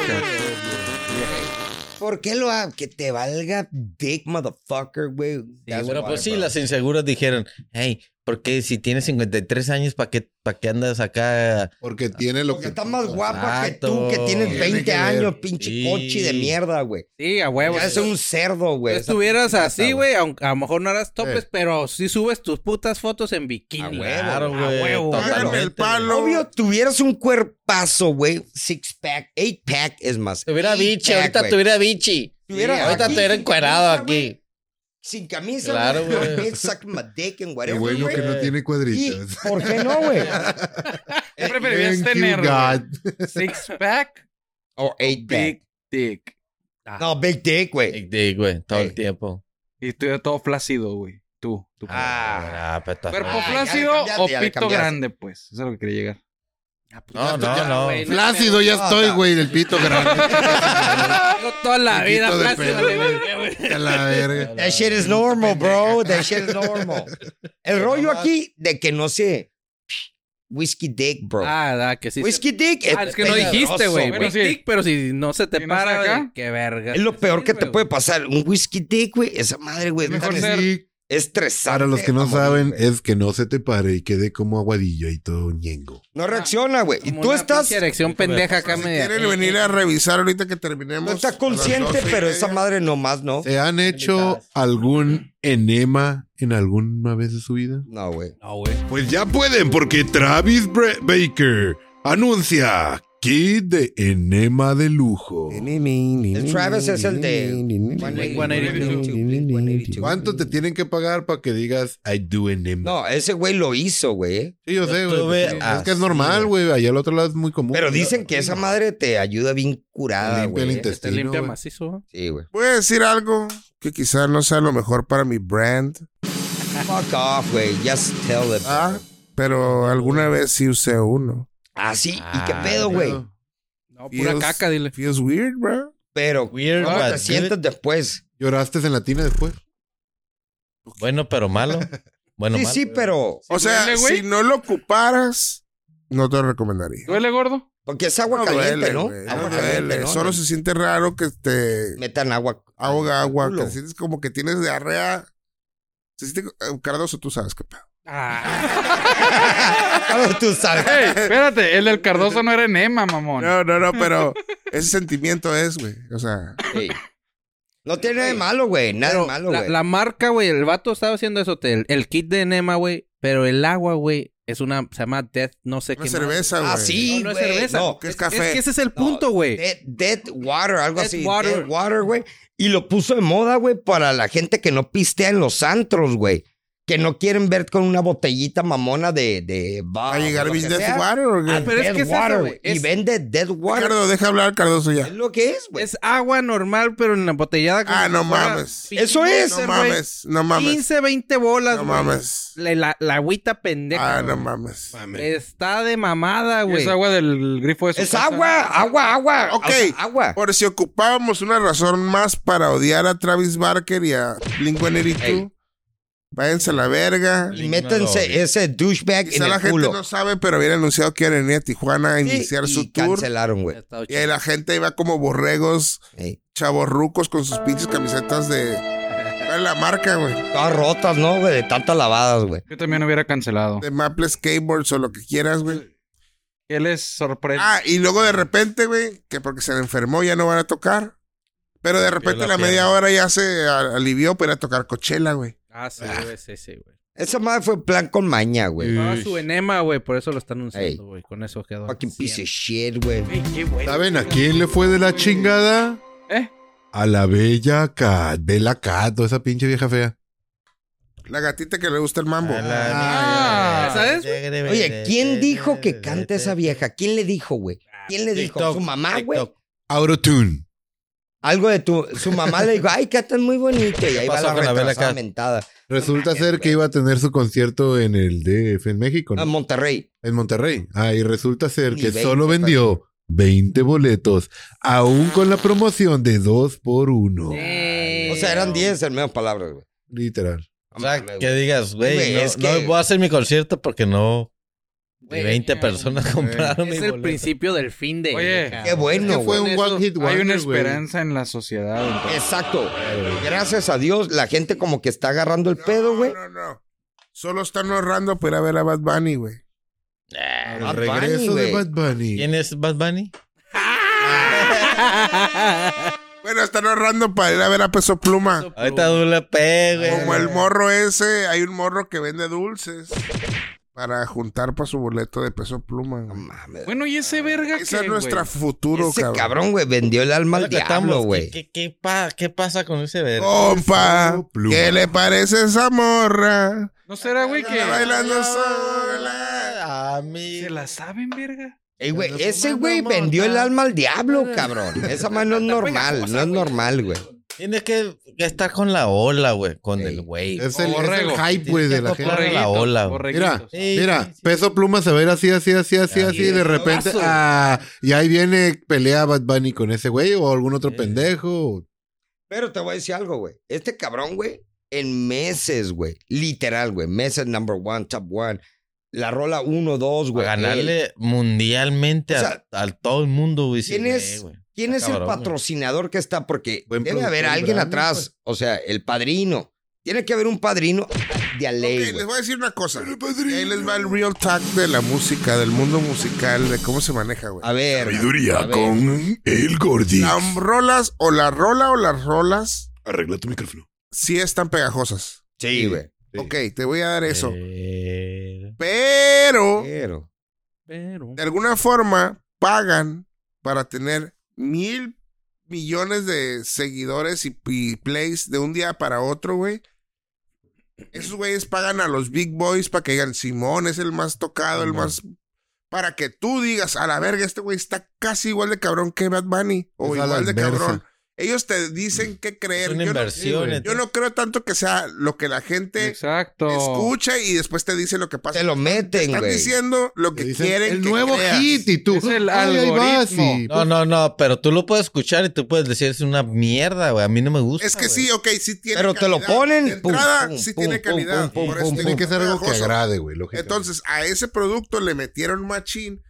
S3: ¿Por qué lo ha... Que te valga dick, motherfucker, güey.
S5: Sí,
S3: That's
S5: bueno,
S3: why,
S5: pues sí,
S3: bro.
S5: las inseguras dijeron, hey, ¿por qué si tienes 53 años, para qué, pa' qué andas acá?
S1: Porque tiene lo
S3: Porque
S1: que.
S3: está más guapa que tú,
S5: Exacto.
S3: que tienes
S5: Tiene
S3: 20
S1: que ver.
S3: años, pinche
S5: Sí.
S3: coche de mierda, güey.
S4: Sí, a huevo.
S3: Ya es un cerdo,
S4: Si
S3: güey. Pues, Esa-
S4: estuvieras así,
S3: pirata,
S4: güey, aunque a lo mejor no harás topes,
S1: Sí.
S4: pero sí subes tus putas fotos en bikini.
S3: A
S4: güey.
S3: huevo,
S5: Claro, güey.
S4: a huevo.
S5: totalmente,
S6: Háganme el
S5: güey.
S6: palo.
S3: Obvio, tuvieras un cuerpazo, güey. Six pack, eight pack es más.
S5: Tuviera
S3: Eight
S5: bichi,
S3: pack,
S5: ahorita
S3: güey.
S5: tuviera bichi.
S3: Tuviera
S5: ahorita
S3: aquí,
S5: tuviera
S3: sin
S5: encuerado
S3: camisa, güey.
S5: aquí.
S3: Sin camisa.
S5: Claro, güey.
S3: Bitch, Suck my dick and
S1: Qué
S3: whatever,
S1: bueno
S3: güey.
S1: que no tiene
S3: Y,
S1: cuadritos.
S3: ¿Por qué no, güey?
S2: ¿Qué preferirías tener? este güey? Six pack,
S3: O eight pack.
S2: big dick.
S3: No, big dick, güey.
S5: Dick, dick, güey, todo
S3: Ey.
S5: el tiempo.
S2: Y estoy todo flácido, güey. Tú. tú.
S3: Ah.
S5: Ah, pero está-
S2: ¿Cuerpo
S3: Ah, ya le
S2: flácido
S3: cambiaste,
S2: o
S3: ya le
S2: pito
S3: cambiaste.
S2: grande, pues? Eso es a lo que quería llegar.
S5: No, no, no.
S4: güey,
S1: Flácido ya
S3: Ah,
S1: estoy,
S3: está.
S1: güey, del pito grande.
S4: Digo, Tengo toda la vida
S1: Poquito de
S4: frase,
S1: pelo,
S4: vale,
S1: güey.
S4: verga, güey.
S1: A la verga.
S3: That shit is normal, bro. That shit is normal. El rollo aquí de que no sé. Whiskey dick, bro.
S4: Ah, da, que sí.
S3: Whiskey dick. eh,
S4: Ah, es que no
S3: peligroso,
S4: dijiste, güey.
S2: güey.
S4: Big dick, pero si no se te
S2: Si no
S4: para,
S2: está acá.
S4: güey, qué verga.
S3: Es lo peor que te
S4: güey.
S3: puede pasar. Un whiskey dick, güey. Esa madre, güey.
S2: Mejor
S3: tan
S2: ser-
S1: Sí,
S3: Estresante.
S1: Para los que no
S3: mamón,
S1: saben,
S3: güey.
S1: es que no se te pare y quede como aguadillo y todo ñengo.
S3: No reacciona, güey. Y
S4: Como
S3: tú
S4: una
S3: estás,
S4: pinche erección pendeja acá
S6: Si
S4: media.
S6: quieren venir a revisar ahorita que terminemos.
S3: no estás
S6: a
S3: consciente,
S6: las doce y
S3: pero
S6: media.
S3: esa madre nomás no.
S1: ¿Se han hecho algún enema en alguna vez de su vida?
S3: No, güey.
S4: No, güey.
S1: Pues ya pueden, porque Travis Bre- Baker anuncia kit de enema de lujo.
S3: El Travis es el de 182, 182.
S1: ¿Cuánto te tienen que pagar para que digas I do enema?
S3: No, ese güey lo hizo, güey.
S1: Sí, yo sé,
S5: Yo
S1: güey. pues,
S5: tuve
S1: Es que es
S5: así,
S1: normal, güey. Allá al otro lado es muy común.
S3: Pero dicen que esa madre te ayuda bien curada,
S1: Limpia el
S3: güey. eh,
S1: intestino.
S4: Te limpia
S1: güey.
S4: macizo.
S3: Sí, güey.
S6: Voy a decir algo que quizás no sea lo mejor para mi brand,
S3: Fuck off, güey. Just tell it.
S1: Ah,
S6: pero alguna vez sí usé uno.
S3: Así, Ah, ¿y
S4: Ah,
S3: qué pedo, güey?
S4: No, pura
S6: Dios.
S4: caca, dile.
S6: Feels weird, bro.
S3: Pero,
S5: Weird,
S3: ¿cómo
S5: but
S3: te sientas después?
S1: ¿Lloraste en la tina después?
S5: Bueno, pero malo. Bueno,
S3: Sí,
S5: malo.
S3: sí, pero...
S6: O sea,
S2: duele, güey?
S6: si no lo ocuparas, no te lo recomendaría.
S2: ¿Duele, gordo?
S3: Porque es agua
S6: No
S3: caliente,
S6: duele,
S3: ¿no?
S6: güey,
S3: Agua
S6: no
S3: caliente,
S6: duele.
S3: ¿no?
S6: Solo se siente raro que te
S3: Metan agua.
S6: ahoga agua,
S3: Culo.
S6: que sientes como que tienes diarrea. Se siente, eh, Cardoso, tú sabes qué pedo.
S3: Claro, tú sabes.
S2: Ey, espérate, el del Cardoso no era enema, mamón.
S6: No, no, no, pero ese sentimiento es, güey. O sea,
S3: Sí. No tiene nada de malo, güey. Nada de
S4: Pero
S3: malo,
S4: la,
S3: güey.
S4: la marca, güey, el vato estaba haciendo eso, te- el, el kit de enema, güey, pero el agua, güey, es una, se llama Death, no sé
S6: una
S4: qué.
S6: cerveza, güey.
S3: Ah, sí,
S4: No, no es
S3: güey.
S4: cerveza.
S3: No,
S6: Que es
S4: más.
S6: café.
S4: Es que ese es el punto, güey.
S3: Dead, Dead Water, algo
S4: Eh, Dead
S3: así.
S4: Water.
S3: Dead Water, güey. Y lo puso de moda, güey, para la gente que no pistea en los antros, güey. Que no quieren ver con una botellita mamona de... de
S6: ¿Va a llegar Beach
S3: Dead
S6: Death Water o
S4: Ah,
S6: qué?
S4: pero es que es eso,
S3: Water,
S4: güey.
S3: güey. Y
S4: Es-
S3: vende Dead Water.
S6: Cardo, deja hablar Cardoso
S3: Es
S6: ya.
S3: lo que es, güey.
S4: Es agua normal, pero en la embotellada. como
S6: Ah,
S4: si
S6: no
S4: fuera
S6: mames.
S4: pinche
S3: Eso es,
S6: No
S4: Monster, güey.
S6: mames, no mames.
S4: 15, 20 bolas,
S6: No
S4: güey.
S6: mames.
S4: La, la- la agüita pendeja.
S6: Ah, no
S4: güey.
S6: mames.
S4: Está de mamada,
S2: Y
S4: güey.
S2: Es agua del grifo de su
S3: Es
S2: casa.
S3: agua, agua, agua.
S6: Ok.
S3: O sea, agua.
S6: Por si ocupábamos una razón más para odiar a Travis Barker y a
S3: Ey.
S6: Blink-182, váyanse a la verga.
S3: Y métanse ese douchebag en
S6: Quizá la
S3: el
S6: gente
S3: culo.
S6: no sabe, pero habían anunciado que iban a venir a Tijuana a
S3: Sí,
S6: iniciar
S3: y
S6: su tour.
S3: cancelaron, güey.
S4: Está
S6: Y ahí la gente iba como borregos,
S3: Ey.
S6: chavorrucos con sus pinches camisetas de... ¿Cuál es la marca, güey?
S3: Todas rotas, ¿no, güey? De tantas lavadas, güey.
S2: Yo también hubiera cancelado.
S6: De Maple Skateboards o lo que quieras, güey.
S2: Él es sorpresa.
S6: Ah, y luego de repente, güey, que porque se le enfermó ya no van a tocar. Pero de repente
S5: la
S6: a la media
S5: pierna.
S6: hora ya se a- alivió para ir a tocar Coachella, güey.
S4: Ah, sí, güey, sí, sí, güey.
S3: Esa madre fue plan con maña, güey.
S4: Estaba su enema, güey, por eso lo están
S3: Ey.
S4: anunciando, güey. Con eso quedó.
S3: Fucking
S4: Cien.
S3: piece of shit, güey.
S1: ¿Saben a quién le fue de la chingada?
S2: ¿Eh?
S1: A la bella Cat, Bella Cat, toda esa pinche vieja fea.
S6: La gatita que le gusta el mambo.
S2: Ah,
S4: ¿sabes?
S3: Oye, ¿quién dijo que canta esa vieja? ¿Quién le dijo, güey? ¿Quién le dijo?
S5: TikTok,
S3: ¿Su mamá, güey?
S5: TikTol.
S1: Autotune.
S3: Algo de tu... Su mamá le dijo, ay, cantas muy bonito. Y ahí va
S5: pasó
S3: la
S5: con la Bella
S3: retrasada
S5: Cat?
S3: mentada.
S1: Resulta ser que iba a tener su concierto en el DF en México, ¿no?
S3: A Ah, Monterrey.
S1: en Monterrey. Ah, y resulta ser
S3: Ni
S1: que
S3: 20
S1: solo vendió 20 boletos, aún con la promoción de 2 por 1
S4: Damn.
S3: O sea, eran 10 en menos palabras, güey.
S1: Literal.
S5: O sea,
S3: Mames,
S5: que
S3: güey.
S5: digas, güey,
S3: Güey,
S5: no,
S3: es
S5: no
S3: que-
S5: voy a hacer mi concierto porque no.
S4: Güey, Eh,
S5: 20 personas compraron mi
S4: Es el
S5: boleto.
S4: principio del fin de.
S2: Oye.
S4: cabrón.
S3: Qué bueno,
S1: Es que fue
S3: güey.
S1: un
S2: Eso,
S1: one hit
S2: Hay
S1: wonder,
S2: una
S1: güey.
S2: esperanza en la sociedad. entonces.
S3: Exacto. Gracias a Dios, la gente como que está agarrando el pedo, güey.
S6: No, no, no. Solo están ahorrando para ir a ver a Bad Bunny, güey.
S1: El
S3: Bad Bunny,
S1: regreso de
S3: güey.
S1: Bad Bunny.
S5: ¿Quién es Bad Bunny?
S6: Bueno, están ahorrando para ir a ver a Peso Pluma.
S5: Ahorita doble P, güey.
S6: Como el morro ese, hay un morro que vende dulces para juntar para su boleto de Peso Pluma.
S3: No
S6: güey.
S3: mames.
S2: Bueno, ¿y ese verga
S6: Ese es
S2: qué, güey?
S6: nuestro futuro,
S3: Ese
S6: cabrón.
S3: cabrón, güey, vendió el alma al
S5: Ahorita estamos.
S3: diablo,
S5: ¿Qué,
S3: güey.
S5: qué, qué pa- qué pasa con ese verga?
S6: Compa,
S1: Peso Pluma.
S6: ¿qué le parece esa morra?
S2: ¿No será, güey, que
S6: Anda bailando sola.
S5: A mí.
S2: se la saben, verga?
S3: Ey, güey,
S1: Anda
S3: ese
S1: fumando
S3: güey vendió el
S1: mota.
S3: alma al diablo, cabrón. Esa madre no es normal, no es normal, güey.
S5: Tienes que estar con la ola, güey. Con
S3: Ey.
S5: el güey.
S1: Es el, es el
S2: Borrego.
S1: hype, güey, de la
S5: Tienes que
S1: gente.
S2: Borreguitos,
S5: acoplar la ola, güey.
S2: borreguitos.
S1: Mira,
S5: Sí,
S1: mira,
S5: sí, sí.
S1: peso pluma se va a ir así, así, así, así, así, y de repente,
S2: Abrazo.
S1: ah, y ahí viene pelea Bad Bunny con ese güey o algún otro
S5: Sí.
S1: pendejo.
S3: Pero te voy a decir algo, güey. Este cabrón, güey, en meses, güey. Literal, güey. Meses number one, top one. La rola uno, dos,
S5: A
S3: güey. Él.
S5: ganarle mundialmente
S3: O
S5: a-
S3: sea,
S5: a, todo el mundo, güey. sí,
S3: ¿quién es?
S5: güey, güey.
S3: ¿Quién
S5: Ah,
S3: es el
S5: cabrón, güey.
S3: patrocinador que está? Porque
S1: Buen
S3: debe haber
S1: productor,
S3: alguien
S1: grande,
S3: atrás.
S1: pues.
S3: O sea, el padrino. Tiene que haber un padrino de a ley,
S6: Ok,
S3: güey.
S6: les voy a decir una cosa. Y Ahí les va el real talk de la música, del mundo musical, de cómo se maneja, güey.
S3: A ver. a
S7: Sabiduría
S3: ver.
S7: con el Gordis.
S6: Las rolas o la rola o las rolas
S7: Arregla tu micrófono.
S6: sí están pegajosas.
S3: Sí, güey.
S1: Sí.
S6: Ok, te voy a dar eso.
S5: Eh,
S6: Pero
S3: Pero.
S4: Pero.
S6: de alguna forma pagan para tener mil millones de seguidores y, y plays de un día para otro, güey. Esos güeyes pagan a los big boys para que digan, Simón es el más tocado, el
S5: Simón.
S6: más... Para que tú digas, a la verga, este güey está casi igual de cabrón que Bad Bunny. O
S1: Es a la
S6: igual de
S1: inversa.
S6: cabrón. Ellos te dicen qué
S5: Es
S6: creer.
S5: una
S6: Yo no,
S5: inversión.
S1: güey.
S5: entonces-
S6: yo no creo tanto que sea lo que la gente
S2: Exacto.
S6: este, escucha y después te dice lo que pasa.
S3: Te lo meten,
S6: Están
S3: güey.
S6: diciendo lo que
S1: Te dicen,
S6: quieren
S1: el
S6: que
S1: nuevo
S6: creas".
S1: hit y tú.
S2: Es el
S1: "Ay, ahí vas", y,
S2: algoritmo.
S5: No, no, no, pero tú lo puedes escuchar y tú puedes decir es una mierda, güey. A mí no me gusta.
S6: Es que
S5: güey".
S6: sí, ok, sí tiene
S3: Pero te lo
S6: calidad.
S3: ponen,
S6: De
S3: pum,
S6: entrada,
S3: pum,
S6: sí
S3: pum,
S6: tiene
S3: pum, pum,
S6: calidad. por
S3: pum,
S6: eso
S3: pum,
S1: Tiene que
S6: está
S1: ser algo que
S6: pegajoso.
S1: agrade, güey, lógicamente.
S6: Entonces, a ese producto le metieron machín,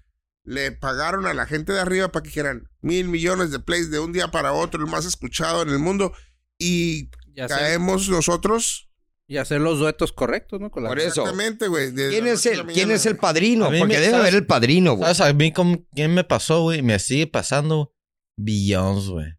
S6: le pagaron a la gente de arriba para que quieran mil millones de plays de un día para otro, el más escuchado en el mundo, y
S4: Y hacer,
S6: caemos nosotros.
S4: y hacer los duetos correctos, ¿no? Con la-
S3: Por eso.
S6: Exactamente, güey. de
S3: ¿Quién
S6: la
S3: es
S6: noche a la
S3: el, ¿quién
S6: mañana.
S3: es el padrino?
S5: A mí
S3: Porque
S5: me-
S3: debe
S5: ¿sabes?
S3: haber el padrino, güey.
S5: ¿Sabes a mí con quién me pasó, güey? Me sigue pasando Beyoncé, güey.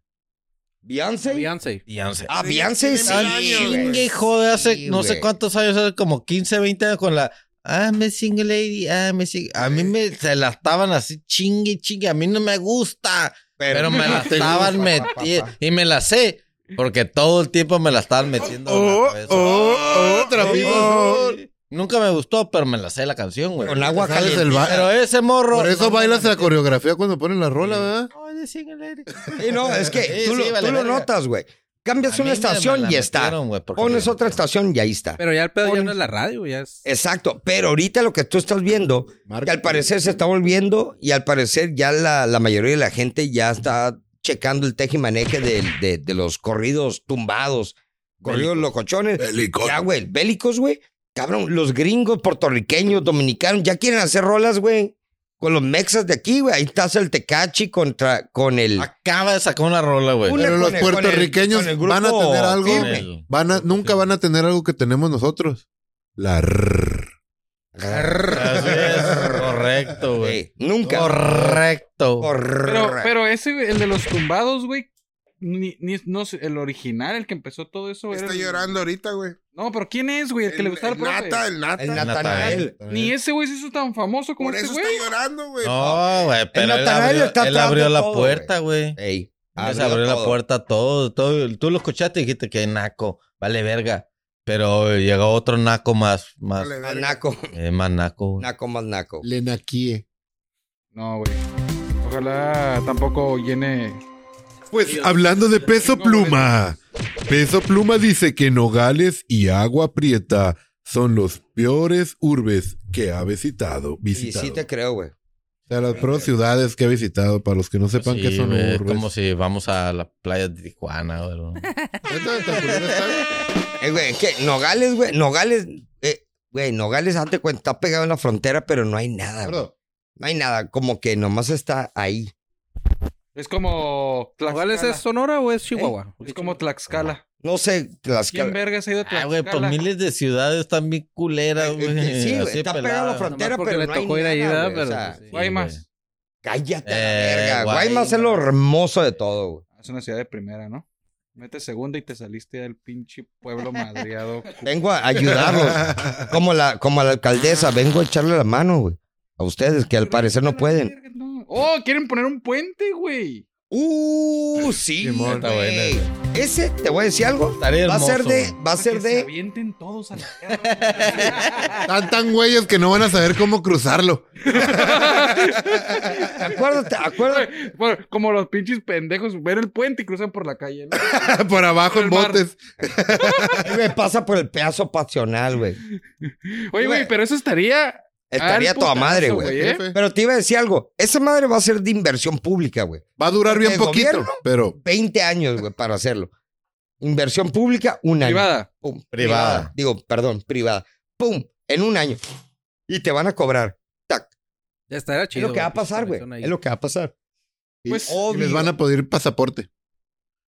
S3: Beyoncé.
S4: Beyoncé.
S5: Beyoncé.
S3: Ah, Beyoncé, sí.
S6: Tiene mil años, güey.
S5: Chingue y jode hace
S3: Sí,
S5: no
S3: güey.
S5: sé cuántos años, hace como 15, 20 años con la I'm a single lady, I'm a single... A mí me, se la estaban así chingue, y chingue. A mí no me gusta, pero me la estaban metiendo. Y me la sé, porque todo el tiempo me la estaban metiendo. en la
S6: Oh,
S5: cabeza.
S6: oh, otra
S5: Sí,
S6: vez.
S5: oh. Nunca me gustó, pero me la sé la canción, güey.
S3: Con agua
S1: Sales
S3: caliente.
S1: del ba-
S5: Pero ese morro...
S1: Por eso
S5: no,
S1: bailas
S5: no,
S1: la coreografía cuando ponen la rola,
S5: Sí.
S1: ¿verdad?
S5: Oh, I'm a single lady.
S3: Sí, no, es que
S5: Sí,
S3: tú,
S5: sí,
S3: lo,
S5: vale
S3: tú lo
S5: verga.
S3: notas, güey.
S5: A
S3: Cambias
S5: mí
S3: una
S5: me
S3: estación
S5: la
S3: y está.
S5: metieron, güey, porque-
S3: Pones otra estación y ahí está.
S4: Pero ya el pedo ya
S3: Ponen-
S4: no es la radio, ya es.
S3: Exacto. Pero ahorita lo que tú estás viendo, que al parecer se está volviendo y al parecer ya la, la mayoría de la gente ya está checando el tejimaneje de, de, de los corridos tumbados, corridos locochones.
S7: Bélicos.
S3: Ya, güey, bélicos, güey. Cabrón, los gringos, puertorriqueños, dominicanos, ya quieren hacer rolas, güey. Con los mexas de aquí, güey. Ahí estás el Tecachi contra con el.
S5: Acaba de sacar una rola, Ah, güey.
S3: Una
S1: Pero los
S3: con el- con el-
S1: puertorriqueños
S3: con el
S1: van a
S3: grupo
S1: tener algo.
S5: Con
S3: firme.
S5: el-
S1: Van a, nunca van a tener algo que tenemos nosotros. La rrr.
S5: Así es, correcto, güey.
S3: Sí, nunca.
S5: Correcto.
S2: Pero,
S3: Correcto.
S2: pero ese, güey, el de los tumbados, güey. Ni, ni- no sé, el original, el que empezó todo eso. era
S6: Está
S2: el-
S6: llorando ahorita, güey.
S2: No, pero ¿quién es, güey? El, que le gustaba el profe.
S6: Nata, el Nata.
S3: El
S5: Natanael.
S3: Natanael.
S2: Ni ese güey se hizo tan famoso como
S6: Por
S2: este
S6: eso
S2: güey.
S6: está llorando, güey.
S5: No, güey, pero él
S3: Natanael
S5: abrió,
S3: está
S5: él
S3: atrás
S5: abrió
S3: de
S5: la
S3: todo,
S5: puerta, güey.
S3: Ey,
S5: Él se
S3: abrió
S5: abrió la
S3: todo.
S5: puerta a todo, todo. Tú lo escuchaste y dijiste que naco, vale verga. Pero llegó otro naco más, más,
S6: Vale,
S3: Más
S6: verga.
S3: Naco.
S5: eh, más naco. güey.
S3: Naco más naco.
S1: Lenaquie.
S2: No, güey. Ojalá tampoco llene.
S1: Pues hablando de peso pluma. Peso pluma dice que Nogales y Agua Prieta son los peores urbes que ha visitado.
S3: Y
S1: visitado.
S3: sí te creo, güey.
S1: O sea, las peores ciudades que he visitado, para los que no sepan
S5: Sí,
S1: qué son
S5: güey,
S1: urbes.
S5: como si vamos a la playa de Tijuana, güey. ¿no?
S1: Neta, ¿te acuerdas, sabes?
S3: Eh, güey, ¿qué? Nogales, güey. Nogales. eh, Güey, Nogales, date cuenta, está pegado en la frontera, pero no hay nada, güey.
S1: Gordo,
S3: No hay nada, como que nomás está ahí.
S2: Es como.
S4: ¿Cuál es
S2: Tlaxcala.
S4: es Sonora o es Chihuahua?
S2: Es como Tlaxcala.
S3: No sé, las
S2: ¿Quién verga se ha ido a
S5: Ah,
S2: Tlaxcala?
S5: güey, pues miles de ciudades están bien culeras, güey.
S3: Eh, Sí, güey,
S5: así
S3: está pegado a la
S5: peladas.
S3: frontera,
S4: Nomás porque
S3: pero
S4: le
S3: no hay
S4: tocó ir
S3: nada,
S4: ahí, ¿verdad?
S3: güey,
S4: Pero,
S3: o sea,
S4: pues, sí.
S2: Guaymas.
S3: Cállate a
S5: Eh,
S3: la verga.
S5: Guaymas.
S3: Guaymas es lo hermoso de todo, güey.
S2: Es una ciudad de primera, ¿no? Mete segunda y te saliste del pinche pueblo madreado.
S3: Vengo a ayudarlos. como, la, como a la alcaldesa, vengo a echarle la mano, güey. A ustedes, que al parecer no pueden.
S2: No. Oh, quieren poner un puente, güey.
S3: Uh, sí,
S5: Simón. Está
S3: güey.
S5: buena,
S3: Ese, te voy a decir algo.
S5: Estaría
S3: Va a ser
S5: hermoso,
S3: de. Va a ser
S2: Que se
S3: de.
S2: avienten todos a la
S1: Están tan güeyes que no van a saber cómo cruzarlo.
S3: Acuérdate, acuérdate.
S2: Bueno, como los pinches pendejos ven el puente y cruzan por la calle. ¿no?
S1: Por abajo en
S2: El mar.
S1: botes.
S3: Me pasa por el pedazo pasional, güey.
S2: Oye, güey, pero eso estaría.
S3: Estaría
S2: al
S3: toda
S2: putazo,
S3: madre, Ah, güey.
S2: ¿eh?
S1: Jefe.
S3: Pero te iba a decir algo. Esa madre va a ser de inversión pública, güey.
S1: Va a durar bien
S3: El
S1: poquito,
S3: gobierno.
S1: pero
S3: 20 años, güey, para hacerlo. Inversión pública, un año.
S2: Privada.
S3: Pum,
S5: Privada.
S3: Digo, perdón, privada. Pum, en un año. Y te van a cobrar.
S4: Estará
S3: Es
S4: chido.
S3: lo que va a
S4: güey,
S3: pasar, güey.
S4: conexión ahí.
S3: Es lo que va a pasar.
S1: y-
S2: Pues,
S1: y les van a pedir pasaporte.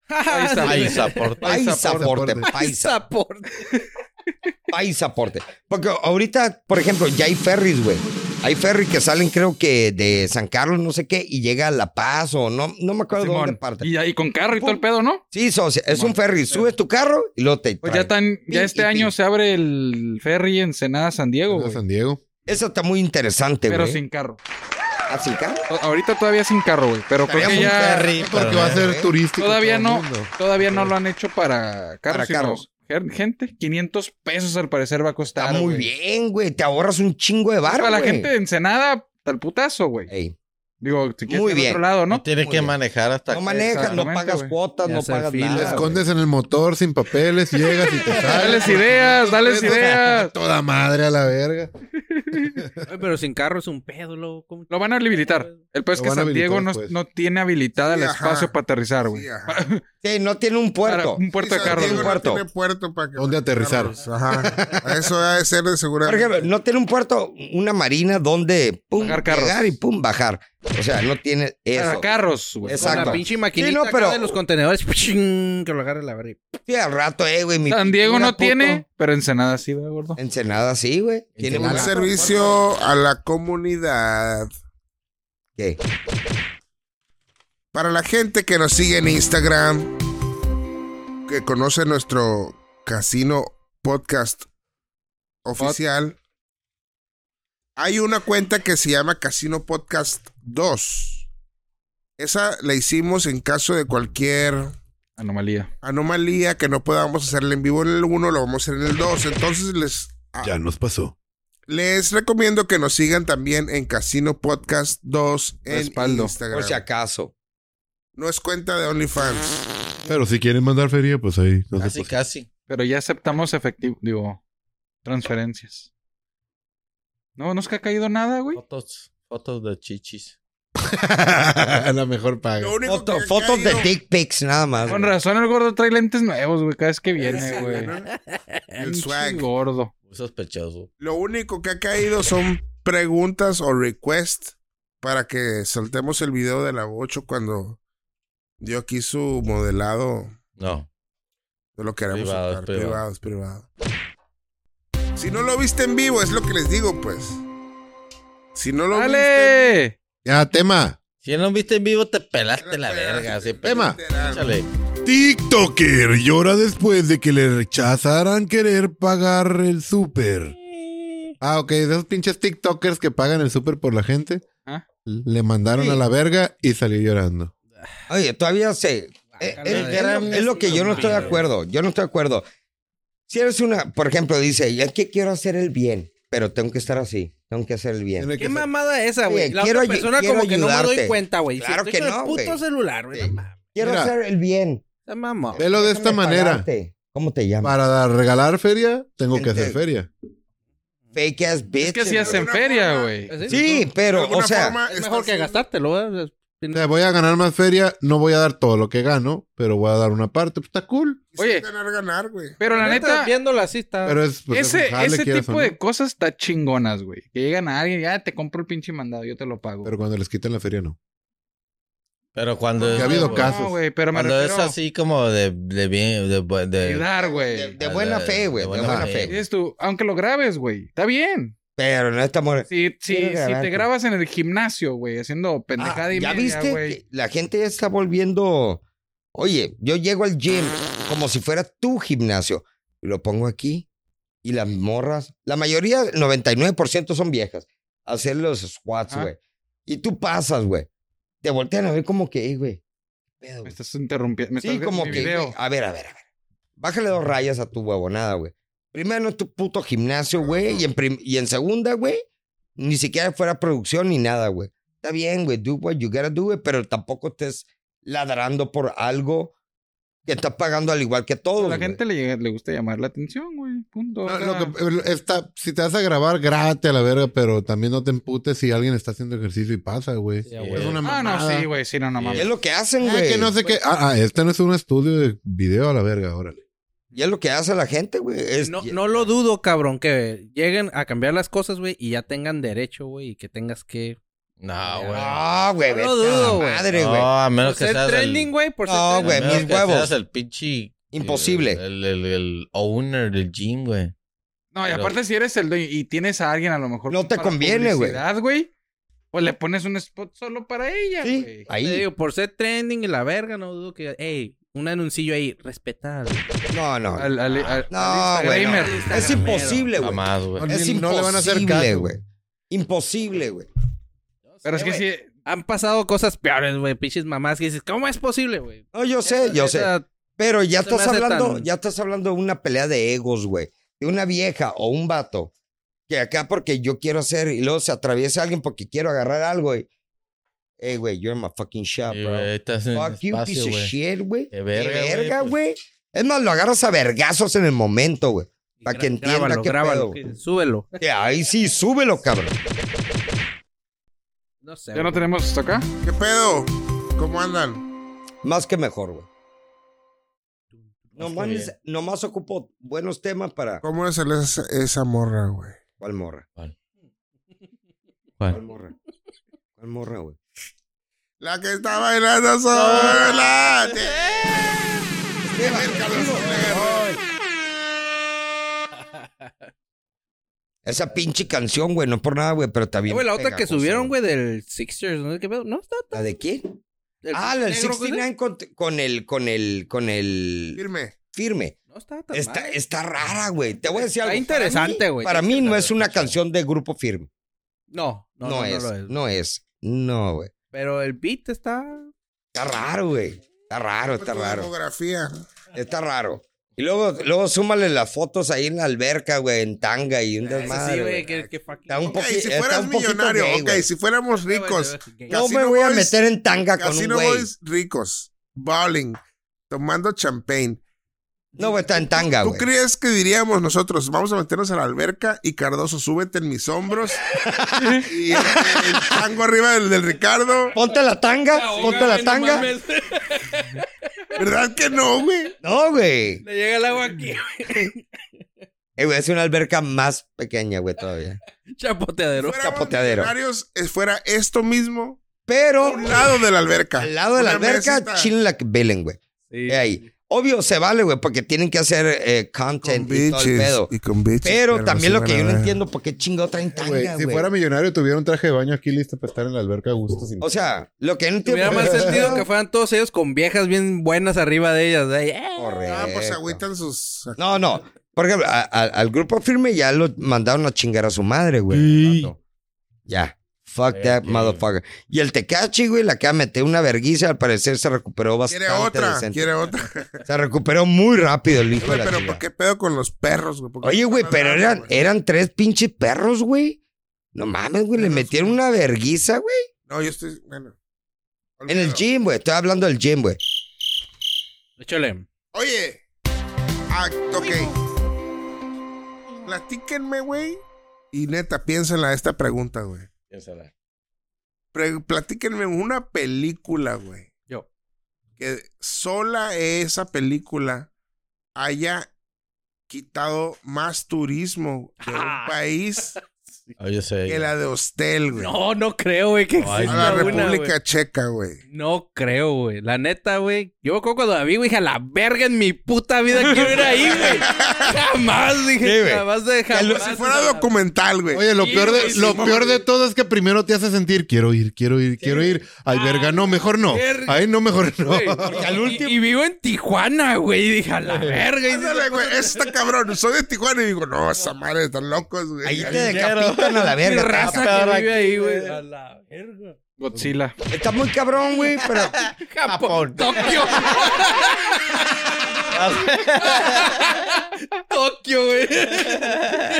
S2: Ahí está,
S4: Sí.
S2: ahí
S5: Ay, soporte.
S3: Paisaporte,
S1: pasaporte.
S3: paisa,
S4: Pasaporte.
S3: paisaporte. Porque ahorita, por ejemplo, ya hay ferries, güey. Hay ferries que salen, creo que de San Carlos, no sé qué, y llega a La Paz o no, no me acuerdo
S2: Simón.
S3: dónde parte.
S2: Y, ahí con carro y todo el pedo, ¿no?
S3: Sí, socio, es
S2: Simón.
S3: un ferry. Subes tu carro y lo te
S2: Pues
S3: traen.
S2: ya están, ya
S3: Pin
S2: este
S3: y
S2: año
S3: pin.
S2: se abre el ferry Ensenada San Diego, güey.
S1: San Diego.
S3: Eso está muy interesante,
S2: Pero
S3: güey.
S2: sin carro.
S3: ¿Ah, sin carro?
S2: O- Ahorita todavía sin carro, güey. Pero creo
S3: Estaría
S2: que
S3: muy
S2: ya
S5: Ferry,
S1: Porque
S5: pero-
S1: va a ser
S3: eh,
S1: turístico.
S2: todavía
S1: todo
S2: no,
S1: el mundo.
S2: todavía no lo han hecho para carros.
S3: Para
S2: sino
S3: carros.
S2: gen- Gente, 500 pesos al parecer va a costar.
S3: Está muy
S2: güey. Pues
S3: bien, güey. Te ahorras un chingo de barro,
S2: Para la
S3: güey.
S2: gente de Ensenada, al putazo, güey.
S3: Ey,
S2: Digo, si quieres ir
S3: Muy
S2: al
S3: bien.
S2: otro lado, ¿no?
S5: Tiene
S3: Muy
S5: que
S3: bien.
S5: manejar hasta
S3: No
S5: que-
S3: manejas, no
S2: exactamente,
S3: pagas
S2: güey.
S3: cuotas,
S4: Y
S3: no
S4: hacer
S3: pagas
S4: fila,
S1: Te
S3: nada. Ah, güey.
S1: escondes en el motor sin papeles, llegas y te sales.
S2: Dales ideas, dales
S1: Entonces,
S2: ideas.
S1: Toda madre a la verga.
S4: Oye, Pero sin carro es un pedo, loco. ¿Cómo-
S2: Lo van a habilitar. El peor es
S1: Lo
S2: que
S1: van a
S2: San Diego
S1: habilitar,
S2: no,
S1: pues.
S2: no tiene habilitada
S6: Sí,
S2: el
S6: ajá.
S2: espacio para aterrizar, güey.
S6: Sí, ajá.
S3: Sí, no tiene un
S2: Para
S3: puerto.
S2: un puerto
S6: Sí,
S2: de
S6: San
S2: carros.
S6: Diego
S2: güey.
S3: Un
S6: no
S3: puerto.
S6: tiene- tiene puerto para que-
S1: ¿Dónde aterrizar?
S6: Ajá. Eso ha de ser de seguridad.
S3: Por ejemplo, no tiene un puerto, una marina donde pum,
S2: Bajar carros.
S3: llegar y pum, bajar. O sea, no tiene
S2: Para
S3: eso.
S2: carros, güey.
S3: Exacto.
S4: Con la pinche maquinita
S3: Sí, no,
S4: acá
S3: pero-
S4: de los contenedores. ¡pshing! Que lo agarre la verga.
S3: Sí, al rato, eh, güey. mi
S2: San Diego
S3: pintura,
S2: no
S3: puto.
S2: tiene, pero Ensenada sí, ¿verdad, gordo?
S3: Ensenada sí, güey. Tiene
S6: Un
S3: una-
S6: servicio a la comunidad.
S3: ¿Qué?
S6: Para la gente que nos sigue en Instagram, que conoce nuestro casino podcast oficial, hay una cuenta que se llama Casino Podcast 2. Esa la hicimos en caso de cualquier
S2: Anomalía.
S6: anomalía que no podamos hacerla en vivo en el 1, lo vamos a hacer en el 2. Entonces les, a-
S1: Ya nos pasó.
S6: les recomiendo que nos sigan también en Casino Podcast 2 en
S2: Respaldo.
S6: Instagram.
S3: Por si acaso.
S6: no es cuenta de OnlyFans.
S1: Pero si quieren mandar feria, pues ahí. No se
S5: Casi,
S1: pasa.
S5: casi.
S2: Pero ya aceptamos efectivo, digo, transferencias. No, no es que ha caído nada, güey.
S5: Fotos, fotos de chichis.
S1: la mejor
S5: Eh,
S1: paga.
S6: Lo único
S3: Foto-
S6: que ha
S3: fotos de
S6: caído-
S3: dick pics nada más.
S2: Con
S3: güey.
S2: razón el gordo trae lentes nuevos, güey, cada vez que viene, güey.
S6: El
S2: Pinche
S6: swag.
S2: gordo.
S5: Muy sospechoso.
S6: Lo único que ha caído son preguntas o requests para que saltemos el video de la 8 cuando dio aquí su modelado.
S5: No.
S6: No lo queremos
S5: Privado,
S6: soltar.
S5: es privado.
S6: Privado, es privado. Si no lo viste en vivo, es lo que les digo, pues. Si no lo viste.
S2: ¡Dale!
S1: Ya, tema.
S5: Si no viste en vivo, te pelaste la verga. así,
S1: Tema.
S6: literal.
S5: Échale.
S1: TikToker llora después de que le rechazaran querer pagar el súper. Ah, ok, de esos pinches TikTokers que pagan el súper por la gente.
S2: Ah.
S1: Le mandaron a la verga y salió llorando.
S3: Oye, todavía se. eh,
S4: Guácala,
S3: es,
S4: de
S3: es lo-
S4: veras,
S3: es lo que yo no estoy de
S4: madre.
S3: acuerdo. Yo no estoy de acuerdo. Si eres una, por ejemplo, dice, ya que quiero hacer el bien, pero tengo que estar así, tengo que hacer el bien.
S1: Tiene
S4: ¿Qué
S1: que ser-
S4: mamada esa, güey?
S3: Oye,
S4: La
S3: quiero
S4: otra
S3: ayu-
S4: persona
S3: quiero
S4: como que no me
S3: ayudarte.
S4: doy cuenta, güey. Si
S3: Claro
S4: estoy
S3: que
S4: con el
S3: no,
S4: puto
S3: güey.
S4: celular, güey.
S3: Sí.
S4: No mames.
S3: Quiero
S1: Mira.
S3: hacer el bien.
S4: Esa mamá.
S1: Velo de esta
S3: Déjame
S1: manera.
S3: pagarte. ¿Cómo te llamas?
S1: Para dar- regalar feria, tengo que hacer
S3: Gente.
S1: feria.
S3: Fake ass bitch.
S2: Es que si
S3: güey.
S2: hacen
S6: Una
S2: feria,
S6: forma- Pues,
S2: güey.
S3: Sí,
S6: De
S3: pero,
S6: alguna
S3: o sea,
S6: forma,
S4: Pues Es mejor
S6: estás-
S4: que gastártelo, ¿eh?
S1: O sea, voy a ganar más feria, no voy a dar todo lo que gano, pero voy a dar una parte. Pues está cool.
S2: Oye.
S6: Oye. Ganar, ganar, güey.
S2: Pero la neta,
S4: viéndola así está.
S1: Pero es, pues, es un
S2: ese,
S1: jale,
S2: ese
S1: quieras o
S2: tipo
S1: no.
S2: de cosas está chingonas, güey. Que llegan a alguien, ya te compro el pinche mandado, yo te lo pago.
S1: Pero cuando les quitan la feria, no.
S5: Pero cuando.
S1: Que ha habido
S5: cuando-
S1: casos.
S2: No, güey, pero me
S5: Cuando es
S2: refiero
S5: así como de, de bien. De, de-
S2: a
S5: de-
S2: ayudar,
S3: de,
S2: güey.
S3: de buena fe, güey, de buena, fe.
S2: Dices tú, aunque lo grabes, güey, está bien.
S3: Pero no estamos...
S2: Si, si,
S3: Quiero
S2: si
S3: grabarte.
S2: te grabas en el gimnasio, güey, haciendo pendejada
S3: Ah,
S2: y
S3: ¿Ya
S2: media,
S3: viste?
S2: güey.
S3: que La gente ya está volviendo... Oye, yo llego al gym como si fuera tu gimnasio. y Lo pongo aquí y las morras... La mayoría, 99% son viejas. Hacer los squats,
S2: Ajá.
S3: güey. Y tú pasas, güey. Te voltean a ver como que, "Ey, güey, pedo,
S2: Me
S3: güey?
S2: estás interrumpiendo. Me
S3: Sí,
S2: estás
S3: como
S2: mi
S3: que,
S2: video.
S3: güey, a ver, a ver, a ver. Bájale dos rayas a tu huevonada, güey. Primero es tu puto gimnasio, güey. Y en, prim- y en segunda, güey, ni siquiera fuera producción ni nada, güey. Está bien, güey, do what you gotta do, güey, pero tampoco estés ladrando por algo que estás pagando al igual que todos,
S2: la
S3: güey.
S2: gente le, llega- le gusta llamar la atención, güey. Punto.
S1: No,
S2: O sea,
S1: lo que- lo- está- si te vas a grabar, grábate a la verga, pero también no te emputes si alguien está haciendo ejercicio y pasa, güey.
S5: Sí, a
S1: es
S5: huevo.
S1: una
S2: Ah,
S1: mamada.
S2: no, sí, güey. Sí, no, no
S3: Y
S2: mames.
S3: es lo que hacen,
S1: Ah,
S3: güey.
S1: que no sé qué. Ah, ah, este no es un estudio de video a la verga, órale.
S3: Y es lo que hace la gente, güey. Es-
S4: No, no lo dudo, cabrón, que lleguen a cambiar las cosas, güey, y ya tengan derecho, güey, y que tengas que...
S5: No, güey.
S3: No, Ah, güey,
S4: No
S3: vete
S4: lo
S3: a la
S4: dudo, güey.
S3: madre, güey. Pues
S5: No, a menos
S4: Por
S5: que
S4: ser
S5: seas
S4: trending,
S5: el,
S4: güey, por ser
S3: No,
S4: trending.
S5: a
S3: güey,
S5: menos
S3: mis
S5: que
S3: huevos.
S5: seas el pinche...
S3: Imposible.
S5: El, el- el owner del gym, güey.
S2: No, y
S5: Pero-
S2: aparte si eres el dueño y tienes a alguien a lo mejor...
S3: No te
S2: para
S3: conviene, güey.
S2: publicidad, güey. Pues le pones un spot solo para ella,
S3: Sí,
S2: güey.
S3: ahí.
S4: Te digo, por ser trending y la verga, no dudo que... Ey, un anuncillo ahí, respetado.
S3: No, no.
S2: Al, al, al-
S3: No,
S2: al
S3: güey. no.
S2: Instagramer.
S3: Es imposible, güey.
S5: Jamás, güey.
S3: Es
S1: No le van a hacer
S3: imposible,
S1: caso.
S3: güey. Imposible, güey.
S2: Pero es que
S4: güey.
S2: sí...
S4: Han pasado cosas peores, güey, pinches mamás que dices, ¿cómo es posible, güey?
S3: No, yo sé, yo sé.
S4: Esa-
S3: Pero ya
S4: se me
S3: estás
S4: hace
S3: hablando,
S4: tan-
S3: ya estás hablando de una pelea de egos, güey. De una vieja o un vato. Que acá porque yo quiero hacer y luego se atraviesa alguien porque quiero agarrar algo, güey. Ey, güey, you're in my fucking shop,
S5: Sí,
S3: bro.
S5: güey, estás en
S3: Fuck you,
S5: espacio,
S3: piece of
S5: güey.
S3: shit, güey.
S5: Qué
S3: Qué
S5: verga, güey,
S3: verga,
S5: pues.
S3: güey. Es más, lo agarras a vergazos en el momento, güey. Para que
S4: Gra-
S3: entienda
S4: grábalo,
S3: qué
S4: grábalo,
S3: pedo.
S4: que- Súbelo.
S3: Que Ahí sí, súbelo, cabrón.
S4: No sé.
S2: ¿Ya no
S4: güey.
S2: tenemos hasta acá?
S6: ¿Qué pedo? ¿Cómo andan?
S3: Más que mejor, güey.
S5: que bien.
S3: Nomás, nomás ocupo buenos temas para...
S6: ¿Cómo es el- esa, esa morra, güey?
S3: ¿Cuál morra?
S5: ¿Cuál?
S3: ¿Cuál morra? ¿Cuál morra, güey?
S6: La que está bailando sola.
S3: Esa pinche canción, güey, no por nada, güey, pero está
S4: Eh,
S3: bien.
S4: güey, la otra que
S3: pegajosa,
S4: subieron, güey, del Sixers, no sé qué pedo. No, está.
S3: ¿La de quién?
S4: del
S3: Ah, la del
S4: negro, güey.
S3: 69 con, con el, con el, con el
S6: Firme.
S3: firme.
S4: No está tan
S3: Está,
S4: mal.
S3: está rara, güey. Te voy a decir algo.
S4: Está
S3: Para
S4: interesante,
S3: mí-
S4: güey.
S3: Para mí no es una
S5: interesante.
S3: canción de grupo firme.
S4: No, no,
S3: No,
S4: no, no
S3: es,
S4: lo es.
S3: no es. No, güey.
S4: Pero el beat está.
S3: Está raro, güey. Está raro, está
S6: Tu
S3: raro.
S6: Demografía.
S3: Está raro. Y luego, luego súmale las fotos ahí en la alberca, güey, en tanga y un desmadre.
S4: Ah, sí,
S3: güey.
S4: güey, que, que fucking.
S3: Está un
S6: Ok,
S3: poquito.
S6: si fueras millonario, ok, si fuéramos ricos,
S3: No me
S6: Casino
S3: voy a
S6: Boys-
S3: meter en tanga con un
S6: casino
S3: güey.
S6: boys ricos, bowling, tomando champagne.
S3: No, güey, está en tanga, Ah,
S6: ¿Tú
S3: güey.
S6: crees que diríamos nosotros, vamos a meternos a la alberca y Cardoso, súbete en mis hombros? y el, el tango arriba del, del Ricardo.
S3: Ponte la tanga, ponte la tanga.
S6: ¿Verdad que no, güey?
S3: No, güey.
S4: Le llega el agua aquí, güey.
S3: Eh, güey, es una alberca más pequeña, güey, todavía.
S4: Chapoteadero.
S6: Fuéramos
S3: capoteadero.
S6: millonarios, eh, fuera esto mismo, a
S3: Pero
S6: un lado de la alberca.
S3: al lado de la
S6: Una
S3: alberca,
S6: mesita
S3: chile la que velen, güey.
S4: Sí.
S3: Eh, Ahí. Obvio, se vale, güey, porque tienen que hacer eh,
S6: Con
S3: content y todo el
S6: bitches.
S3: pedo.
S6: y con bitches,
S3: Pero también
S6: sí
S3: lo que
S6: van a
S3: yo no
S6: ver.
S3: entiendo, ¿por qué chingado traen tanga,
S1: Güey,
S3: güey?
S1: si fuera millonario, tuviera un traje de baño aquí listo para estar en la alberca a gusto. Sin...
S3: O sea, lo que yo no entiendo...
S4: Hubiera más sentido que fueran todos ellos con viejas bien buenas arriba de ellas. ahí, eh.
S6: Ah, pues
S3: Correcto.
S6: agüitan sus.
S3: No, no. Por ejemplo, a- a- al grupo firme ya lo mandaron a chingar a su madre, güey.
S6: Mm.
S1: Sí.
S3: Vato. Ya. Fuck
S5: Sí,
S3: that
S5: sí.
S3: motherfucker. Y el Tecachi, güey, la que metió una verguiza, al parecer se recuperó bastante.
S6: Quiere otra,
S3: decente.
S6: quiere otra.
S3: Se recuperó muy rápido el hijo
S6: Güey,
S3: de la
S6: pero
S3: chingada.
S6: ¿por qué pedo con los perros, güey? ¿Por qué
S3: Oye, güey,
S6: están
S3: pero
S6: ladrando,
S3: eran,
S6: güey?
S3: eran tres pinches perros, güey. No mames, güey, le
S6: Perros,
S3: metieron una verguiza, güey.
S6: No, yo estoy. Bueno.
S3: En el
S6: Olvídalo.
S3: gym, güey. Estoy hablando del gym, güey.
S4: Échale.
S6: Oye. Ah, ok. Platíquenme, güey. Y neta, piénsenla esta pregunta, güey.
S5: Piénsala.
S6: Pre- platíquenme una película, güey.
S4: Yo.
S6: Que sola esa película haya quitado más turismo de un país
S5: Ah, yo sé.
S6: que la de hostel, güey.
S4: No, no creo, güey, que
S5: Ay,
S6: a
S4: exista
S6: la
S4: una,
S6: República
S4: güey.
S6: Checa, güey.
S4: No creo, güey. La neta, güey. Yo me acuerdo cuando la vi, güey, dije, a la verga en mi puta vida quiero ir ahí, güey. Jamás,
S3: Sí,
S4: dije,
S3: güey.
S4: jamás de jamás.
S6: Si fuera documental, güey.
S1: Oye, lo,
S4: Sí,
S1: peor de,
S4: güey,
S1: lo
S4: sí,
S1: peor de todo es que primero te hace sentir, quiero ir, quiero ir, quiero ir. Alberga, no, mejor no.
S4: verga.
S1: Ay, no, mejor no.
S4: Güey, y- Y, vivo en Tijuana, güey. Y dije, a la verga. Y
S6: Ándale, güey, ese está cabrón. Soy de Tijuana y digo, no, esa madre, están locos, güey.
S3: Ahí te
S6: Ahí-
S3: decapitan a la
S4: mi
S3: verga.
S4: raza que vive ahí, güey. A la verga.
S2: Godzilla.
S3: Está muy cabrón, güey, pero.
S5: Japón.
S4: Tokio. Tokio, güey.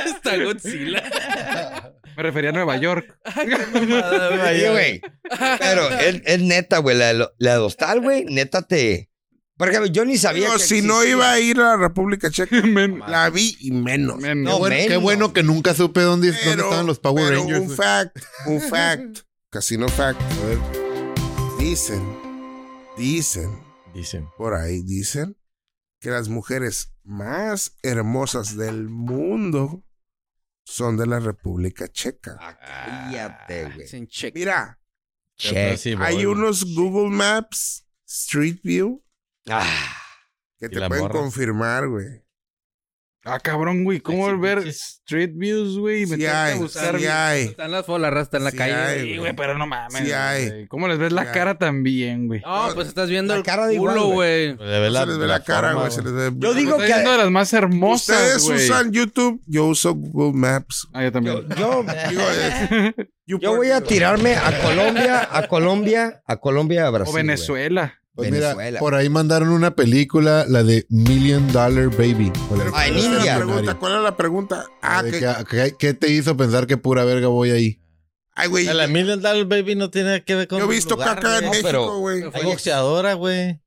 S4: Está Godzilla.
S2: Me refería a Nueva York.
S3: Sí, Ah, güey. Pero es, es neta, güey. La, de lo- la de Dostal, güey, neta te. Por ejemplo, yo ni sabía.
S6: No,
S3: que
S6: si no
S3: existía.
S6: iba a ir a la República Checa,
S2: Men-
S6: la vi y menos.
S2: men-
S3: No,
S1: bueno, qué
S3: menos.
S1: bueno que nunca supe dónde, dónde
S6: Pero-
S1: estaban los Power
S6: pero
S1: Rangers.
S6: Un
S1: güey.
S6: fact, un fact, casino fact. A ver. Dicen, dicen,
S5: Dicen.
S6: por ahí dicen que las mujeres más hermosas del mundo son de la República Checa.
S3: Ah, Cállate, güey.
S4: Sin check.
S6: Mira,
S5: Pero
S3: Che.
S5: sí,
S6: hay
S5: voy.
S6: unos Google Maps, Street View,
S3: Ah,
S6: que
S5: Y
S6: te
S5: las
S6: pueden
S5: morras.
S6: confirmar, güey.
S2: Ah, cabrón, güey. ¿Cómo
S5: Ay, sí,
S2: ver
S5: pinches.
S2: Street Views, güey? Me
S6: Sí
S2: tengo
S6: hay,
S2: que buscar.
S6: sí hay.
S4: Están las fotos, la rasta en la
S6: Sí
S4: calle.
S6: hay,
S2: Sí, güey, pero no mames.
S6: Sí hay.
S2: güey. ¿Cómo les ves
S6: Sí
S2: la
S6: hay.
S2: cara también, güey?
S4: No, pues estás viendo
S3: La
S4: el
S3: cara de igual,
S4: culo, güey.
S5: Le ve
S6: se les ve la, cara,
S5: forma,
S6: güey. se les ve-
S3: Yo digo
S2: Estás
S3: que-
S2: viendo de las más hermosas,
S6: Ustedes
S2: güey.
S6: usan YouTube, yo uso Google Maps.
S2: Ah, yo
S3: yo,
S2: también.
S3: yo,
S6: Digo, es-
S3: yo voy a tirarme a Colombia, a Colombia, a Colombia, a Brasil.
S2: o
S3: güey.
S2: Venezuela.
S1: Pues mira,
S3: Venezuela.
S1: por ahí mandaron una película, la de Million Dollar Baby.
S3: Ah, en
S6: ¿Cuál es la
S3: India.
S6: pregunta? ¿Cuál es la pregunta? Ah,
S1: De
S6: que-
S1: que- que- ¿Qué te hizo pensar que pura verga voy ahí?
S6: ay, güey.
S5: A la Million Dollar Baby no tiene nada que ver con.
S6: Yo he visto
S5: lugar,
S6: caca en
S5: güey.
S3: No, pero-
S6: México, güey.
S5: Hay boxeadora, güey.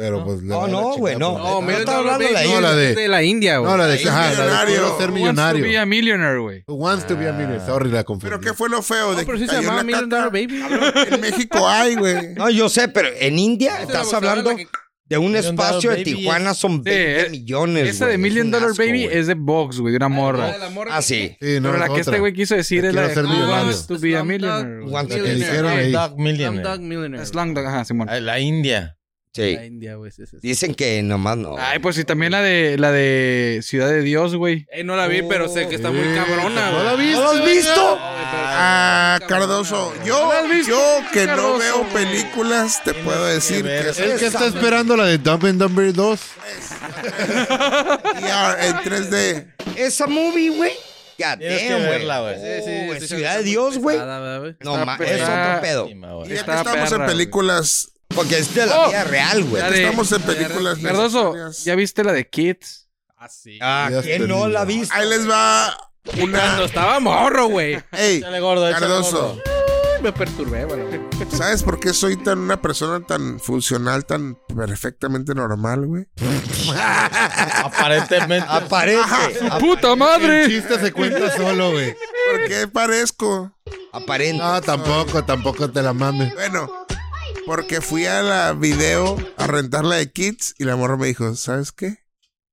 S1: Pero pues le
S3: No,
S1: va a la
S3: no, güey,
S1: chingada,
S3: no.
S1: pues.
S4: No, mira,
S3: estaba
S4: no,
S3: hablando
S4: la,
S3: la
S1: India.
S4: la de, la India, güey.
S1: No, la de ajá, la de
S6: millonario.
S1: quiero ser
S2: Who wants to be
S1: millonario.
S2: a millionaire, güey.
S1: Who wants to be a millionaire? Sorry, la confundí.
S6: Pero ¿qué fue lo feo?
S4: No,
S6: de
S4: Ah, pero
S6: que
S4: sí se
S6: cayó
S4: llamaba
S6: la
S4: Million
S6: caca?
S4: Dollar Baby.
S6: En México hay, güey.
S3: No, yo sé, pero en India estás hablando de un
S5: Million
S3: espacio de
S5: Dollar Baby
S3: Tijuana, son 20
S2: eh,
S3: millones.
S2: Esa
S3: güey,
S2: de
S3: es
S2: Million
S3: un
S2: Dollar
S3: asco,
S2: Baby
S3: güey.
S2: es de box, güey, de una morra.
S3: Ah, sí.
S1: Sí, no,
S2: Pero la
S1: es
S2: que
S1: otra.
S2: este güey quiso decir
S1: Yo
S2: es la
S1: quiero
S2: de
S1: ser
S2: Who
S1: millonario.
S2: wants to be a millionaire. güey.
S3: Wants
S1: La que dijeron ahí.
S5: Dog Million.
S4: Dog Millionaire.
S2: Slumdog, ajá, Simón.
S5: Ah, La India.
S3: Sí.
S4: La India, güey. sí, sí, sí.
S3: Dicen que nomás no.
S2: Ay, pues sí, también la de la de Ciudad de Dios, güey.
S4: Eh, no la vi, pero sé que está muy
S1: Eh,
S4: cabrona,
S1: ¿No
S4: güey.
S1: la viste?
S3: ¿No lo has visto?
S6: Ah, Cardoso, yo,
S2: ¿No la has visto,
S6: yo que no
S2: Cardoso,
S6: veo
S2: güey?
S6: películas, te puedo
S5: que
S6: decir
S5: ver
S6: pues, que
S5: esa
S1: Es que está esperando la de Dumb and Dumber 2.
S6: VR en 3D.
S3: Esa movie, güey. Ya,
S5: Tienes que
S3: damn, güey.
S5: verla, güey.
S3: Sí, sí,
S4: Oh,
S3: sí,
S4: sí,
S3: Ciudad
S4: sí,
S3: de
S4: sí,
S3: Dios,
S4: muy
S3: güey.
S4: pesada, güey.
S3: No,
S2: Está
S3: ma, es
S2: pesada.
S5: Ah,
S3: otro pedo.
S5: Encima,
S6: Y
S5: güey.
S6: ya que
S2: Está
S6: estamos
S2: perra,
S6: en
S2: güey.
S6: películas,
S3: Porque es de la
S2: Oh.
S3: vida real, güey.
S2: Ya de-
S6: estamos en películas
S2: Cardoso,
S6: necesarias.
S2: ¿ya viste la de Kids?
S4: Ah, sí.
S3: Ah,
S1: Ya
S3: ¿quién
S1: está
S3: no
S1: bien.
S3: la ha visto?
S6: Ahí les va
S4: Cuando
S6: una.
S4: estaba morro, güey.
S6: Ey,
S5: Échale gordo, échale
S6: Cardoso.
S5: gordo.
S4: Me perturbé, güey.
S6: ¿Sabes por qué soy tan una persona tan funcional, tan perfectamente normal, güey?
S5: Aparentemente.
S3: Aparente. ap-
S2: ¡Puta
S1: El
S2: madre!
S1: chiste se cuenta solo, güey.
S6: ¿Por qué parezco?
S3: aparente.
S6: Ah.
S5: Ah,
S1: No, tampoco, tampoco te la mames.
S6: Bueno, porque fui a la video a rentar la de Kids y la morra me dijo, ¿sabes qué?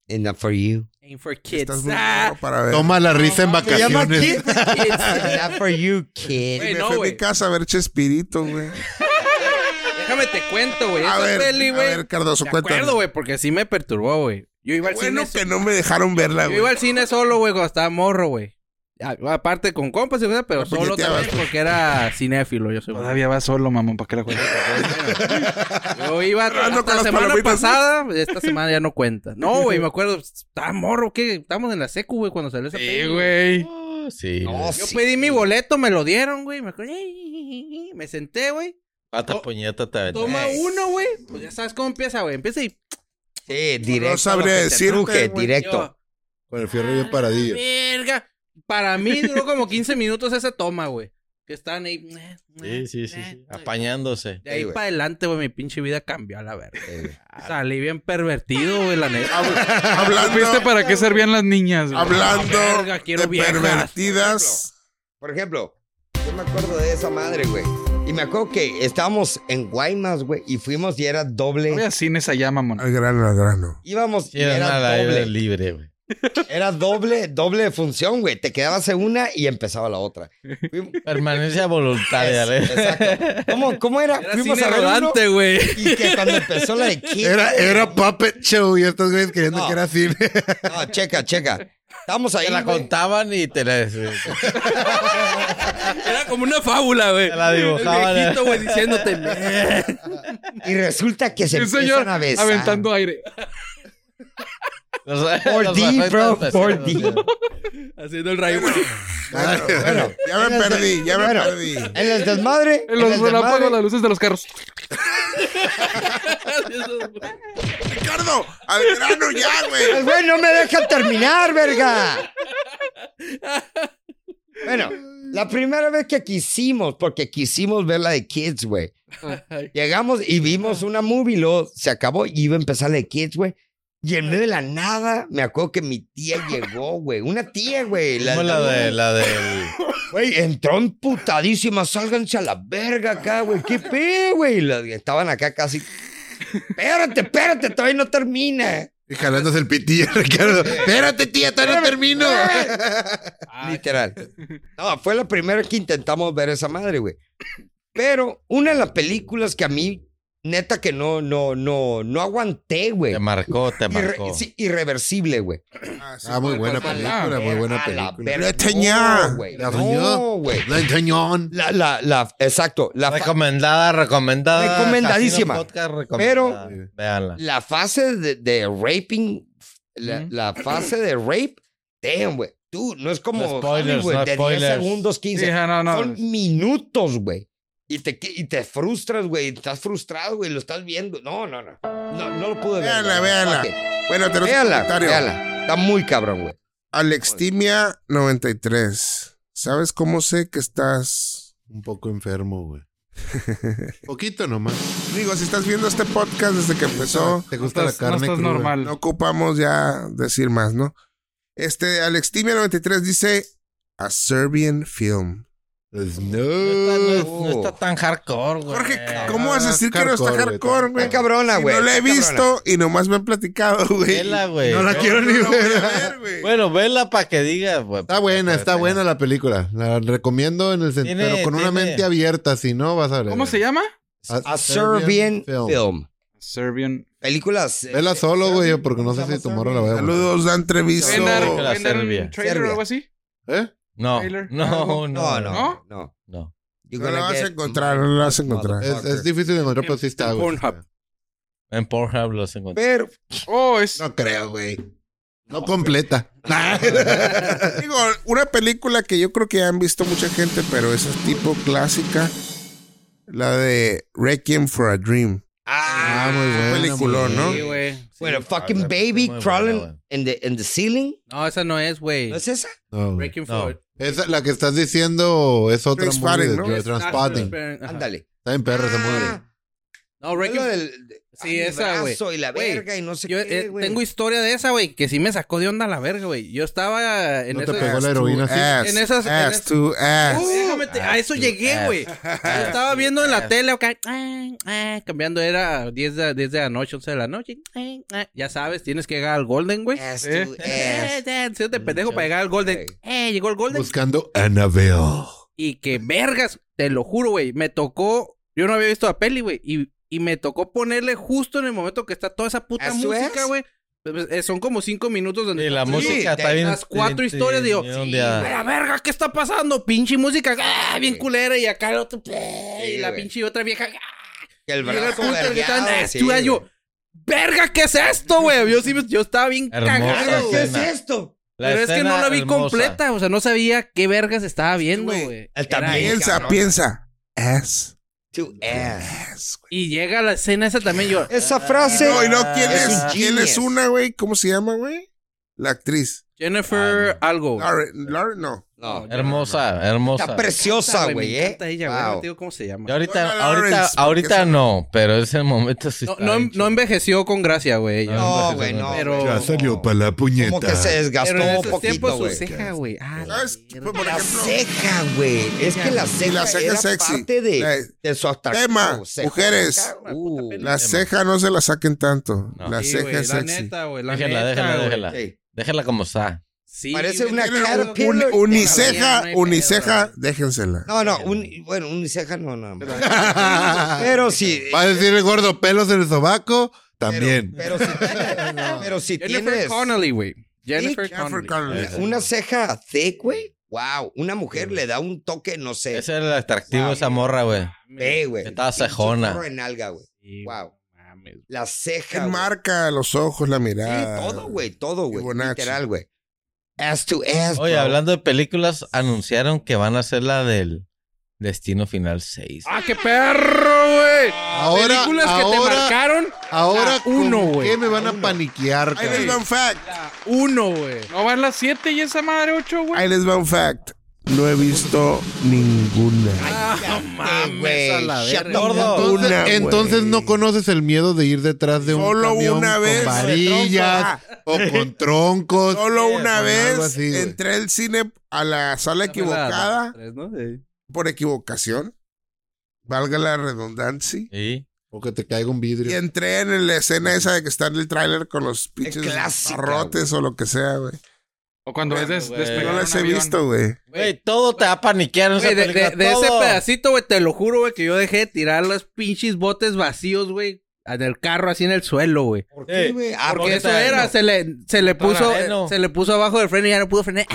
S3: Enough for you.
S4: Aim for kids.
S6: Estás muy
S4: Ah,
S6: raro para ver.
S1: Toma la risa en vacaciones.
S3: Enough for you, kid.
S6: Y
S4: Güey,
S6: me
S4: no,
S6: fui a
S4: güey.
S6: mi casa a ver Chespirito, güey.
S4: Déjame te cuento, güey.
S6: A
S4: Esa
S6: ver,
S4: peli,
S6: a
S4: güey.
S6: ver, Cardoso,
S4: Me
S6: cuéntame.
S4: acuerdo, güey, porque sí me perturbó, güey. Yo iba al
S6: bueno
S4: cine.
S6: que no me dejaron verla,
S4: Yo iba
S6: güey.
S4: al cine solo, güey, cuando estaba morro, güey. A- Aparte con compas y cosas, pero
S6: La
S4: solo
S6: puñeteabas,
S4: también porque era cinéfilo, yo soy. güey.
S2: Todavía va solo, mamón, ¿para qué la juegas?
S4: Yo iba
S6: Cerrando
S4: hasta la
S6: Ah, con las
S4: semana
S6: palomitas.
S4: pasada, esta semana ya no cuenta. No, güey, me acuerdo, estaba morro, que estábamos en la secu, güey, cuando salió esa
S2: Sí,
S4: peli,
S2: güey.
S5: Oh, Sí.
S3: No,
S4: Yo
S3: sí.
S4: pedí mi boleto, me lo dieron, güey. Me acuerdo, "Ey". me senté, güey.
S5: Pata
S4: To-
S5: puñeta te aventé.
S4: Toma uno, güey. Pues ya sabes cómo empieza, güey. Empieza y
S3: Sí, directo.
S6: No sabré
S3: lo que te
S6: decirte,
S3: truje,
S6: güey.
S3: directo.
S1: Con el fierro bien
S4: yo,
S1: paradillo.
S4: verga. Para mí duró como 15 minutos esa toma, güey. Que estaban ahí.
S5: Sí, sí, sí. sí. Apañándose.
S4: De ahí
S3: Sí, güey.
S4: para adelante, güey, mi pinche vida cambió a la verga.
S3: Sí,
S5: Eh,
S3: güey.
S5: Ah.
S4: Salí bien pervertido, güey, la neta.
S2: ¿Supiste
S6: Hablando,
S2: para qué servían las niñas, güey?
S6: hablando
S4: Ah, pues, este verga, quiero
S6: de
S4: viejas.
S6: pervertidas.
S3: Por ejemplo, yo me acuerdo de esa madre, güey. Y me acuerdo que estábamos en Guaymas, güey, y fuimos y era
S2: No
S3: doble.
S2: Voy a cines allá, mamón.
S6: Al grano, al grano.
S3: Íbamos
S5: Sí,
S3: y
S5: era
S3: era
S5: nada,
S3: doble.
S5: era libre, güey.
S3: Era doble, doble función, güey. Te quedabas en una y empezaba la otra. Fuimos-
S5: Permanencia voluntaria, güey.
S3: Exacto. ¿Cómo, cómo era?
S4: Era
S3: Fuimos
S4: cine
S3: a ver uno
S4: rodante, güey.
S3: y que cuando empezó la de Kid-
S1: Era, era Puppet Show y estos güeyes creyendo
S3: No.
S1: que era cine.
S3: No, checa, checa. Estábamos ahí.
S5: Te la
S3: güey.
S5: contaban y te la, te
S4: Era como una fábula, güey.
S5: la dibujaban.
S4: El viejito, güey, diciéndote. "Meh".
S3: Y resulta que se
S2: El
S3: empiezan
S2: señor
S3: a besar.
S2: aventando aire.
S5: Los- los
S3: 4D, bro,
S5: efectos especiales,
S3: 4D.
S5: güey.
S4: Haciendo el rayo.
S6: Bueno,
S3: Bueno,
S6: ya me
S3: en el
S6: perdí,
S3: de-
S6: ya me
S3: bueno,
S6: perdí.
S3: En el desmadre. En
S2: Los
S3: el desmadre
S2: relámpagos, las luces de los carros.
S6: Ricardo, al grano ya,
S3: el
S6: güey.
S3: pues, güey no me deja terminar, verga. Bueno, la primera vez que quisimos, porque quisimos ver la de Kids, güey. Llegamos y vimos una movie, luego se acabó y iba a empezar la de Kids, güey. Y en medio de la nada, me acuerdo que mi tía llegó, güey. Una tía, güey.
S5: Como la de la del
S3: Güey, entró emputadísima, sálganse a la verga acá, güey. ¿Qué pedo, güey? La- Estaban acá casi. Espérate, espérate, todavía no termina.
S7: Y jalándose el pitillo, Ricardo. Espérate, tía, todavía no termino.
S3: Literal. No, fue la primera que intentamos ver esa madre, güey. Pero una de las películas que a mí, neta, que no, no, no, no aguanté, güey.
S5: te marcó, te
S3: Irre-
S5: marcó.
S3: sí, irreversible, güey.
S6: Ah, sí,
S7: Ah, muy buena
S6: cuál, cuál,
S7: película, muy buena
S3: A la
S7: película.
S3: verga,
S6: La tenía.
S3: no, güey.
S7: La tenía.
S3: No, güey.
S7: La enseñón.
S3: La, la, la, exacto. La, fa-
S5: Recomendada, recomendada.
S3: Recomendadísima.
S5: Casino Podcast, recomendada.
S7: Pero-
S5: véanla.
S3: la fase de, de raping, la, la fase de rape, damn, güey. Tú, no es como
S5: No spoilers,
S3: Hollywood,
S5: no
S3: de 10
S5: spoilers.
S3: segundos, 15.
S2: Sí, ajá, no, no.
S3: Son minutos, güey. Y te, qui- y te frustras, güey. Estás frustrado, güey. Lo estás viendo. No, no, no. No, no lo pude ver.
S6: Véanla,
S3: güey.
S6: véanla.
S3: Ok.
S6: Bueno, tenemos un
S3: Véanla,
S6: comentario.
S3: véanla. Está muy cabrón, güey.
S6: Alextimia93. ¿Sabes cómo sé que estás?
S7: Un poco enfermo, güey. Poquito nomás. Ah,
S6: Digo, si estás viendo este podcast desde que empezó,
S7: Te gusta
S2: No
S7: la
S2: estás- no
S7: carne
S2: estás
S7: cruda.
S2: normal.
S6: no ocupamos ya decir más, ¿no? Este, Alextimia93 dice: A Serbian Film.
S7: Pues
S5: No está, no
S7: no.
S5: es- no está tan hardcore, güey.
S6: Jorge, ¿cómo
S7: Ah,
S6: vas a decir que no está
S7: hardcore,
S6: hardcore,
S7: güey,
S6: güey?
S3: Está cabrona,
S6: Si
S3: güey.
S6: no la he
S3: está
S6: visto
S3: cabrona.
S6: y nomás me han platicado, güey.
S5: Vela, güey.
S7: No la
S5: Yo-
S7: quiero ni
S6: No la voy
S7: ver.
S6: a ver, güey.
S5: Bueno, vela para que diga. güey,
S7: Está buena,
S5: para que
S7: está
S5: tenga.
S7: buena la película. La recomiendo en el sen-
S5: Tiene-
S7: pero con una
S5: tiene-
S7: mente abierta, si no vas a ver.
S2: ¿Cómo se llama?
S3: A Serbian Film.
S2: Serbian.
S3: Películas. eh,
S7: Vela solo, güey, porque no sé
S3: Serbian-
S7: si tomorrow la voy a ver.
S6: Saludos, Dan Treviso.
S2: ¿Vendar,
S5: Eso- La
S2: vendar
S5: Serbia.
S2: un trailer
S3: Serbia.
S2: o algo así?
S7: ¿Eh?
S5: No,
S2: Trailer.
S5: no, no,
S3: No, no,
S2: ¿No?
S3: no.
S5: no.
S3: You're
S6: No la
S3: gonna
S6: vas a
S3: get
S6: encontrar, no la vas a encontrar.
S7: Es, es difícil de encontrar, pero sí está, güey.
S4: Pornhub.
S5: En Pornhub los encontré.
S3: Pero
S2: Oh, es.
S7: No creo, güey. No completa.
S6: Digo, una película que yo creo que han visto mucha gente, pero esa es tipo clásica. La de Requiem for a Dream.
S7: Ah, muy buena.
S6: peliculón,
S7: muy
S6: ¿no?
S7: buena.
S4: Sí, güey.
S3: Bueno,
S5: ah,
S3: fucking
S5: la-
S3: baby
S5: muy buena,
S3: crawling
S5: güey.
S3: in the, in the ceiling.
S4: No, esa no es, güey.
S3: ¿No es esa?
S7: No, güey.
S4: Breaking
S5: No.
S4: Forward.
S7: Esa- la que estás diciendo es otra movie de
S6: Transpotting, ¿no?
S7: de Transpotting.
S4: Ajá.
S3: Ándale. Ah,
S7: Está en perro esa movie.
S2: Ah.
S4: No,
S3: Es
S4: Breaking
S3: lo del- de-
S4: Sí,
S3: ay, mi
S4: esa, güey.
S3: brazo Y la
S4: Güey,
S3: verga y no sé
S4: Yo
S3: qué,
S4: eh,
S3: güey.
S4: tengo historia de esa, güey, que sí me sacó de onda la verga, güey. Yo estaba en
S7: ¿No te
S4: esa...
S7: pegó la heroína
S6: To
S7: así?
S6: ass,
S4: En esas- en
S6: ass
S4: esas-
S6: to ass.
S4: Uh, déjame te- a eso llegué, güey. Ah, Yo estaba viendo en la tele, acá, ah, ah, cambiando, era 10 de, 10 de la noche, 11 de la noche. ah, ah. Ya sabes, tienes que llegar al Golden, güey.
S3: Ass to
S2: Eh.
S3: ass.
S4: Eh, eh, siéntate pendejo para llegar al Golden. Eh, llegó el Golden.
S7: Buscando Annabelle.
S4: Y que vergas, te lo juro, güey. Me tocó. Yo no había visto la peli, güey. Y, y me tocó ponerle justo en el momento que está toda esa puta
S3: ¿Eso
S4: música,
S3: es?
S4: güey. Pues, eh, Son como cinco minutos donde.
S5: Y la
S4: Sí,
S5: música está
S4: de
S5: bien.
S4: Las cuatro
S5: bien-
S4: historias, digo.
S5: bien un
S4: "A
S5: día.
S4: la verga, ¿qué está pasando? Pinche música, ah, bien culera. Y acá el otro. eh, y la
S3: güey.
S4: pinche otra vieja. ah,
S3: Que el
S4: y llega el
S3: brazo
S4: punto en el que
S3: vergueado,
S4: estaban, eh,
S3: sí,
S4: tú, ah, yo.
S3: güey.
S4: Verga, ¿qué es esto, güey? Yo sí, me- yo estaba bien
S5: Hermosa
S4: cagado,
S3: ¿Qué
S4: güey.
S3: es
S5: escena.
S3: esto?
S5: La
S4: Pero es que no
S5: escena
S4: la vi
S5: hermosa.
S4: completa, o sea, no sabía qué vergas estaba viendo,
S6: güey,
S4: güey.
S3: él
S4: Era
S3: también
S4: ella,
S6: Piensa,
S3: cabrón.
S6: piensa. Ass.
S3: To ass.
S6: Ass, güey.
S4: Y llega la escena esa Ah. también yo.
S3: Esa frase.
S6: No, y no, ¿quién
S3: Es
S6: es,
S3: un
S6: quién
S3: genius.
S6: es una, güey? ¿Cómo se llama, güey? La actriz.
S5: Ah,
S4: Jennifer algo.
S6: Lauren, Lauren, no.
S3: No,
S5: Hermosa, hermosa.
S3: Está preciosa, güey,
S4: Me
S3: eh.
S4: encanta ella, güey.
S3: Wow.
S4: No te digo cómo se
S5: Yo
S4: llama.
S5: ahorita,
S6: Hola,
S5: ahorita,
S6: Lawrence,
S5: ahorita
S6: porque-
S5: no, pero ese momento sí
S4: No,
S5: está
S4: no,
S5: bien
S4: no
S5: chido.
S4: envejeció con gracia, güey. ella.
S3: No, güey, no.
S4: Pero-
S3: güey,
S7: Ya
S3: no.
S7: salió para la puñeta.
S3: Como Oh. que se desgastó
S4: Pero
S3: un
S4: en esos
S3: poquito,
S4: tiempos su
S3: güey.
S4: ceja, güey. Ah, la
S6: ¿Sabes? Pues,
S4: mierda.
S6: Por
S3: La
S6: ejemplo,
S3: ceja, güey. Es que la ceja,
S6: la ceja
S3: era
S6: sexy.
S3: parte de,
S6: La-
S3: de su atractivo.
S6: Tema,
S3: ceja.
S6: mujeres.
S3: Uh,
S6: La ceja no se la saquen tanto.
S5: No.
S6: La
S4: Sí,
S6: ceja
S4: güey,
S6: es
S4: La
S6: sexy.
S4: neta, güey. La
S5: Déjala,
S4: neta,
S5: déjala,
S4: güey.
S5: déjala.
S3: sí.
S5: Déjala como está.
S4: Sí,
S3: Parece
S4: güey,
S3: una
S4: tiene
S3: cara
S4: un-
S6: Un-
S3: Pillar,
S6: uniceja,
S4: no hay
S6: uniceja,
S4: pedo,
S6: déjensela.
S3: No, no, un, bueno, un ceja no, no. Pero sí. eh,
S7: Va a decir el gordo pelos en el sobaco.
S3: pero-
S7: También.
S3: Pero, si, pero si
S4: Jennifer
S3: tienes
S4: Connelly, güey. Jennifer
S6: Jennifer
S4: Connelly.
S6: Connelly.
S3: una ceja thick, güey, wow, una mujer le da un toque, no sé.
S5: Ese era el atractivo de esa morra, güey.
S3: Ve, güey.
S5: Estaba cejona.
S3: Pinche forro en alga, güey. Wow.
S2: Mames.
S3: La ceja. güey.
S6: Marca los ojos, la
S3: Sí,
S6: mirada.
S3: todo, güey, todo, güey.
S6: Fibonacci.
S3: Literal, güey. ass to ass.
S5: Oye,
S3: bro.
S5: hablando de películas, anunciaron que van a hacer la del Destino Final 6.
S2: ¡Ah, qué perro, güey!
S1: Ahora-
S2: Películas que te
S1: ahora-
S2: marcaron,
S1: Ahora,
S2: Ah, uno,
S1: ¿con
S2: güey.
S1: ¿Qué me van a paniquear,
S6: Ahí
S1: cabrón?
S6: les va un fact.
S4: Uno, güey.
S2: no van las 7 y esa madre 8, güey.
S6: Ahí les va un fact. No he visto ninguna.
S4: No mames,
S3: güey,
S4: a la
S3: shut
S4: verga.
S3: up.
S1: Entonces,
S6: Una, güey.
S1: entonces no conoces el miedo de ir detrás de un
S6: Solo
S1: camión
S6: una vez. Ah,
S1: con varillas o con troncos.
S6: Solo una
S1: algo
S6: vez
S1: así, güey.
S6: entré al cine a la sala equivocada
S4: Tres, ¿no? Sí.
S6: por equivocación. Valga la
S4: Ah.
S6: redundancia.
S5: Sí.
S1: O que te caiga un
S6: Y
S1: vidrio.
S6: entré en la escena esa de que está en el tráiler con los pinches
S3: clásica,
S6: barrotes o lo que sea, güey.
S2: O cuando es des
S5: güey.
S2: despegar
S6: No
S2: un
S6: las he
S2: avión.
S6: visto, güey.
S5: Güey, todo te va a paniquear en esa
S4: Güey, de,
S5: película.
S4: de- de ese
S5: todo.
S4: pedacito, güey, te lo juro, güey, que yo dejé de tirar los pinches botes vacíos, güey, en el carro, así en el suelo, güey.
S3: ¿Por qué,
S5: Eh,
S3: güey? Ah,
S5: ¿por
S4: Porque
S5: qué
S4: eso
S5: está
S4: era,
S5: lleno?
S4: se le, se le
S5: Motor
S4: puso,
S5: ajeno.
S4: se le puso abajo del freno y ya no pudo frenar.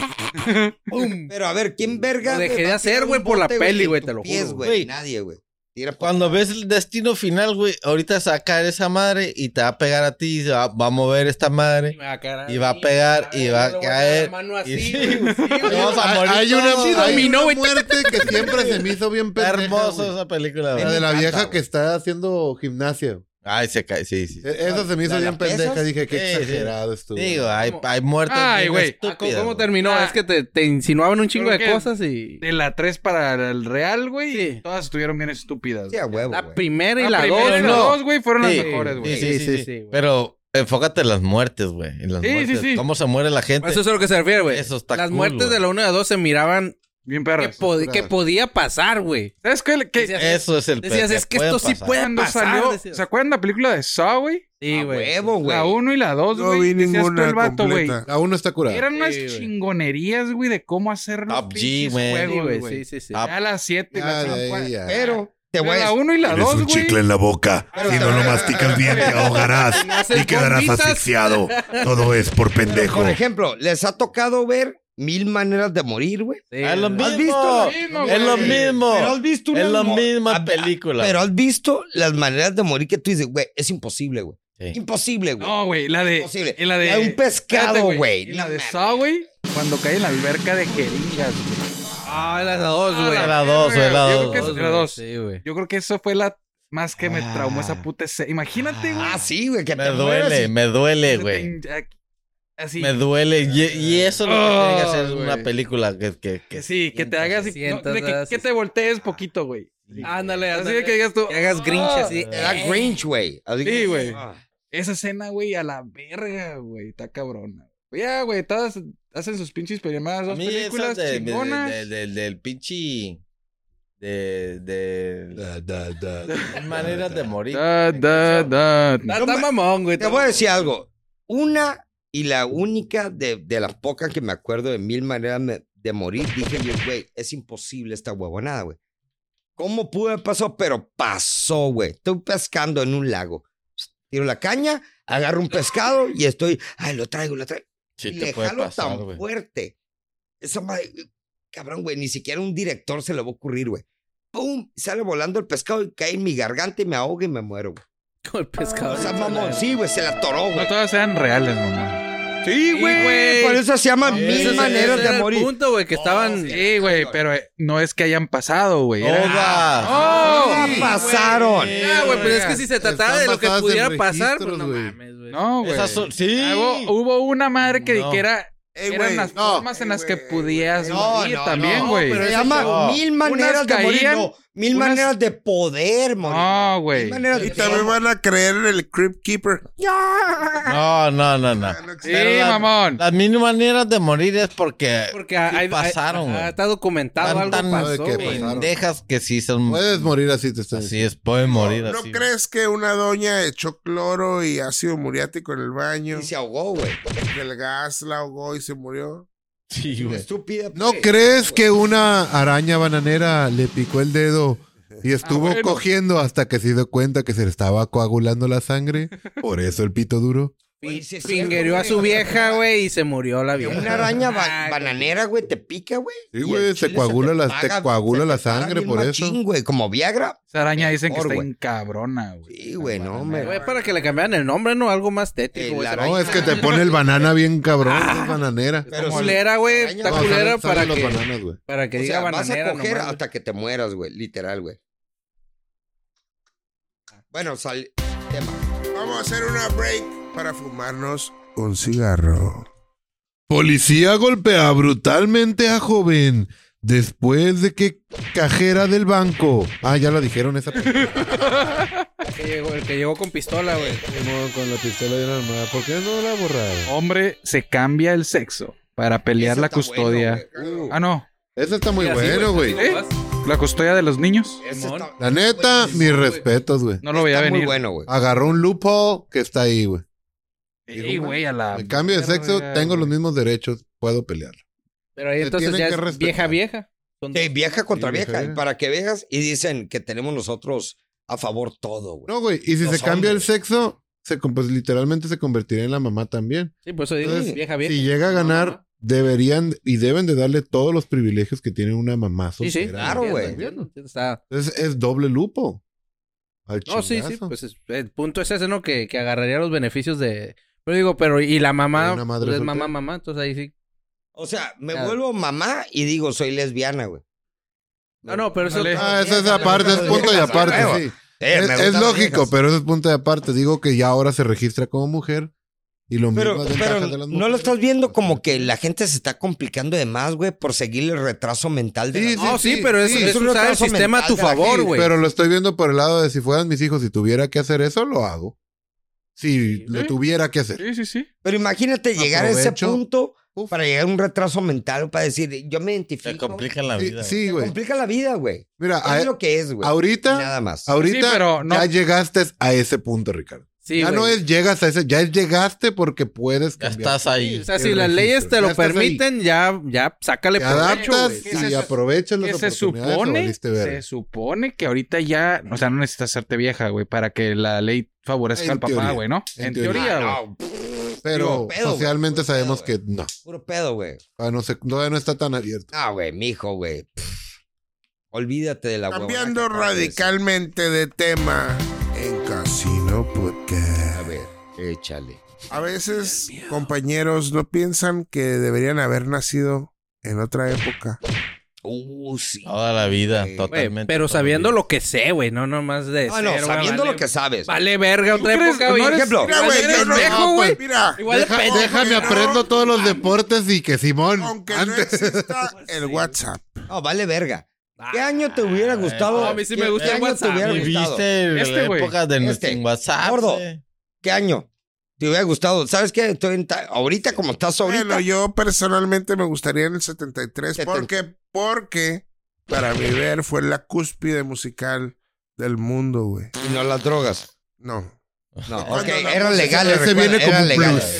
S4: ¡Pum!
S3: Pero a ver, ¿quién verga?
S4: Lo dejé
S3: güey,
S4: de
S3: va a
S4: hacer,
S3: tirar un
S4: güey, por la
S3: bote,
S4: peli,
S3: en
S4: güey,
S3: tus
S4: te lo
S3: pies,
S4: juro,
S5: güey.
S3: güey. Nadie, güey. Tira pa-
S5: Cuando ves el destino final, güey, ahorita se va a caer esa madre y te va a pegar a ti, se va, va a mover esta madre.
S4: va a caer
S5: Y va a pegar, y va a caer. Y sí, vamos a morir.
S1: Hay una,
S5: todos.
S1: hay
S4: Sí, dominó,
S1: una
S4: güey.
S1: muerte que siempre se me hizo bien
S5: Está
S1: pendeja,
S5: hermosa
S1: güey.
S5: esa
S1: La
S5: película, güey.
S1: de la
S3: Me
S1: vieja
S3: encanta,
S1: que está haciendo gimnasia.
S5: Ay, se cae, sí, sí.
S1: E- Esa se me hizo
S3: ¿La de
S1: bien
S3: las pesas?
S1: pendeja. Dije, qué
S5: Sí, sí.
S1: exagerado estuvo.
S5: Digo, hay, hay muertes
S2: Ay,
S5: bien
S2: güey.
S5: estúpidas,
S4: ¿Cómo
S5: güey.
S4: terminó?
S2: Ah.
S4: Es que te, te insinuaban un chingo
S2: Creo
S4: de
S2: que-
S4: cosas y...
S2: De la 3 para el Real, güey,
S4: Sí.
S2: todas estuvieron bien estúpidas.
S3: Sí, a huevo,
S4: La
S3: güey.
S4: primera y la,
S2: primera
S4: dos,
S2: y la
S4: ¿no?
S2: dos, güey, fueron
S5: Sí.
S2: las mejores, güey.
S5: Sí, sí, sí,
S4: Sí, sí,
S5: sí.
S4: sí, güey.
S5: Pero enfócate en las muertes, güey. En las
S2: Sí, sí,
S5: muertes.
S2: sí.
S5: ¿Cómo se muere la gente?
S4: Eso es a lo que se refiere, güey.
S5: Eso está
S4: Las
S5: cool,
S4: muertes
S5: güey.
S4: de la 1 y la 2 se miraban
S2: Bien
S4: que,
S2: perras.
S4: pod-
S1: claro.
S4: que podía pasar, güey.
S2: ¿Sabes qué? qué-
S4: Decías,
S5: Eso es el
S4: Decías,
S5: pe-
S4: es que esto sí
S5: pasar.
S4: puede
S2: cuando
S4: pasar.
S2: salió,
S4: decías.
S2: ¿se acuerdan la película de Saw, güey?
S4: Sí,
S3: A
S4: güey.
S3: huevo, güey.
S2: La 1 y la 2,
S6: No
S2: güey.
S6: vi
S2: Decías tú,
S6: ninguna
S2: el vato, güey.
S6: completa.
S1: La uno está curada.
S2: Eran unas
S4: Sí, güey.
S2: chingonerías, güey, de cómo hacer los
S5: Top G,
S2: pinches
S5: güey.
S4: Sí,
S2: juegos,
S4: güey,
S2: güey.
S4: sí, sí, sí.
S5: Ah,
S2: Ya a las 7,
S1: Ya, de ahí, ya.
S3: Pero, te voy a
S2: La 1 y la 2, güey.
S7: en la boca. Si no lo masticas bien, te ahogarás
S4: Haces bombitas.
S7: Todo es por pendejo.
S3: Por ejemplo, les ha tocado ver mil maneras de morir, güey.
S4: Sí,
S5: Es
S4: la-
S5: lo mismo.
S3: ¿Has visto?
S2: mismo,
S5: Es lo
S2: güey.
S5: mismo.
S3: Pero has visto
S5: Es
S3: unas
S5: la
S3: mo-
S5: misma
S3: a- a-
S5: película.
S3: Pero has visto las maneras de morir que tú dices, güey, es imposible, güey.
S5: Sí.
S3: Imposible, güey.
S2: No, güey, la de.
S3: Imposible.
S2: en La de
S3: La de un pescado,
S2: Espérate,
S3: güey.
S2: en La
S3: No
S2: de
S3: mames.
S2: Saw, güey. Cuando cae en la alberca de jeringas, güey.
S4: Ah, las dos, güey.
S5: la- Era dos,
S2: güey,
S5: era
S2: Yo creo
S5: dos.
S2: que
S4: Dos,
S2: es-
S4: güey.
S2: era dos.
S4: Sí, güey.
S2: Yo creo que eso fue la más que me traumó esa puta escena. Imagínate, güey.
S3: Ah, sí, güey, que
S5: me
S3: te mueras
S5: duele,
S3: y-
S5: me duele,
S2: que te
S5: güey.
S2: inyac- Así.
S5: Me duele. Y, y eso es lo que
S2: Oh,
S5: tiene que hacer
S2: güey.
S5: una película que, que,
S2: Que
S5: que
S2: sí, que te
S4: sientas,
S2: hagas. y-
S4: sientas,
S2: no, de que,
S4: ¿verdad?
S2: que
S4: Sí,
S2: te voltees poquito, güey.
S4: Ándale,
S2: Así
S4: ándale.
S2: de que digas tú.
S4: Que hagas grinch
S2: "Ah".
S4: así.
S3: Te da Grinch, güey. Así
S2: Sí,
S3: que-
S2: güey.
S3: Ah.
S2: Esa escena, güey, a la verga, güey. Está cabrona. Ya, güey, todas hacen sus pinches primeras
S5: A
S2: dos
S5: mí
S2: películas
S5: esas de- de-
S2: chingonas.
S5: de- de- del pinche. De. de
S1: Da, da, da, da,
S5: maneras de morir.
S2: Da, da, da.
S4: Está está mamón, güey.
S3: Te voy a decir algo. Una y la única de, de las pocas que me acuerdo de mil maneras me- de morir, dije yo, güey, es imposible esta huevonada, güey. ¿Cómo pudo haber pasado? Pero pasó, güey. Estoy pescando en un lago. Tiro la caña, agarro un pescado y estoy, ay, lo traigo, lo traigo.
S5: Sí,
S3: y
S5: te
S3: le
S5: puede
S3: jalo
S5: pasar,
S3: tan
S5: güey.
S3: fuerte. Esa madre, cabrón, güey, ni siquiera un director se le va a ocurrir, güey. ¡Pum! Sale volando el pescado y cae en mi garganta y me ahogo y me muero, güey.
S4: Con el pescado.
S3: O sea, mamón, sí, güey, se la atoró, güey.
S2: No todas sean reales, mamá.
S3: Sí,
S4: güey.
S3: Por eso se llama
S5: Ese
S3: Mil
S5: es-
S3: Maneras
S5: ese
S3: de Morir.
S4: punto, güey, que estaban...
S2: Sí, güey, pero eh, no es que hayan pasado, güey. Era-
S5: Todas.
S2: ¡Oh!
S3: Ya pasaron.
S4: Ah, güey,
S5: pues
S4: pero es que si se trataba
S1: Están
S4: de lo que
S1: basadas en
S4: pudiera pasar, pues
S1: registros,
S4: no
S1: güey.
S4: mames, güey.
S2: No, güey.
S5: Esas son- sí.
S2: Ah, Hubo, hubo una madre que,
S5: No.
S2: que era,
S6: Ey,
S2: eran
S6: güey,
S2: las
S1: no.
S2: formas en
S6: Ey,
S2: las que
S6: güey.
S2: podías
S3: No,
S2: morir
S3: no,
S2: también,
S3: no,
S2: güey.
S3: Se llama
S5: no.
S3: Mil Maneras
S2: Unas
S3: de Morir.
S2: caían,
S3: no, mil
S2: unas-
S3: Maneras de Poder Morir.
S2: No,
S3: Mil
S2: güey.
S3: maneras
S6: Y
S3: de
S6: también van a creer en el Crypt Keeper.
S5: No, no, no, no.
S6: Ah, no existe.
S2: Sí,
S5: Pero la-
S2: mamón.
S5: Las mil maneras de morir es porque
S4: Porque hay, hay-
S5: pasaron,
S4: ajá,
S5: güey.
S4: está documentado
S5: Tan-
S4: algo
S5: tan-
S4: pasó,
S1: ¿Qué
S4: güey.
S1: pasaron?
S5: pendejas que sí son.
S1: Puedes morir así, te estoy
S5: Así es, pueden morir
S6: ¿No
S5: así.
S6: crees que una doña echó cloro y ácido muriático en el baño?
S3: Y se ahogó, güey.
S6: que El gas la ahogó y se murió.
S5: Sí, güey.
S3: Estúpida. pues.
S1: ¿No
S3: güey.
S1: crees que una araña bananera le picó el dedo y estuvo
S2: Ah, bueno.
S1: cogiendo hasta que se dio cuenta que se le estaba coagulando la sangre? Por eso el pito duro.
S3: Oye, sí es
S4: Fingerió a
S3: cierto,
S4: su vieja, güey, y se murió la
S3: Que
S4: vieja.
S3: Una araña ba-
S4: Ay,
S3: bananera, güey, te pica, güey.
S1: Sí,
S3: Y
S1: güey,
S3: el
S1: se
S3: chile
S1: coagula la- te
S3: paga-
S1: coagula
S3: se
S1: la
S3: te paga
S1: sangre
S3: bien
S1: por
S3: machín,
S1: eso.
S3: güey, como Viagra.
S2: Esa araña dicen que
S3: Mejor,
S2: está
S3: güey.
S2: bien cabrona, güey.
S3: Sí, güey, no,
S2: Bananera.
S3: hombre.
S4: Güey, para que le cambiaran el nombre, ¿no? Algo más
S3: Eh,
S4: tétrico, güey.
S3: la
S4: Se va-
S1: No, es que te pone el banana bien cabrón, esa bananera.
S3: Pero
S4: Está
S3: sí,
S4: culera, güey.
S3: araña,
S4: Está
S3: no,
S1: salen-
S4: culera
S1: salen
S4: para
S1: los
S4: que,
S1: bananas, güey.
S4: para que
S3: o
S4: diga
S3: sea, vas a
S4: bananera
S3: coger
S4: nomás,
S3: hasta que te mueras, güey, literal, güey. Bueno, sal... tema.
S6: Vamos a hacer una break para fumarnos un cigarro.
S1: Policía golpea brutalmente a joven después de que cajera del banco. Ah, ya la dijeron esa.
S4: el que llegó- El que llegó con pistola, güey.
S1: con la pistola bien armada. ¿Por qué no la borraron?
S2: Hombre se cambia el sexo para pelear
S3: Eso
S2: la
S3: está bueno,
S2: custodia.
S3: güey.
S1: Uh.
S2: ah, no.
S1: Esa está muy
S4: Y así,
S1: bueno, güey.
S4: así
S2: ¿Eh?
S4: vas.
S2: La custodia de los niños.
S3: Ese
S4: Simón.
S3: está- Ah,
S1: La neta,
S4: Pues,
S3: güey,
S1: mis respetos, güey.
S2: No lo voy a
S3: está muy
S2: venir.
S3: bueno, güey.
S1: Agarró un loophole que está ahí, güey.
S2: Ey, güey, a
S4: Ah,
S2: la.
S1: Me cambio de sexo,
S2: verga,
S1: tengo los
S2: güey.
S1: mismos derechos, puedo pelear.
S4: Pero ahí
S1: Te
S4: entonces
S1: tienen
S4: ya
S1: que
S4: es
S1: respetar.
S4: vieja, vieja. Son-
S3: Sí, vieja contra
S1: Sí, vieja,
S3: vieja.
S1: vieja.
S3: Y para que veas y dicen que tenemos nosotros a favor todo, güey.
S1: No, güey, y si
S3: Los
S1: se cambia el
S3: hombres.
S1: sexo, se, com- pues literalmente se convertiría en la mamá también.
S4: Sí, por eso digo,
S1: Entonces,
S4: vieja, vieja.
S1: Si llega a ganar,
S4: Ajá.
S1: deberían y deben de darle todos los privilegios que tiene una mamá
S4: Sí, sí,
S1: soltera.
S3: claro, güey.
S4: Entiendo. Está-
S1: Entonces es doble lupo. Al
S4: No, sí, sí.
S1: chingazo.
S4: Pues es- el punto es ese, ¿no? Que, que agarraría los beneficios de. Pero digo, pero y la mamá.
S1: De una madre
S4: pues, es
S1: soltera.
S4: mamá, mamá. Entonces ahí sí.
S3: O sea, me
S4: Claro.
S3: vuelvo mamá y digo, soy lesbiana, güey.
S4: No, no, pero eso.
S2: Dale.
S1: Ah, esa es aparte, es punto y aparte, sí. es
S3: Eh, me
S1: es
S3: gustan las
S1: lógico,
S3: viejas.
S1: pero eso es punto de aparte. Digo que ya ahora se registra como mujer y lo mismo
S3: Pero,
S1: las ventajas
S3: pero
S1: de las
S3: no lo
S1: mujeres.
S3: estás viendo como que la gente se está complicando de más, güey, por seguir el retraso mental de
S1: Sí,
S3: la-
S1: sí,
S4: No, sí, pero es,
S3: sí,
S4: es
S3: es un
S4: usar el
S3: retraso
S4: sistema a tu
S3: mental de la
S4: favor,
S3: gente,
S4: güey.
S1: Pero lo estoy viendo por el lado de si fueran mis hijos y tuviera que hacer eso, lo hago. Si lo
S2: ¿eh?
S1: tuviera que hacer.
S2: Sí, sí, sí.
S3: Pero imagínate llegar a ese
S1: Aprovecho.
S3: punto
S1: Uf.
S3: para llegar a un retraso mental, para decir, yo me
S5: Te
S3: identifico.
S5: complica la
S1: Sí,
S5: vida. güey.
S1: Sí,
S3: Te
S1: güey.
S3: complica la vida, güey.
S1: Mira,
S3: Es
S1: a-
S3: lo que es, güey.
S1: ahorita,
S3: Nada más.
S1: ahorita
S2: Sí, pero no-
S1: ya llegaste a ese punto, Ricardo.
S4: Sí,
S1: ya
S4: güey.
S1: no es llegas a ese, ya es llegaste porque puedes
S5: Ya
S1: cambiar.
S5: estás ahí.
S4: O sea,
S1: el
S4: si las
S1: registro.
S4: leyes te
S1: Ya
S4: lo
S1: estás ahí.
S4: permiten, ya, ya, sácale
S1: Te
S4: provecho,
S1: adaptas
S4: güey.
S1: y
S2: se-
S1: aprovechas las
S2: Que se
S1: oportunidades. o
S2: supone,
S1: valiste verga.
S2: se supone que ahorita ya, o sea, no necesitas hacerte vieja, güey, para que la ley favorezca
S1: En
S2: al papá,
S1: teoría.
S2: güey, ¿no?
S1: En
S2: En,
S1: teoría.
S2: teoría, güey.
S3: Ah, no,
S1: Pero
S3: Digo, pedo, güey,
S1: socialmente
S3: puro
S1: sabemos
S3: pedo,
S1: que no.
S3: puro pedo, güey.
S1: Todavía Ah, no, se- todavía no está tan abierto.
S3: Ah, güey, mijo, güey. Pff, Olvídate de la huevona
S6: Cambiando
S3: que acabas de decir.
S6: radicalmente de tema en Casino
S3: A
S6: Podcast.
S3: ver, échale.
S6: A veces, compañeros, no piensan que deberían haber nacido en otra época.
S3: Uh, sí.
S5: Toda la vida,
S3: Güey,
S4: Güey,
S5: totalmente.
S4: pero
S5: toda la
S4: sabiendo
S5: vida.
S4: lo que sé, güey, no nomás de.
S3: Ah, no,
S4: ser, güey,
S3: sabiendo
S4: vale-
S3: lo que sabes.
S4: Vale, verga, otra
S2: crees?
S4: época,
S2: ¿No
S4: güey.
S2: eres-
S3: ejemplo.
S6: Mira, güey,
S4: eres
S6: yo no-
S4: viejo,
S6: no,
S4: güey.
S6: pues, Mira,
S4: Igual de
S1: Deja-
S4: pendejo.
S1: déjame
S6: no.
S1: aprendo todos los deportes y que Simón.
S6: aunque no
S1: antes.
S6: exista el WhatsApp.
S3: No, vale verga. ¿Qué año te hubiera gustado?
S5: no, a
S4: Ah, mí sí
S3: ¿Qué-
S4: me gusta
S3: ¿Qué
S4: el
S3: año
S4: WhatsApp,
S3: te hubiera
S4: güey.
S3: gustado?
S5: Viviste
S2: Este,
S5: la
S2: güey.
S5: época de
S3: Este.
S5: sin WhatsApp.
S3: Gordo.
S5: güey.
S3: ¿Qué año? Te hubiera gustado. ¿Sabes qué? Estoy en ta- Ahorita, como estás ahorita.
S6: Bueno, yo personalmente me gustaría en el 73
S3: Seten-
S6: porque porque para mi ver fue la cúspide musical del mundo, güey.
S3: Y no las drogas.
S6: No.
S3: No,
S6: Cuando
S3: ok,
S6: la
S3: eran
S6: música-
S3: legales.
S1: Ese
S3: recuerda,
S1: viene como
S3: eran
S1: un
S3: legales.
S1: plus.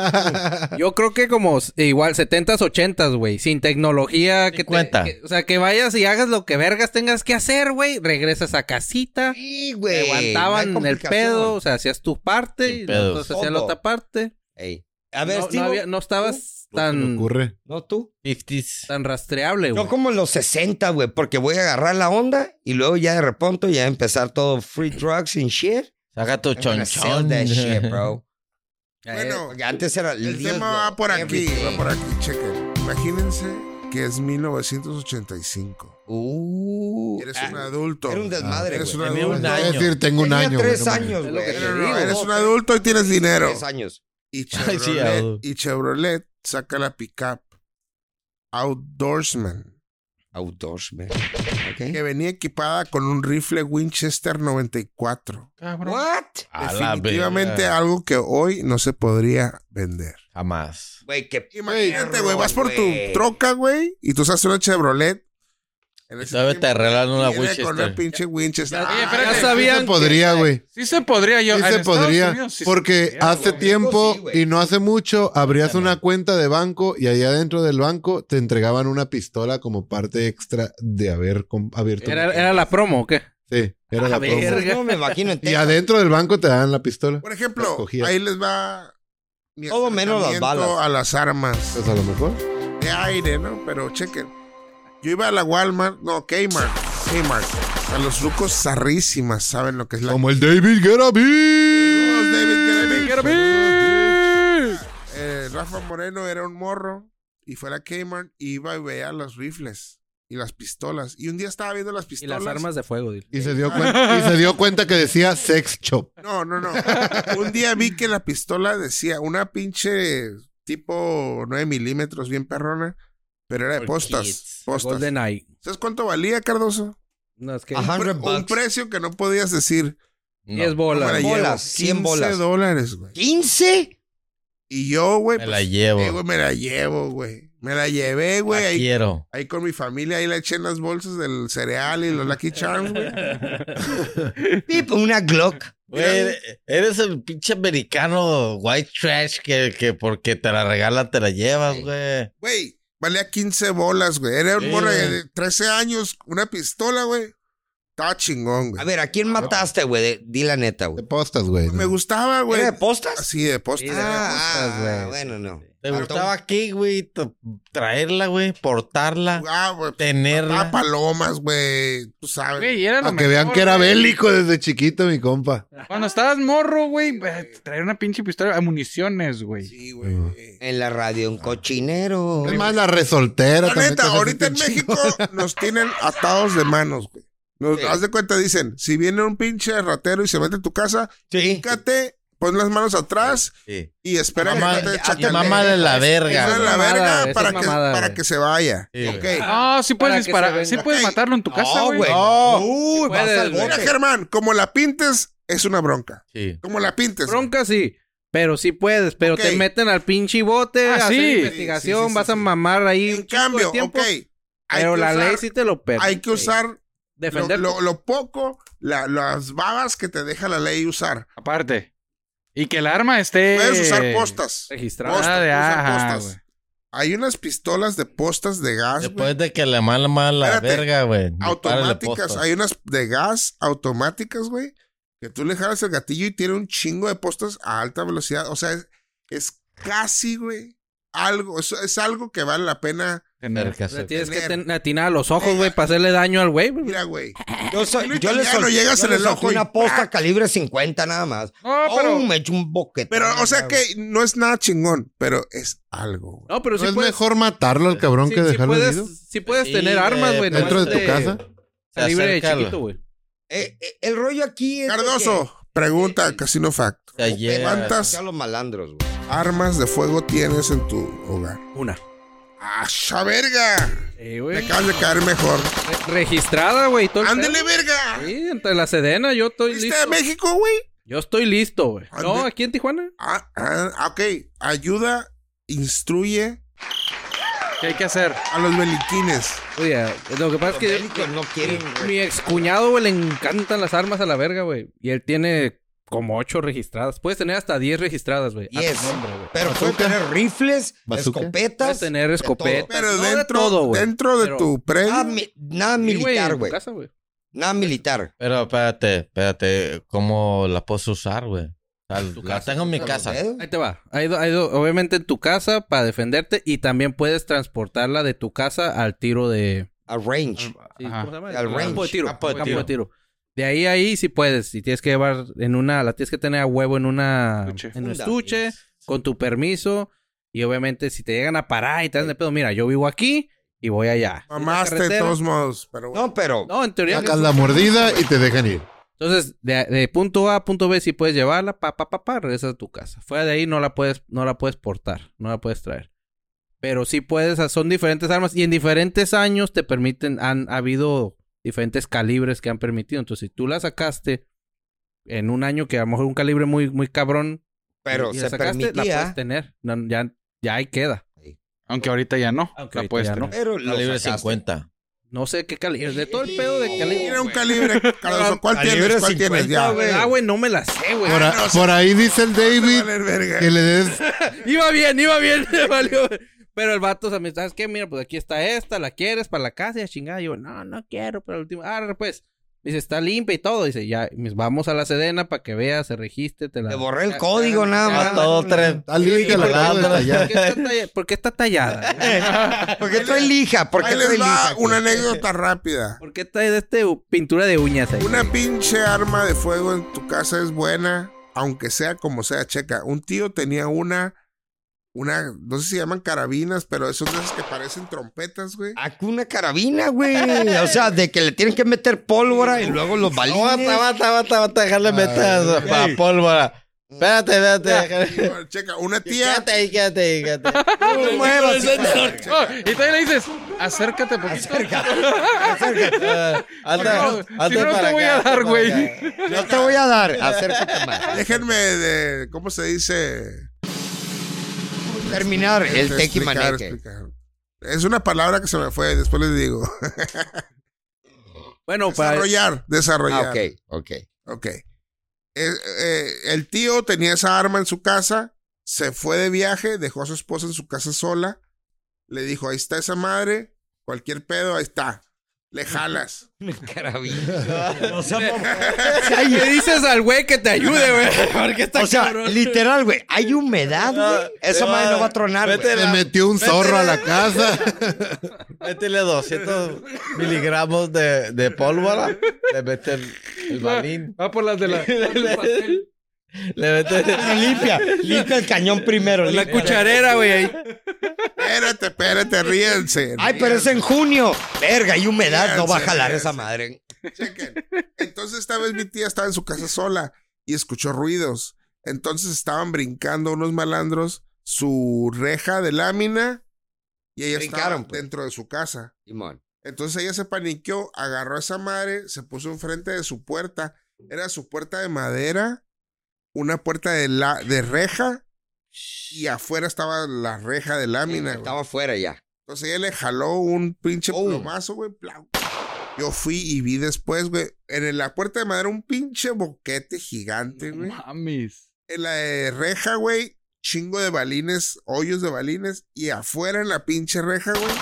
S6: Estuvo
S4: Yo creo que como s- igual 70s, 80s, güey, sin tecnología. Que te-
S5: 50.
S4: que- o sea, que vayas y hagas lo que vergas tengas que hacer, güey. Regresas a casita.
S3: Sí,
S4: Te
S3: güey.
S4: aguantaban
S3: Eh, no hay
S4: el
S3: complicación.
S4: pedo. O sea, hacías tu parte
S5: Sin
S4: y
S5: pedos.
S4: nosotros hacías la
S3: Todo.
S4: otra parte.
S3: Ey. A ver,
S4: no,
S3: Steve,
S4: no, había- no estabas tan,
S1: ocurre?
S3: ¿no tú?
S5: 50s.
S4: tan rastreable, güey.
S3: No como en los 60, güey, porque voy a agarrar la onda y luego ya de repente ya empezar todo free drugs and shit.
S5: Saca tu
S3: I'm gonna sell
S5: chonchón.
S3: that shit, bro. Eh,
S6: Bueno,
S3: Porque antes era
S6: El tema va por aquí, va por aquí, chequen. Imagínense que es 1985.
S3: Uh,
S6: Eres
S3: ah,
S6: un adulto. Ah.
S3: era un desmadre,
S6: Eres un
S3: güey.
S5: Tenía
S6: adulto.
S5: un
S1: Es
S5: año.
S1: decir, tengo un
S3: Tenía
S1: año.
S3: tres
S1: güey, no mames.
S3: años, güey.
S4: Es lo que te
S3: Era
S6: No,
S4: digo.
S6: no,
S3: un
S4: güey.
S6: Ah, eres
S3: adulto,
S6: un adulto y tienes dinero.
S3: Tres años.
S6: Y
S5: Ay, sí,
S6: Chevrolet,
S5: adulto.
S6: y Chevrolet saca la pickup Outdoorsman.
S3: Autors, güey.
S6: que
S3: Ok.
S6: venía equipada con un rifle Winchester 94.
S2: Cabrón.
S3: What?
S5: A la
S6: Definitivamente
S5: verga.
S6: algo que hoy no se podría vender.
S5: Jamás.
S3: Güey, qué
S6: Imagínate,
S3: perro,
S6: güey, vas por
S3: güey.
S6: tu troca, güey, y tú haces una Chevrolet. En ese
S5: Todavía te
S6: tiempo,
S5: arreglan una
S6: viene Con
S5: Winchester.
S6: una pinche Winchester.
S4: Ya-
S2: Oye,
S6: Ah,
S2: espérate.
S4: ya
S1: Sí
S4: sabían
S1: se podría, güey.
S2: Sí se podría yo.
S1: Sí
S2: en
S1: se
S2: Estados
S1: podría.
S2: Unidos sí se
S1: porque
S2: podría,
S1: hace
S2: güey.
S1: tiempo
S3: Sí, güey.
S1: y no hace mucho abrías
S5: Ahorita no.
S1: una cuenta de banco y allá dentro del banco te entregaban una pistola como parte extra de haber com- abierto.
S4: ¿Era,
S1: una
S4: era la promo o qué?
S1: Sí, era
S4: A
S1: la promo.
S4: ver.
S3: No me imagino en
S1: Y
S3: Texas.
S1: adentro del banco te dan la pistola.
S6: Por ejemplo,
S1: Las cogías.
S6: ahí les va. mi
S3: Todo menos las
S6: acercamiento
S3: balas.
S6: A las armas.
S1: Pues a lo mejor.
S6: de aire, ¿no? Pero chequen. Yo iba a la Walmart, no, Kmart, Kmart. A los rucos zarrísimas, ¿saben lo que es la
S1: Como el David Guerra
S6: Saludos, David, que
S2: Quiero
S6: era mi-
S2: ver.
S6: Eh, Rafa Moreno era un morro y fue a la Kmart y iba y veía los rifles y las pistolas. Y un día estaba viendo las
S4: Y
S6: pistolas.
S4: las armas de fuego, dile.
S1: Y se, dio cuenta, y se dio cuenta que decía sex shop.
S6: No, no, no. un día vi que la pistola decía una pinche tipo 9 milímetros, bien perrona, pero era de
S5: For
S6: postas.
S5: kids.
S6: postas.
S4: Golden Eye.
S6: ¿Sabes cuánto valía, Cardoso?
S4: No, es que.
S3: A hundred
S6: Un
S3: bucks.
S6: precio que no podías decir.
S4: 10
S6: "No me
S4: bolas.
S6: la llevo".
S3: Bolas, cien
S6: 15
S3: bolas.
S6: dólares, güey.
S3: ¿15?
S6: Y yo, güey,
S5: Me
S6: pues,
S5: la llevo.
S6: eh, güey, me la llevo, güey. Me la llevé, güey.
S5: La
S6: Ahí,
S5: quiero.
S6: ahí con mi familia, ahí le eché en las bolsas del cereal y los Lucky Charms, güey.
S3: Pip, una Glock.
S5: Güey, eres- eres el pinche americano white trash que, que porque te la regala te la llevas, güey.
S6: Güey, valía 15 bolas, güey. Era un
S5: Sí,
S6: morro
S5: güey.
S6: de 13 años, una pistola, güey. Estaba chingón,
S3: A
S6: güey.
S3: ver, ¿a quién mataste, güey? De- Di la neta,
S1: De
S3: güey.
S1: postas, güey.
S6: Me gustaba, güey.
S3: ¿Era de postas?
S6: Así de
S3: Sí,
S6: postas.
S3: de
S6: Ah,
S3: postas, güey.
S6: ah,
S3: Bueno, no.
S5: Te
S3: Ah,
S5: gustaba aquí, güey, t- traerla, güey, portarla,
S6: Ah, güey. Ah,
S5: tenerla.
S6: palomas, güey. Tú sabes.
S2: Güey, era lo
S1: Para que vean
S2: mejor,
S1: que era
S2: güey.
S1: bélico desde chiquito, mi compa.
S2: Cuando estabas morro, güey, eh, traer una pinche pistola a municiones, güey.
S6: Sí, güey.
S3: En la radio, un
S6: Ah.
S3: cochinero.
S1: Es más, la resoltera.
S6: La
S1: también te
S6: neta,
S1: hace
S6: ahorita en
S1: sentir
S6: México
S1: chingón.
S6: nos tienen atados de manos, güey. Nos,
S3: Sí.
S6: Haz de cuenta, dicen, si viene un pinche ratero y se mete a tu casa,
S3: Sí.
S6: fíjate, pon las manos atrás
S5: Sí.
S6: y espera
S5: Mamá-
S6: que no te
S3: ya,
S6: chacale.
S5: Mamá de la verga.
S6: Esa es la
S4: Mamada,
S6: verga
S4: esa es
S6: para, que,
S4: mamada,
S6: para
S4: güey.
S6: que se vaya.
S5: Sí, güey.
S6: ok.
S2: Ah, sí
S4: Para
S2: puedes
S4: que se
S2: disparar,
S4: venga.
S2: sí puedes
S6: Ok.
S2: matarlo en tu casa, güey.
S3: No.
S5: No.
S3: Uy, vas
S4: puedes,
S3: al
S4: güey.
S6: Mira,
S3: bote.
S6: Germán, como la pintes, es una bronca.
S5: Sí.
S6: Como la pintes.
S4: Bronca sí. Pero sí puedes, pero
S6: Ok.
S4: te meten al pinche bote,
S2: Ah,
S4: a hacer
S2: sí.
S4: investigación,
S6: Sí, sí, sí,
S4: vas a
S6: sí.
S4: mamar ahí.
S6: En
S4: un chingo de
S6: cambio, ok.
S4: tiempo,
S6: hay
S4: Pero
S6: que
S4: la
S6: usar-
S4: ley sí te lo permite.
S6: Hay que usar lo,
S4: Defender.
S6: lo- lo poco, la- las babas que te deja la ley usar.
S2: Aparte. Y que el arma esté.
S6: Puedes usar postas.
S4: Registrado.
S2: Postas,
S6: Postas,
S2: Ah, de
S6: usa
S2: ajá,
S6: postas.
S2: güey.
S6: Hay unas pistolas de postas de gas, güey.
S5: Después de que la mala mala la
S6: Espérate.
S5: verga, güey.
S6: Automáticas.
S5: Dispárale
S6: Hay unas de gas automáticas, güey. Que tú le jalas el gatillo y tiene un chingo de postas a alta velocidad. O sea, es, es casi, güey. Algo. Es, es algo que vale la pena.
S2: Tener-
S5: postas.
S4: Le tienes que
S6: tener.
S4: ten- atinar a los ojos, güey, para hacerle daño al güey.
S6: Mira, güey.
S3: Yo, so-
S6: Dilo
S3: yo le
S6: italiano,
S3: sol-
S6: llegas
S3: yo
S6: en
S3: le
S6: el
S3: solté
S6: ojo y ¡ah!
S3: una posta calibre 50 nada más.
S2: No, pero.
S3: Oh, me echó un boquete.
S6: Pero, o sea que no es nada chingón, pero es algo, güey.
S4: No, pero
S1: ¿No
S4: sí
S1: es
S4: puedes.
S1: mejor matarlo al cabrón
S4: sí-
S1: que
S4: sí
S1: dejarlo
S4: puedes,
S1: herido?
S4: sí puedes
S5: Sí, eh, pues,
S4: tener armas, güey.
S5: dentro
S1: ¿Dentro
S4: nomás
S1: de tu
S5: de-
S1: casa?
S5: Se
S4: Calibre de
S5: acerca al-
S4: chiquito, güey.
S3: Eh, eh, el rollo aquí es. de
S6: Cardoso, pregunta, Casino Fact.
S5: Se lleva.
S3: que-
S6: ¿Cuántas
S3: Ya los malandros, güey.
S6: armas de fuego tienes en tu hogar?
S4: Una.
S6: ¡Asha, verga!
S4: Sí,
S6: Me
S4: Eh, güey.
S6: acabas de caer mejor.
S4: Re- Registrada, güey. todo el
S6: ¡Ándele,
S4: pedo.
S6: verga!
S4: Sí, entre la Sedena yo estoy
S6: ¿Viste
S4: listo.
S6: a México, güey?
S4: Yo estoy listo, güey. No,
S6: Ande-
S4: aquí en Tijuana.
S6: Ah, ah, ok. Ayuda, instruye
S2: ¿Qué hay que hacer?
S6: a los beliquines.
S4: Oye, lo que pasa es
S3: Los
S4: que
S3: bélicos no quieren,
S4: mi-
S3: güey.
S4: mi excuñado, güey, le encantan las armas a la verga, güey. Y él tiene como ocho registradas. Puedes tener hasta 10 registradas, güey. Ah, A tu
S3: Diez.
S4: nombre, güey.
S3: Pero puede tener rifles,
S1: Bazooka.
S4: Puedes
S3: escopetas.
S4: tener escopeta.
S6: Pero
S4: No de
S6: dentro,
S4: todo, güey.
S6: dentro de
S4: Pero- ah,
S6: tu predio.
S3: Nada, mi- nada
S4: Sí, en
S3: militar,
S4: tu
S3: güey.
S4: casa, güey.
S3: Nada militar.
S5: Pero espérate, espérate, ¿cómo la puedes usar, güey? O sea, La tengo en mi casa.
S3: ¿Eh?
S4: Ahí te va. Ahí do- ahí do- obviamente en tu casa para defenderte y también puedes transportarla de tu casa al tiro de...
S3: A range.
S4: sí,
S2: Ajá.
S4: ¿Cómo se llama?
S3: Al
S4: campo de
S3: range.
S4: tiro.
S5: Campo de
S4: Campo
S5: tiro.
S4: de tiro. De ahí a ahí si puedes. Si tienes que llevar en una... La tienes que tener a huevo en una...
S2: Estuche.
S4: En un
S3: Funda.
S4: estuche. Con tu permiso. Y obviamente si te llegan a parar y te dan de pedo. Mira, yo vivo aquí y voy allá.
S6: Mamaste de
S4: Carretera.
S6: todos modos, pero bueno.
S3: No, pero.
S4: No, en teoría...
S1: Sacas la mordida y te dejan ir.
S4: Entonces, de, de punto A a punto B, si puedes llevarla, pa, pa, pa, pa, regresas a tu casa. Fuera de ahí no la puedes, no la puedes portar, no la puedes traer. Pero sí puedes, ah, son diferentes armas y en diferentes años te permiten, han habido diferentes calibres que han permitido. Entonces, si tú la sacaste en un año que a lo mejor un calibre muy, muy cabrón,
S3: pero
S4: y la
S3: se
S4: sacaste, la puedes
S3: permitía.
S4: tener. No, ya, ya ahí queda.
S2: Aunque ahorita ya no.
S4: Aunque
S2: la
S4: ahorita
S2: puedes
S4: ya
S2: tener.
S3: Pero lo
S5: Calibre
S3: sacaste.
S5: 50.
S4: No sé qué calibre, de todo el pedo de calibre.
S6: Mira un calibre, Cardoso. ¿Cuál
S3: Calibre
S6: tienes? ¿Cuál
S3: 50,
S6: tienes? Ya.
S3: güey.
S4: Ah, güey, no me la sé, güey.
S1: Por, a-
S6: no,
S1: por ahí dice el David
S6: Vale, verga.
S1: que le des
S4: Iba bien, iba bien, le valió. Pero el vato, o sea, me ¿sabes qué? Mira, pues aquí está esta, la quieres para la casa y la chingada. Y yo, no, no quiero, pero el último, ah, pues, Dice, está limpia y todo. Dice, ya, mis- vamos a la sedena para que veas, se registre, te la...
S3: Le borré el código nada más.
S5: A todo tren.
S1: Está limpia la acabo de
S4: ¿Por
S1: tallar.
S4: qué está talla- ¿Por qué está tallada?
S3: ¿Por qué trae lija? ¿Por qué
S6: Ahí
S3: trae
S6: les va
S3: lija?
S6: una anécdota rápida.
S4: ¿Por qué está de este u- pintura de uñas ahí?
S6: Una pinche arma de fuego en tu casa es buena, aunque sea como sea, checa. Un tío tenía una, una, no sé si llaman carabinas, pero esos de esas que parecen trompetas, güey.
S3: Aquí una carabina, güey. O sea, de que le tienen que meter pólvora y luego los
S5: Bata,
S3: balines.
S5: bata, bata, bata, dejarle metas para pólvora. Espérate, espérate. déjale-
S6: Checa, una tía,
S5: Quédate ahí, quédate ahí, quédate.
S3: No muevas.
S2: Oh, y todavía le dices, acércate poquito.
S5: Ah, Hazte
S2: No, si
S5: hazte
S2: no, no
S5: para
S2: te voy a
S5: acá,
S2: dar,
S5: hazte para
S2: güey.
S5: acá.
S3: No te voy a dar. Acércate más.
S6: déjenme de, ¿cómo se dice?
S3: Terminar el
S6: Este,
S3: tequi
S6: explicar,
S3: maneque.
S6: explicar. Es una palabra que se me fue, después les digo.
S4: Bueno, pues, para...
S6: Desarrollar, desarrollar.
S3: Ah, ok, ok.
S6: Ok. Eh, eh, el tío tenía esa arma en su casa, se fue de viaje, dejó a su esposa en su casa sola, le dijo, ahí está esa madre, cualquier pedo, ahí está, le jalas.
S3: Carabina.
S4: ¿Qué dices al güey que te ayude, güey? Porque está
S3: O sea,
S4: cabrón.
S3: literal, güey. Hay humedad, güey. Esa
S5: no,
S3: madre no va a tronar,
S5: vete
S3: güey.
S5: la-
S1: Le metió un zorro a la casa.
S5: Métele 200 miligramos de, de pólvora. Le mete el, el balín.
S2: Va por las de la.
S5: Le mete.
S3: Limpia, limpia el cañón primero.
S4: La cucharera, güey. ahí.
S6: Espérate, espérate, ríense.
S3: Ay, pero es
S6: ríense,
S3: en junio. Verga, hay humedad. No va a
S6: Fíjense,
S3: jalar
S6: fíjense.
S3: esa madre.
S6: chequen. Entonces esta vez mi tía estaba en su casa sola y escuchó ruidos. Entonces estaban brincando unos malandros su reja de lámina y ella
S3: Brincaron,
S6: estaba
S3: pues.
S6: dentro de su casa.
S3: Simón.
S6: Entonces ella se paniqueó, agarró a esa madre, se puso enfrente de su puerta. Era su puerta de madera, una puerta de, la, de reja, y afuera estaba la reja de lámina. güey.
S3: Estaba fuera ya.
S6: Entonces ella le jaló un pinche
S3: Oh.
S6: plomazo, güey. plau. Yo fui y vi después, güey, en la puerta de madera un pinche boquete gigante, güey.
S2: Mamis.
S6: En la de reja, güey, chingo de balines, hoyos de balines, y afuera en la pinche reja, güey,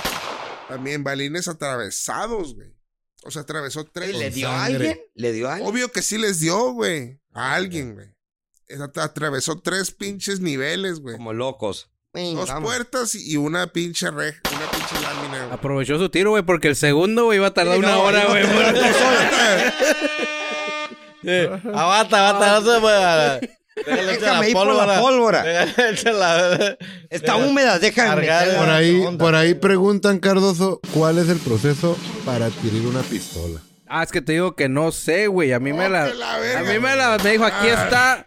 S6: también balines atravesados, güey. O sea, atravesó tres.
S3: ¿Le dio a
S1: sangre.
S3: alguien? ¿Le dio a alguien?
S6: Obvio que sí les dio, güey, a alguien, güey. Esa at- Atravesó tres pinches niveles, güey.
S3: Como locos.
S6: Dos puertas y una pinche reja, una pinche lámina, güey.
S4: Aprovechó su tiro, güey, porque el segundo, güey, iba a tardar una hora, güey.
S5: Abata, abata, Ah, no se mueva. Déjale echar
S3: Déjame ir por la pólvora.
S5: Déjale echar la.
S3: Está húmeda, déjame.
S5: Cargar-
S3: meterla.
S1: Por ahí,
S3: Onda.
S1: por ahí preguntan, Cardoso, ¿cuál es el proceso para adquirir una pistola?
S4: Ah, es que te digo que no sé, güey. A mí me la...
S6: Oh, Que la
S4: A
S6: verga. Ah.
S4: mí me la... Me dijo, aquí está...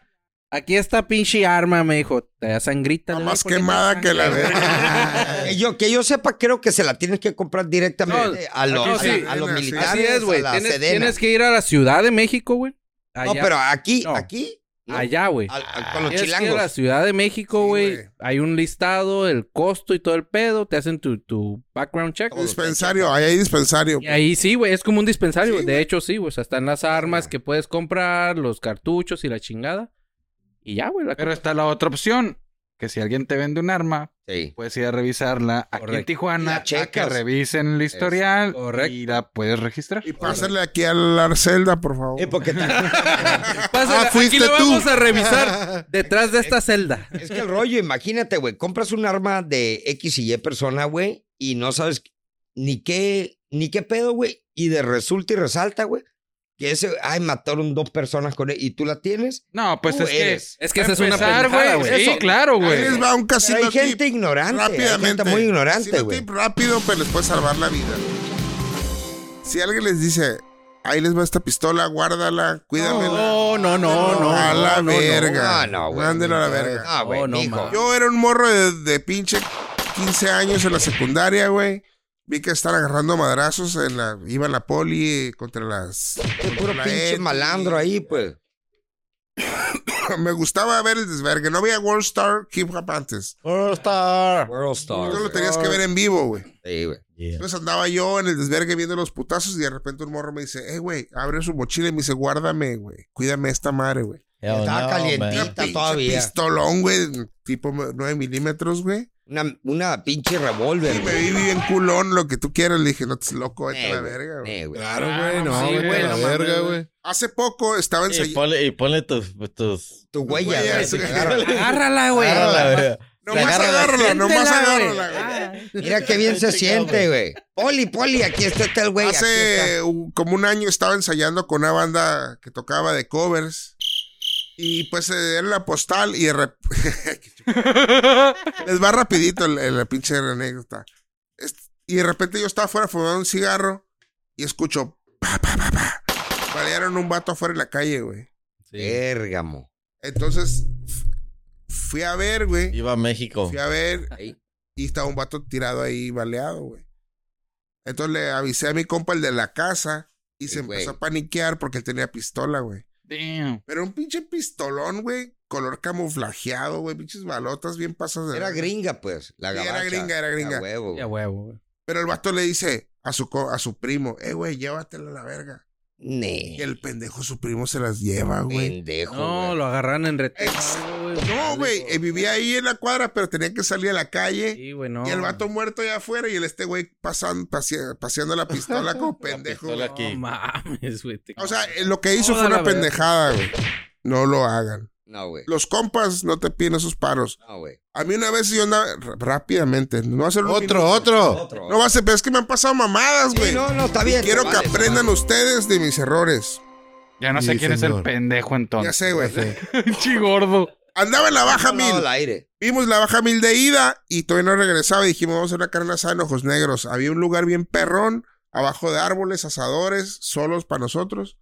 S4: Aquí está pinche arma, me dijo. Te da sangrita.
S6: Está
S4: le
S6: más
S4: digo, porque
S6: quemada
S4: te da
S6: que la
S4: sangre.
S6: verga.
S3: Eh, Yo, que yo sepa, creo que se la tienes que comprar directamente
S4: No,
S3: a, los,
S4: no,
S3: a-
S4: sí.
S3: a los
S6: Así
S3: militares.
S4: Así es, güey.
S3: a la
S4: Tienes,
S3: Sedena.
S4: tienes que ir a la Ciudad de México, güey.
S3: No,
S4: Allá,
S3: pero aquí,
S4: No.
S3: aquí, no.
S4: allá, güey.
S3: al- al- con los
S4: Tienes que ir a la
S3: chilangos.
S4: Ciudad de México,
S6: Sí,
S4: güey.
S6: güey.
S4: Hay un listado, el costo y todo el pedo. Te hacen tu, tu background check.
S6: dispensario, ahí hay dispensario.
S4: Y ahí sí, güey, es como un dispensario.
S6: Sí,
S4: güey. de
S6: güey.
S4: hecho, sí, güey. O sea, están las armas que puedes comprar, los cartuchos y la chingada. Y ya, güey. La
S2: Pero está la otra opción. Que si alguien te vende un arma,
S3: Sí.
S2: puedes ir a revisarla aquí en
S4: Correcto.
S2: Tijuana.
S3: La
S2: a que
S3: checas.
S2: revisen el historial.
S4: correcto.
S2: Y la puedes registrar.
S6: Y pásale aquí a la Arcelda, por favor.
S3: Eh, porque ta-
S1: Ah,
S4: Pásala, aquí
S1: fuiste
S4: lo
S1: tú.
S4: vamos a revisar detrás de esta celda.
S3: es que el rollo, imagínate, güey, compras un arma de X y Y persona, güey, y no sabes ni qué, ni qué pedo, güey, y de resulta y resalta, güey, que ese, ay, mataron dos personas con él, y tú la tienes.
S2: No, pues
S3: Tú
S2: es que.
S3: eres.
S4: Es que
S2: para
S4: esa es una
S2: empezar,
S4: pendejada,
S2: güey.
S4: güey.
S2: Sí,
S3: Eso.
S2: claro,
S6: Ahí
S2: güey.
S6: les va un
S3: Pero
S6: casino
S3: hay
S6: tip.
S3: gente ignorante, hay gente
S6: Rápidamente.
S3: muy ignorante,
S6: Casino
S3: güey.
S6: tip rápido, pero les puede salvar la vida. Si alguien les dice, ahí les va esta pistola, guárdala, cuídamela.
S4: No, no, no, no,
S6: A la
S4: no, no,
S6: verga.
S3: Ah, no, güey.
S6: Mándelo a la verga.
S3: Ah, güey,
S4: No, no,
S3: mijo.
S4: ma.
S6: Yo era un morro de, de pinche 15 años en la secundaria, güey. Vi que estaban agarrando madrazos en la... Iba la poli contra las...
S3: Qué puro
S6: contra la
S3: pinche
S6: ETI.
S3: malandro ahí, pues.
S6: Me gustaba ver el desvergue. No había World Star Hip Hop antes.
S5: All Star.
S3: World
S6: Tú
S3: Star.
S6: lo tenías que ver en vivo, güey.
S3: Sí, güey.
S6: Entonces andaba yo en el desvergue viendo los "Eh, putazos y de repente un morro me dice, hey, güey, abre su mochila y me dice, guárdame, güey, cuídame esta madre, güey.
S5: Hell
S3: Estaba
S5: no,
S3: calientita.
S5: man.
S6: Una pinche
S3: todavía.
S6: pistolón, güey, tipo 9 milímetros, güey.
S3: Una, una pinche revólver,
S6: Y me vi bien culón, lo que tú quieras. Le dije, no, estás loco, vete a la
S3: Eh, güey.
S6: verga, güey.
S3: Eh, güey.
S1: Claro, güey, no,
S2: sí,
S1: vete
S2: güey,
S1: a la
S2: no mames,
S1: verga,
S2: güey.
S1: güey.
S6: Hace poco estaba
S5: Y
S6: ensayando.
S5: ponle, y ponle tus... tus...
S3: Tu huella,
S6: huella,
S3: güey.
S6: sí,
S3: claro.
S4: Agárrala, güey.
S5: Agárrala, güey.
S6: Nomás agárrala, nomás
S4: Ah,
S6: agárrala, güey.
S3: Mira qué bien se siente, güey. Poli, poli, aquí está, está el güey. aquí está.
S6: Hace un- como un año estaba ensayando con una banda que tocaba de covers. Y pues eh, era la postal y de rep- Les va rapidito el- el- la pinche anécdota. Est- Y de repente yo estaba afuera fumando un cigarro y escucho... Pa, pa, pa, pa. Balearon un vato afuera en la calle, güey.
S3: Bérgamo.
S6: Entonces f- fui a ver, güey.
S5: Iba a México.
S6: Fui a ver
S3: Ahí.
S6: y estaba un vato tirado ahí baleado, güey. Entonces le avisé a mi compa, el de la casa, y
S3: Sí,
S6: se
S3: güey.
S6: empezó a paniquear porque él tenía pistola, güey.
S2: Damn.
S6: Pero un pinche pistolón, güey, color camuflajeado, güey, pinches balotas bien pasas de...
S3: Era
S6: verga.
S3: gringa, pues. La
S6: Sí, era
S3: gabacha.
S6: gringa, era gringa.
S3: A huevo, güey.
S4: Ya huevo, güey.
S6: Pero el vato le dice a su, co- a su primo, eh, güey, llévatela a la verga.
S3: Nee,
S6: Y el pendejo, su primo, se las lleva, güey.
S3: Pendejo,
S4: No,
S3: güey.
S4: lo agarran en retiro.
S6: Ex- No, güey, eh, vivía ahí en la cuadra, pero tenía que salir a la calle.
S4: Sí, güey, no.
S6: Y el vato muerto allá afuera y el este güey pasan, pasea- paseando la pistola como
S5: La
S6: pendejo.
S5: pistola
S6: güey.
S5: aquí.
S4: No mames, güey. te-
S6: O sea, eh, lo que hizo
S4: Toda
S6: fue
S4: la
S6: una
S4: verga.
S6: pendejada, güey. No lo hagan.
S3: No, güey.
S6: Los compas no te piden esos paros.
S3: No, güey.
S6: A mí una vez yo andaba r- rápidamente. No va a ser un
S1: Otro,
S6: minuto.
S1: otro.
S3: Otro.
S6: No va a ser, pero es que me han pasado mamadas, güey.
S3: Sí, no, no, está bien.
S6: Quiero que
S3: Vale,
S6: aprendan
S3: vale.
S6: ustedes de mis errores.
S2: Ya no
S1: Sí,
S2: sé quién es
S1: señor.
S2: el pendejo
S6: Ya
S2: entonces.
S6: sé, güey.
S2: Chigordo.
S6: Andaba en la baja
S3: No, no,
S6: mil.
S3: al aire.
S6: Vimos la baja mil de ida y todavía no regresaba. Y dijimos, vamos a hacer una carne asada en Ojos Negros. Había un lugar bien perrón, abajo de árboles, asadores, solos para nosotros.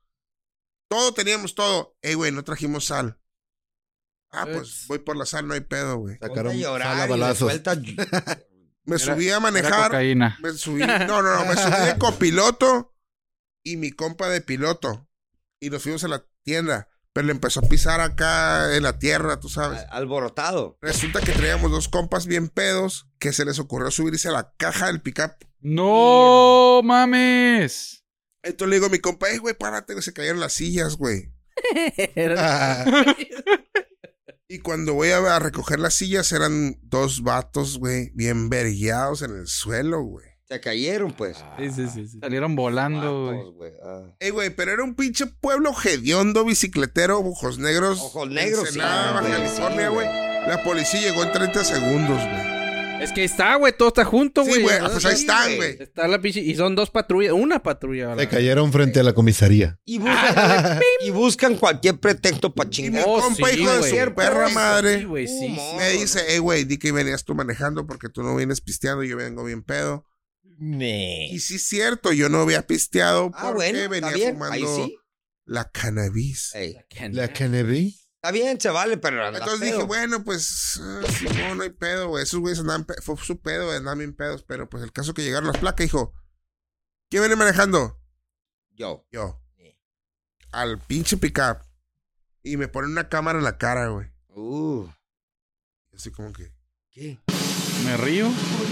S6: Todo teníamos todo. Ey, güey, no trajimos sal. Ah, pues
S4: Uts.
S6: voy por la sal, no hay pedo, güey.
S1: Sacaron
S3: Ponte a llorar
S1: sala
S3: y me
S1: balazos.
S3: sueltas-
S6: Me
S2: Era-
S6: subí a
S2: Era
S6: manejar.
S2: cocaína.
S6: Me subí. No, no, no. Me subí de copiloto y mi compa de piloto. Y nos fuimos a la tienda. Pero le empezó a pisar acá en la tierra, tú sabes.
S3: al- Alborotado.
S6: Resulta que traíamos dos compas bien pedos que se les ocurrió subirse a la caja del pickup.
S2: No mames.
S6: Entonces le digo a mi compa, "Ey, güey, párate, que se cayeron las sillas, güey. Y cuando voy a, a recoger las sillas, eran dos vatos, güey, bien vergueados en el suelo, güey.
S3: Se cayeron, pues.
S4: Sí, sí, sí, sí.
S2: Salieron volando, güey.
S3: Vatos, güey. Ah.
S6: Ey, güey, pero era un pinche pueblo hediondo, bicicletero, ojos negros.
S3: Ojos negros, sí,
S6: Ensenada, Baja
S3: güey,
S6: California,
S3: sí,
S6: güey.
S3: güey.
S6: La policía llegó en 30 segundos, güey.
S4: Es que ahí está, güey. Todo está junto, güey.
S6: Sí, güey,
S4: ¿verdad?
S6: pues ahí
S3: sí,
S6: están,
S3: güey.
S6: güey.
S4: Está la pinche. Y son dos patrullas. Una patrulla.
S1: Se cayeron frente a la comisaría.
S3: Y buscan, y buscan cualquier pretexto para
S6: Y mi
S3: chingar.
S4: Oh,
S6: compa,
S4: sí,
S6: hijo de
S4: güey.
S6: su perra
S3: Sí,
S4: Sí,
S6: madre.
S4: güey, sí.
S3: Humo.
S6: Me dice, ey, güey, di que venías tú manejando porque tú no vienes pisteando, yo vengo bien pedo.
S5: Nee.
S6: Y sí es cierto, yo no había pisteado
S3: Ah,
S6: porque
S3: bueno, está
S6: venía
S3: bien. Ahí
S6: fumando
S3: sí. Eh,
S6: la cannabis.
S3: Ey,
S1: La Kennedy.
S3: Está bien, se vale, pero andas
S6: Entonces dije,
S3: pedo.
S6: bueno, pues, ah, sí, no, no hay pedo, güey. Esos güeyes andaban, pe- fue su pedo, güey, andaban bien pedos. Pero pues el caso que llegaron las placas, dijo, ¿quién viene manejando?
S3: Yo.
S6: Yo.
S3: Sí.
S6: Al pinche pickup. Y me ponen una cámara en la cara, güey.
S3: Uh,
S6: Así como que,
S3: ¿qué?
S2: Me río.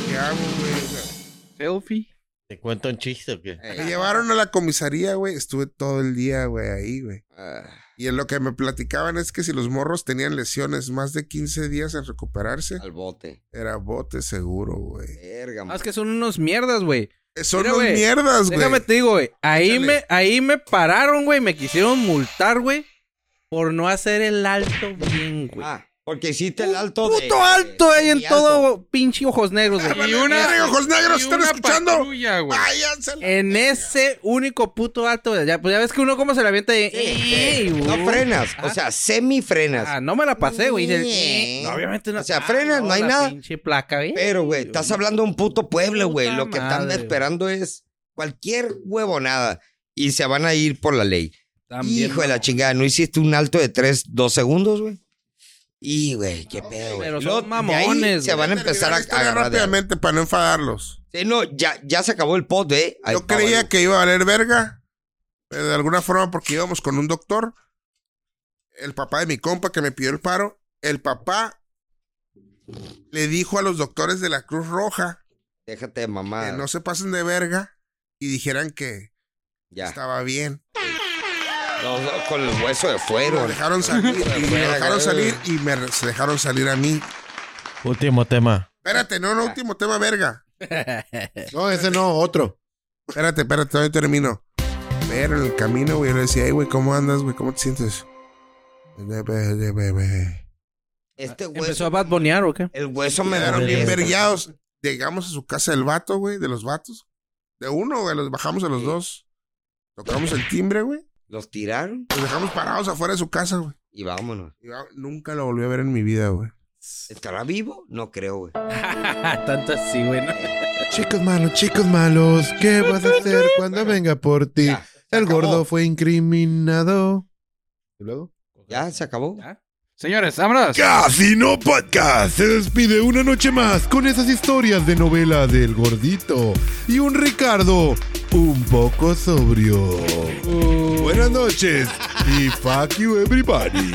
S6: ¿qué hago, güey? O
S3: Eh,
S6: sea,
S2: Selfie.
S5: ¿Te cuento un chiste o qué?
S6: me llevaron a la comisaría, güey. Estuve todo el día, güey, ahí, güey.
S3: Ah,
S6: Y en lo que me platicaban es que si los morros tenían lesiones más de 15 días en recuperarse,
S3: al bote.
S6: era bote seguro, güey. Eh,
S3: Bérgamo.
S4: Ah, es que son unos mierdas, güey.
S6: Son
S4: Mira,
S6: unos
S4: güey,
S6: mierdas, güey.
S4: Déjame te digo, güey. Ahí
S6: Échale.
S4: me, ahí me pararon, güey. Me quisieron multar, güey. Por no hacer el alto bien, güey.
S3: Ah, porque hiciste el
S4: Un
S3: alto de-
S4: Puto alto ahí en
S3: de alto.
S4: todo pinche ojos negros, güey.
S6: Y una. Ojos negros,
S2: Y
S6: ¿están
S2: una
S6: escuchando?
S2: patrulla, güey.
S6: Váyanse. a la-
S4: En ese único puto alto, güey. Ya, pues ya ves que uno como se la avienta y...
S3: Sí, sí. No
S4: frenas.
S3: frenas, o sea, semifrenas.
S4: Ah, no me la pasé, güey. Dice,
S3: Sí.
S4: "Eh". No, obviamente no.
S3: O sea,
S4: Ah,
S3: frenas, no hay
S4: la
S3: nada.
S4: Pinche placa, güey.
S3: Pero, güey, estás hablando de un puto pueblo, güey.
S4: Puta
S3: Lo que están
S4: madre, güey.
S3: esperando es cualquier huevonada y se van a ir por la ley.
S4: También,
S3: Hijo de la
S4: no.
S3: chingada, ¿no hiciste un alto de 3, 2 segundos, güey? Y, güey, qué pedo, güey.
S4: Pero
S3: Luego,
S4: son
S3: de
S4: mamones,
S3: ahí Se
S4: güey.
S3: van a empezar a,
S6: La historia
S3: a agarrar de-
S6: rápidamente para no enfadarlos.
S3: Sí, no, ya, ya se acabó el pod, ¿eh? Ahí
S6: Yo
S3: está,
S6: creía
S3: güey.
S6: que iba a valer verga. pero de alguna forma, porque íbamos con un doctor. El papá de mi compa que me pidió el paro. El papá le dijo a los doctores de la Cruz Roja
S3: Déjate, de mamá.
S6: que no se pasen de verga y dijeran que
S3: ya.
S6: estaba bien.
S3: No, no, con el hueso de fuero.
S6: Me dejaron salir y me dejaron salir y me re- se dejaron salir a mí.
S5: Último tema.
S6: Espérate, no, no, último tema, verga.
S1: Ah. No, ese no, otro.
S6: Espérate, espérate, todavía termino. Pero en el camino, güey, yo le decía, hey, güey, ¿cómo andas, güey? ¿Cómo te sientes?
S1: Ah,
S3: Este
S4: ¿Empezó
S3: hueso,
S4: a badbonear o qué?
S3: el hueso me
S6: Quedaron bien
S3: molesta.
S6: vergueados. Llegamos a su casa del vato, güey, de los vatos. De uno, güey, los bajamos a los dos. Tocamos el timbre, güey.
S3: Los tiraron
S6: Los dejamos parados afuera de su casa, güey.
S3: y vámonos.
S6: Y, ah, Nunca lo volví a ver en mi vida, güey.
S3: ¿Estará vivo? No creo, güey.
S4: Ah, Tanto así, güey. ¿no?
S1: Chicos malos, chicos malos, ¿qué vas a hacer cuando venga por ti?
S3: Ya,
S1: El
S3: acabó.
S1: gordo fue incriminado. ¿Y luego?
S3: Ya, se acabó.
S2: Señores, vámonos.
S1: Casino Podcast se despide una noche más con esas historias de novela del gordito y un Ricardo un poco sobrio. Buenas noches y fuck you everybody.